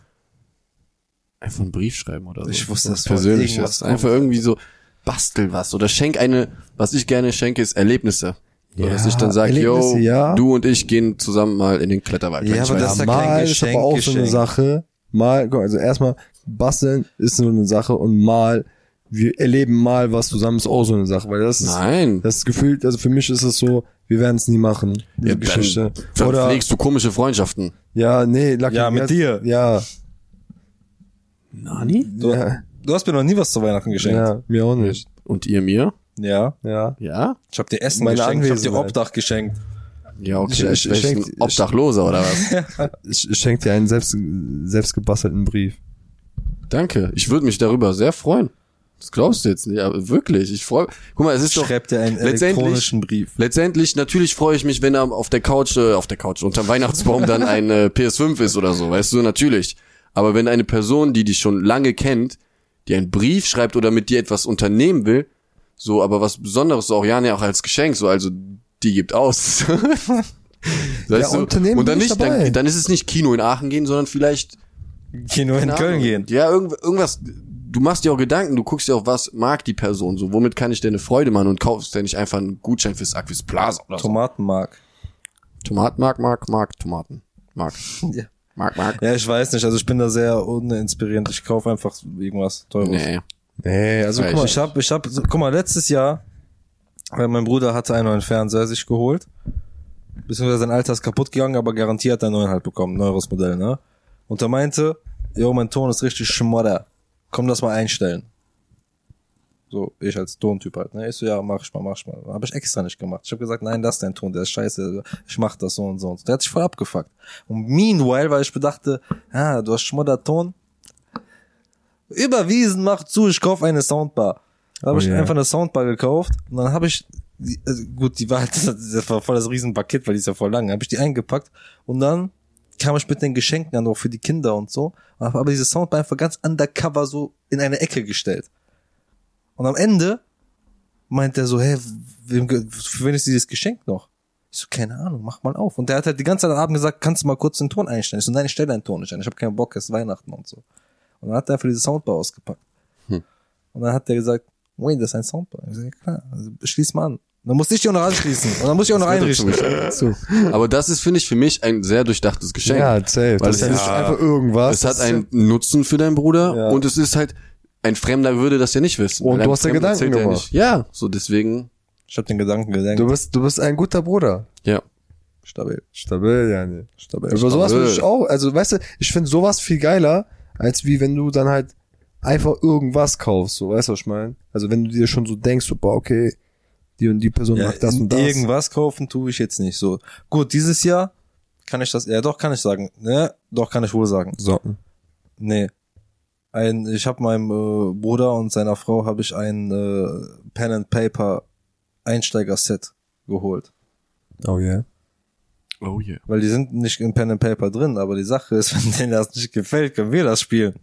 [SPEAKER 1] einfach einen Brief schreiben oder so.
[SPEAKER 2] Ich wusste,
[SPEAKER 1] Was
[SPEAKER 2] das war
[SPEAKER 1] Persönliches.
[SPEAKER 2] irgendwas.
[SPEAKER 1] Einfach irgendwie so, bastel was oder schenk eine, was ich gerne schenke, ist Erlebnisse. So, dass
[SPEAKER 4] Ja,
[SPEAKER 1] ich dann sage, yo,
[SPEAKER 4] Erlebnisse, ja.
[SPEAKER 1] du und ich gehen zusammen mal in den Kletterwald.
[SPEAKER 2] Ja,
[SPEAKER 1] wenn ich
[SPEAKER 2] aber
[SPEAKER 1] weiß.
[SPEAKER 2] das ist ja kein
[SPEAKER 4] mal ist
[SPEAKER 2] Geschenk,
[SPEAKER 4] aber auch so eine
[SPEAKER 2] Geschenk.
[SPEAKER 4] Sache. Mal, guck, also erstmal, basteln ist so eine Sache und mal, wir erleben mal was zusammen ist auch so eine Sache, weil das ist,
[SPEAKER 1] Nein.
[SPEAKER 4] das Gefühl, also für mich ist es so, wir werden es nie machen, diese
[SPEAKER 1] Ja, dann-
[SPEAKER 4] Geschichte.
[SPEAKER 1] Dann
[SPEAKER 4] Oder,
[SPEAKER 1] pflegst du komische Freundschaften.
[SPEAKER 4] ja, nee, Lucky,
[SPEAKER 2] Ja, mit dir.
[SPEAKER 4] Ja,
[SPEAKER 1] Nani?
[SPEAKER 2] Du,
[SPEAKER 4] Ja.
[SPEAKER 2] du hast mir noch nie was zu Weihnachten geschenkt. Ja.
[SPEAKER 4] ja, mir auch nicht.
[SPEAKER 1] Und ihr mir?
[SPEAKER 2] ja.
[SPEAKER 4] Ja.
[SPEAKER 1] Ja?
[SPEAKER 2] Ich hab dir Essen
[SPEAKER 4] Meine
[SPEAKER 2] geschenkt, ich hab dir
[SPEAKER 4] Anwesenheit.
[SPEAKER 2] Obdach geschenkt.
[SPEAKER 1] Ja, okay. Ich,
[SPEAKER 4] Ich- ich-
[SPEAKER 1] ich,
[SPEAKER 4] ich-
[SPEAKER 1] ein Obdachloser oder was?
[SPEAKER 4] Ich, ich schenke dir einen selbst, selbst gebastelten Brief.
[SPEAKER 1] Danke. Ich würde mich darüber sehr freuen. Das glaubst du jetzt nicht, aber wirklich. Ich freue Guck mal, es ist
[SPEAKER 2] Ich
[SPEAKER 1] doch.
[SPEAKER 2] schreib dir einen
[SPEAKER 1] letztendlich-
[SPEAKER 2] elektronischen Brief.
[SPEAKER 1] Letztendlich, natürlich freue ich mich, wenn er auf der Couch, äh, auf der Couch, unterm Weihnachtsbaum dann ein äh, PS5 ist oder so, weißt du, natürlich. Aber wenn eine Person, die dich schon lange kennt, die einen Brief schreibt oder mit dir etwas unternehmen will, so, aber was Besonderes, so auch ja, ne, auch als Geschenk, so, also, die gibt aus. weißt
[SPEAKER 4] Unternehmen
[SPEAKER 1] Und dann
[SPEAKER 4] bin ich
[SPEAKER 1] nicht,
[SPEAKER 4] dabei.
[SPEAKER 1] dann, dann ist es nicht Kino in Aachen gehen, sondern vielleicht
[SPEAKER 2] Kino in
[SPEAKER 1] keine
[SPEAKER 2] Köln
[SPEAKER 1] Ahnung.
[SPEAKER 2] gehen.
[SPEAKER 1] Ja, irgend, irgendwas. Du machst dir auch Gedanken, du guckst dir auch, was mag die Person so, womit kann ich dir eine Freude machen und kaufst dir nicht einfach einen Gutschein fürs Aquis Plaza oder so.
[SPEAKER 2] Tomatenmark.
[SPEAKER 1] Tomaten mag, mag, mag, Tomaten. Mag.
[SPEAKER 2] Ja.
[SPEAKER 1] Mag, mag.
[SPEAKER 2] Ja, ich weiß nicht. Also ich bin da sehr uninspirierend. Ich kaufe einfach irgendwas Teures.
[SPEAKER 1] Nee.
[SPEAKER 4] Nee, also guck mal,
[SPEAKER 2] Ich hab, ich hab, so, guck mal, letztes Jahr, weil mein Bruder hatte einen neuen Fernseher sich geholt. Beziehungsweise sein alter ist kaputt gegangen, aber garantiert hat er einen neuen halt bekommen. Neueres Modell, ne? Und er meinte, jo, mein Ton ist richtig schmodder. Komm, das mal einstellen. So, ich als Tontyp halt, ne? Ich so, ja, mach ich mal, mach ich mal. Hab ich extra nicht gemacht. Ich habe gesagt, nein, lass deinen Ton, der ist scheiße, ich mach das so und so und so. Der hat sich voll abgefuckt. Und meanwhile, weil ich bedachte, ah, du hast schmodder Ton. Überwiesen, mach zu, ich kauf eine Soundbar. Da habe
[SPEAKER 4] Oh
[SPEAKER 2] ich
[SPEAKER 4] ja.
[SPEAKER 2] einfach eine Soundbar gekauft und dann habe ich, die, also gut, die war halt, das war voll das Riesenpaket, weil die ist ja voll lang, habe ich die eingepackt und dann kam ich mit den Geschenken an, auch für die Kinder und so, und habe aber diese Soundbar einfach ganz undercover so in eine Ecke gestellt. Und am Ende meint er so, hey, wem, ge- für wen ist dieses Geschenk noch? Ich so, keine Ahnung, mach mal auf. Und der hat halt die ganze Zeit am Abend gesagt, kannst du mal kurz den Ton einstellen? Ich so, nein, ich stelle deinen Ton nicht ein, ich habe keinen Bock, es ist Weihnachten und so. Und dann hat er für diese Soundbar ausgepackt.
[SPEAKER 4] Hm.
[SPEAKER 2] Und dann hat der gesagt, wait, das ist ein Soundbar. Ich so, ja klar, also, schließ mal an. Dann muss ich die auch noch anschließen. Und dann muss ich auch noch einrichten.
[SPEAKER 1] So. Aber das ist, finde ich, für mich ein sehr durchdachtes Geschenk.
[SPEAKER 4] ja, safe.
[SPEAKER 1] Weil
[SPEAKER 4] Das
[SPEAKER 1] es
[SPEAKER 4] ist
[SPEAKER 1] ist-
[SPEAKER 4] nicht einfach irgendwas.
[SPEAKER 1] es hat
[SPEAKER 4] Das ist-
[SPEAKER 1] einen Nutzen für deinen Bruder
[SPEAKER 4] Ja.
[SPEAKER 1] und es ist halt, ein Fremder würde das ja nicht wissen.
[SPEAKER 4] Und
[SPEAKER 1] Weil
[SPEAKER 4] du
[SPEAKER 1] einem
[SPEAKER 4] hast dir
[SPEAKER 1] Fremden
[SPEAKER 4] Gedanken
[SPEAKER 1] erzählt er
[SPEAKER 4] gemacht.
[SPEAKER 1] nicht. Ja, so deswegen,
[SPEAKER 2] Ich habe den Gedanken gedenkt.
[SPEAKER 4] Du bist, du bist ein guter Bruder.
[SPEAKER 1] ja.
[SPEAKER 2] Stabil.
[SPEAKER 4] Stabil, Janne.
[SPEAKER 2] Stabil.
[SPEAKER 4] Über sowas
[SPEAKER 1] Stabil.
[SPEAKER 4] würde ich auch, also weißt du, ich finde sowas viel geiler, als wie wenn du dann halt einfach irgendwas kaufst, so, weißt du, was ich meine? Also wenn du dir schon so denkst, so, boah, okay, die und die Person
[SPEAKER 2] Ja,
[SPEAKER 4] macht das und das.
[SPEAKER 2] Irgendwas kaufen tue ich jetzt nicht so. Gut, dieses Jahr kann ich das, ja doch kann ich sagen, ne, doch kann ich wohl sagen.
[SPEAKER 4] Socken.
[SPEAKER 2] Nee. Ein, ich habe meinem äh, Bruder und seiner Frau habe ich ein äh, Pen and Paper Einsteiger-Set geholt.
[SPEAKER 4] Oh yeah.
[SPEAKER 1] Oh yeah.
[SPEAKER 2] Weil die sind nicht in Pen and Paper drin, aber die Sache ist, wenn denen das nicht gefällt, können wir das spielen.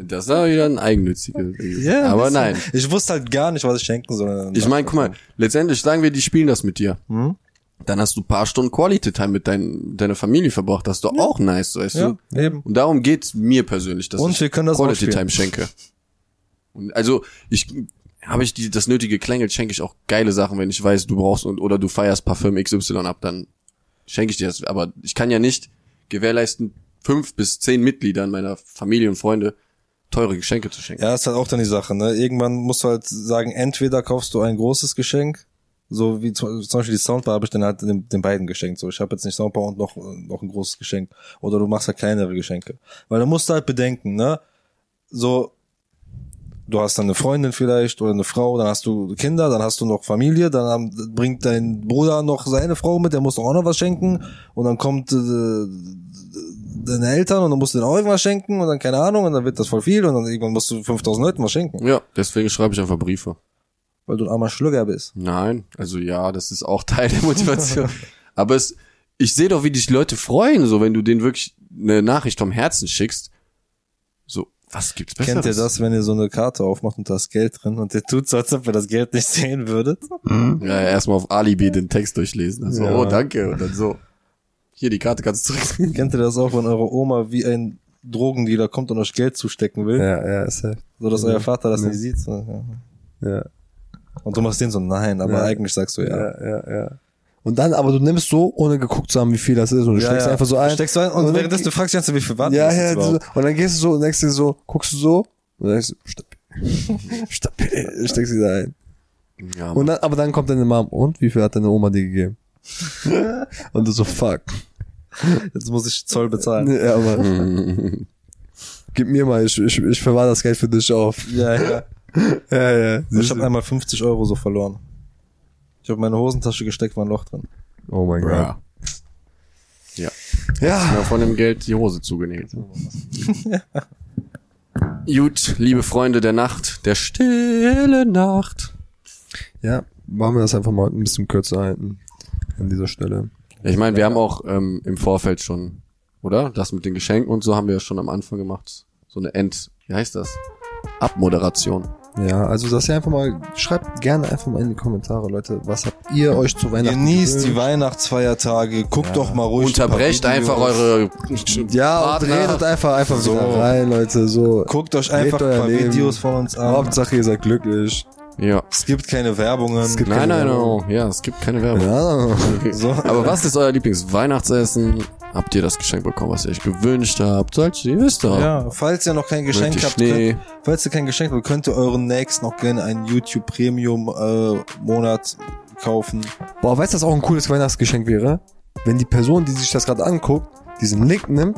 [SPEAKER 1] Das ist aber wieder ein eigennütziges Ding.
[SPEAKER 2] Ja,
[SPEAKER 1] aber
[SPEAKER 2] weißt du,
[SPEAKER 1] nein.
[SPEAKER 2] Ich wusste halt gar nicht, was ich schenken soll.
[SPEAKER 1] Ich meine, guck mal, letztendlich sagen wir, die spielen das mit dir.
[SPEAKER 2] Hm?
[SPEAKER 1] Dann hast du ein paar Stunden Quality Time mit dein, deiner Familie verbracht. Das ist doch auch nice, weißt
[SPEAKER 2] Ja,
[SPEAKER 1] du?
[SPEAKER 2] eben.
[SPEAKER 1] Und darum geht's mir persönlich, dass
[SPEAKER 2] Und
[SPEAKER 1] ich
[SPEAKER 2] wir können das
[SPEAKER 1] Quality
[SPEAKER 2] ausspielen.
[SPEAKER 1] Time schenke. Und also ich habe ich die, das nötige Klingel, schenke ich auch geile Sachen, wenn ich weiß, du brauchst und oder du feierst Parfüm XY ab, dann schenke ich dir das. Aber ich kann ja nicht gewährleisten, fünf bis zehn Mitgliedern meiner Familie und Freunde teure Geschenke zu schenken.
[SPEAKER 2] Ja, ist halt auch dann die Sache, ne? Irgendwann musst du halt sagen, entweder kaufst du ein großes Geschenk, so wie zum zum Beispiel die Soundbar habe ich dann halt den, den beiden geschenkt. So, ich habe jetzt nicht Soundbar und noch, noch ein großes Geschenk. Oder du machst halt kleinere Geschenke. Weil da musst du halt bedenken, ne? So, du hast dann eine Freundin vielleicht oder eine Frau, dann hast du Kinder, dann hast du noch Familie, dann haben, bringt dein Bruder noch seine Frau mit, der muss auch noch was schenken und dann kommt äh, deine Eltern und dann musst du denen auch irgendwas schenken und dann keine Ahnung und dann wird das voll viel und dann irgendwann musst du 5000 Leuten was schenken,
[SPEAKER 1] Ja, deswegen schreibe ich einfach Briefe.
[SPEAKER 2] weil du ein armer Schlügger bist.
[SPEAKER 1] Nein, also ja, das ist auch Teil der Motivation. Aber es, ich sehe doch, wie dich Leute freuen, so wenn du denen wirklich eine Nachricht vom Herzen schickst. So, was gibt's Besseres?
[SPEAKER 2] Kennt ihr das, wenn ihr so eine Karte aufmacht und da ist Geld drin und ihr tut so, als ob ihr das Geld nicht sehen würdet?
[SPEAKER 1] Ja, erstmal auf Alibi den Text durchlesen. Also,
[SPEAKER 4] Ja.
[SPEAKER 1] oh, danke. Und dann so. Hier, die Karte kannst du zurück.
[SPEAKER 2] Kennt ihr das auch, wenn eure Oma wie ein Drogendealer kommt und euch Geld zustecken will,
[SPEAKER 4] Ja, ja, ist halt,
[SPEAKER 2] so dass euer Vater das
[SPEAKER 4] Ja.
[SPEAKER 2] nicht sieht? So, Mhm. ja.
[SPEAKER 4] ja.
[SPEAKER 2] Und du machst den so, nein, aber
[SPEAKER 4] Ja.
[SPEAKER 2] eigentlich sagst du ja. ja.
[SPEAKER 4] ja, ja, ja. Und dann, aber du nimmst so, ohne geguckt zu haben, wie viel das ist, und du steckst einfach so ein.
[SPEAKER 2] Steckst du ein Also und,
[SPEAKER 4] dann-
[SPEAKER 2] währenddessen fragst du dich, wie viel war
[SPEAKER 4] ja,
[SPEAKER 2] das jetzt
[SPEAKER 4] ja, so,
[SPEAKER 2] überhaupt?
[SPEAKER 4] und dann gehst du so und denkst dir so, guckst du so, und denkst du, stabil, stabil, steckst sie da ein.
[SPEAKER 1] Ja,
[SPEAKER 4] Und dann, aber dann kommt deine Mom, und wie viel hat deine Oma dir gegeben? und du so, fuck.
[SPEAKER 2] Jetzt muss ich Zoll bezahlen.
[SPEAKER 4] Ja, aber
[SPEAKER 1] Mann.
[SPEAKER 4] gib mir mal, ich, ich, ich verwahre das Geld für dich auf.
[SPEAKER 2] Ja, ja.
[SPEAKER 4] Ja, ja.
[SPEAKER 2] Ich habe einmal 50 Euro so verloren. Ich habe meine Hosentasche gesteckt, war ein Loch drin.
[SPEAKER 4] Oh mein Gott.
[SPEAKER 1] ja. Ja.
[SPEAKER 4] Ja.
[SPEAKER 1] Mir von dem Geld die Hose zugenäht. Gut, liebe Freunde der Nacht, der stille Nacht.
[SPEAKER 4] Ja, machen wir das einfach mal ein bisschen kürzer halten. An dieser Stelle.
[SPEAKER 1] Ich meine, wir haben auch ähm, im Vorfeld schon, oder? Das mit den Geschenken und so haben wir ja schon am Anfang gemacht. So eine End, wie heißt das? Abmoderation.
[SPEAKER 4] Ja, also das hier einfach mal, schreibt gerne einfach mal in die Kommentare, Leute, was habt ihr euch zu Weihnachten
[SPEAKER 2] Genießt die
[SPEAKER 4] gewünscht?
[SPEAKER 2] Weihnachtsfeiertage, guckt doch mal ruhig.
[SPEAKER 1] Unterbrecht
[SPEAKER 2] ein paar Videos.
[SPEAKER 1] einfach eure
[SPEAKER 4] Ja, und
[SPEAKER 1] Partner.
[SPEAKER 4] redet einfach, einfach so.
[SPEAKER 2] So.
[SPEAKER 4] wieder rein, Leute, so.
[SPEAKER 2] Guckt euch
[SPEAKER 4] Lebt
[SPEAKER 2] einfach ein
[SPEAKER 4] euer
[SPEAKER 2] paar
[SPEAKER 4] Leben.
[SPEAKER 2] Videos von uns an.
[SPEAKER 4] Hauptsache ihr seid glücklich.
[SPEAKER 1] Ja.
[SPEAKER 2] Es gibt keine Werbungen.
[SPEAKER 4] Es gibt-
[SPEAKER 1] Nein,
[SPEAKER 4] keine
[SPEAKER 1] nein,
[SPEAKER 4] Werbung.
[SPEAKER 1] nein. Ja, es gibt keine Werbung.
[SPEAKER 4] Ja,
[SPEAKER 2] so.
[SPEAKER 1] Aber was ist euer Lieblingsweihnachtsessen? Habt ihr das Geschenk bekommen, was ihr euch gewünscht habt? Solche, ihr wisst doch.
[SPEAKER 2] ja, falls ihr noch kein
[SPEAKER 1] Mögt ihr
[SPEAKER 2] Geschenk habt,
[SPEAKER 1] Schnee?
[SPEAKER 2] könnt, falls ihr kein Geschenk habt, könnt ihr euren Next noch gerne einen YouTube Premium äh, Monat kaufen.
[SPEAKER 4] Boah, weißt du, was auch ein cooles Weihnachtsgeschenk wäre? Wenn die Person, die sich das gerade anguckt, diesen Link nimmt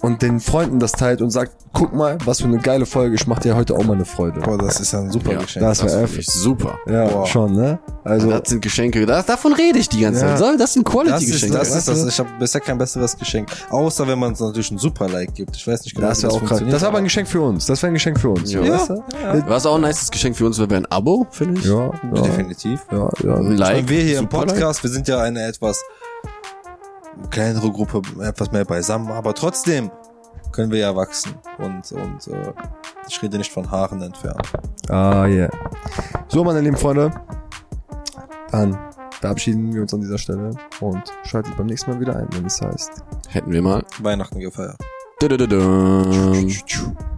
[SPEAKER 4] und den Freunden das teilt und sagt, guck mal, was für eine geile Folge, ich mach dir heute auch mal eine Freude.
[SPEAKER 2] Boah, das ist ja ein super
[SPEAKER 1] Ja,
[SPEAKER 2] Geschenk.
[SPEAKER 4] das wär
[SPEAKER 1] finde
[SPEAKER 4] epic.
[SPEAKER 1] ich super.
[SPEAKER 4] Ja,
[SPEAKER 2] Boah.
[SPEAKER 4] schon, ne? Also,
[SPEAKER 1] das sind Geschenke. Das, davon rede ich die ganze
[SPEAKER 4] Ja.
[SPEAKER 1] Zeit. So, Das sind
[SPEAKER 2] Das ist,
[SPEAKER 1] Quality-Geschenke.
[SPEAKER 2] das ist
[SPEAKER 4] Weißt
[SPEAKER 2] das.
[SPEAKER 4] du?
[SPEAKER 2] Ich habe bisher kein besseres Geschenk. Außer wenn man es natürlich ein Super Like gibt. Ich weiß nicht genau,
[SPEAKER 4] das
[SPEAKER 2] wie
[SPEAKER 4] wäre auch krass.
[SPEAKER 2] funktioniert,
[SPEAKER 4] Das wäre aber ein Geschenk für uns. Das wäre ein Geschenk für uns.
[SPEAKER 1] Ja.
[SPEAKER 4] weißt du?
[SPEAKER 1] Was auch ein nices Geschenk für uns wäre, wäre ein Abo, finde ich.
[SPEAKER 4] ja, ja,
[SPEAKER 2] Definitiv.
[SPEAKER 4] ja, ja.
[SPEAKER 1] Ein Like.
[SPEAKER 2] Wenn wir hier im
[SPEAKER 1] Super Like.
[SPEAKER 2] Podcast, wir sind ja eine etwas kleinere Gruppe, etwas mehr beisammen, aber trotzdem können wir ja wachsen und, und äh, ich rede nicht von Haaren entfernen.
[SPEAKER 4] Ah, yeah. So, meine lieben Freunde, dann verabschieden wir uns an dieser Stelle und schaltet beim nächsten Mal wieder ein, wenn es heißt.
[SPEAKER 1] Hätten wir mal.
[SPEAKER 2] Weihnachten gefeiert.
[SPEAKER 1] Dö, dö, dö, dö.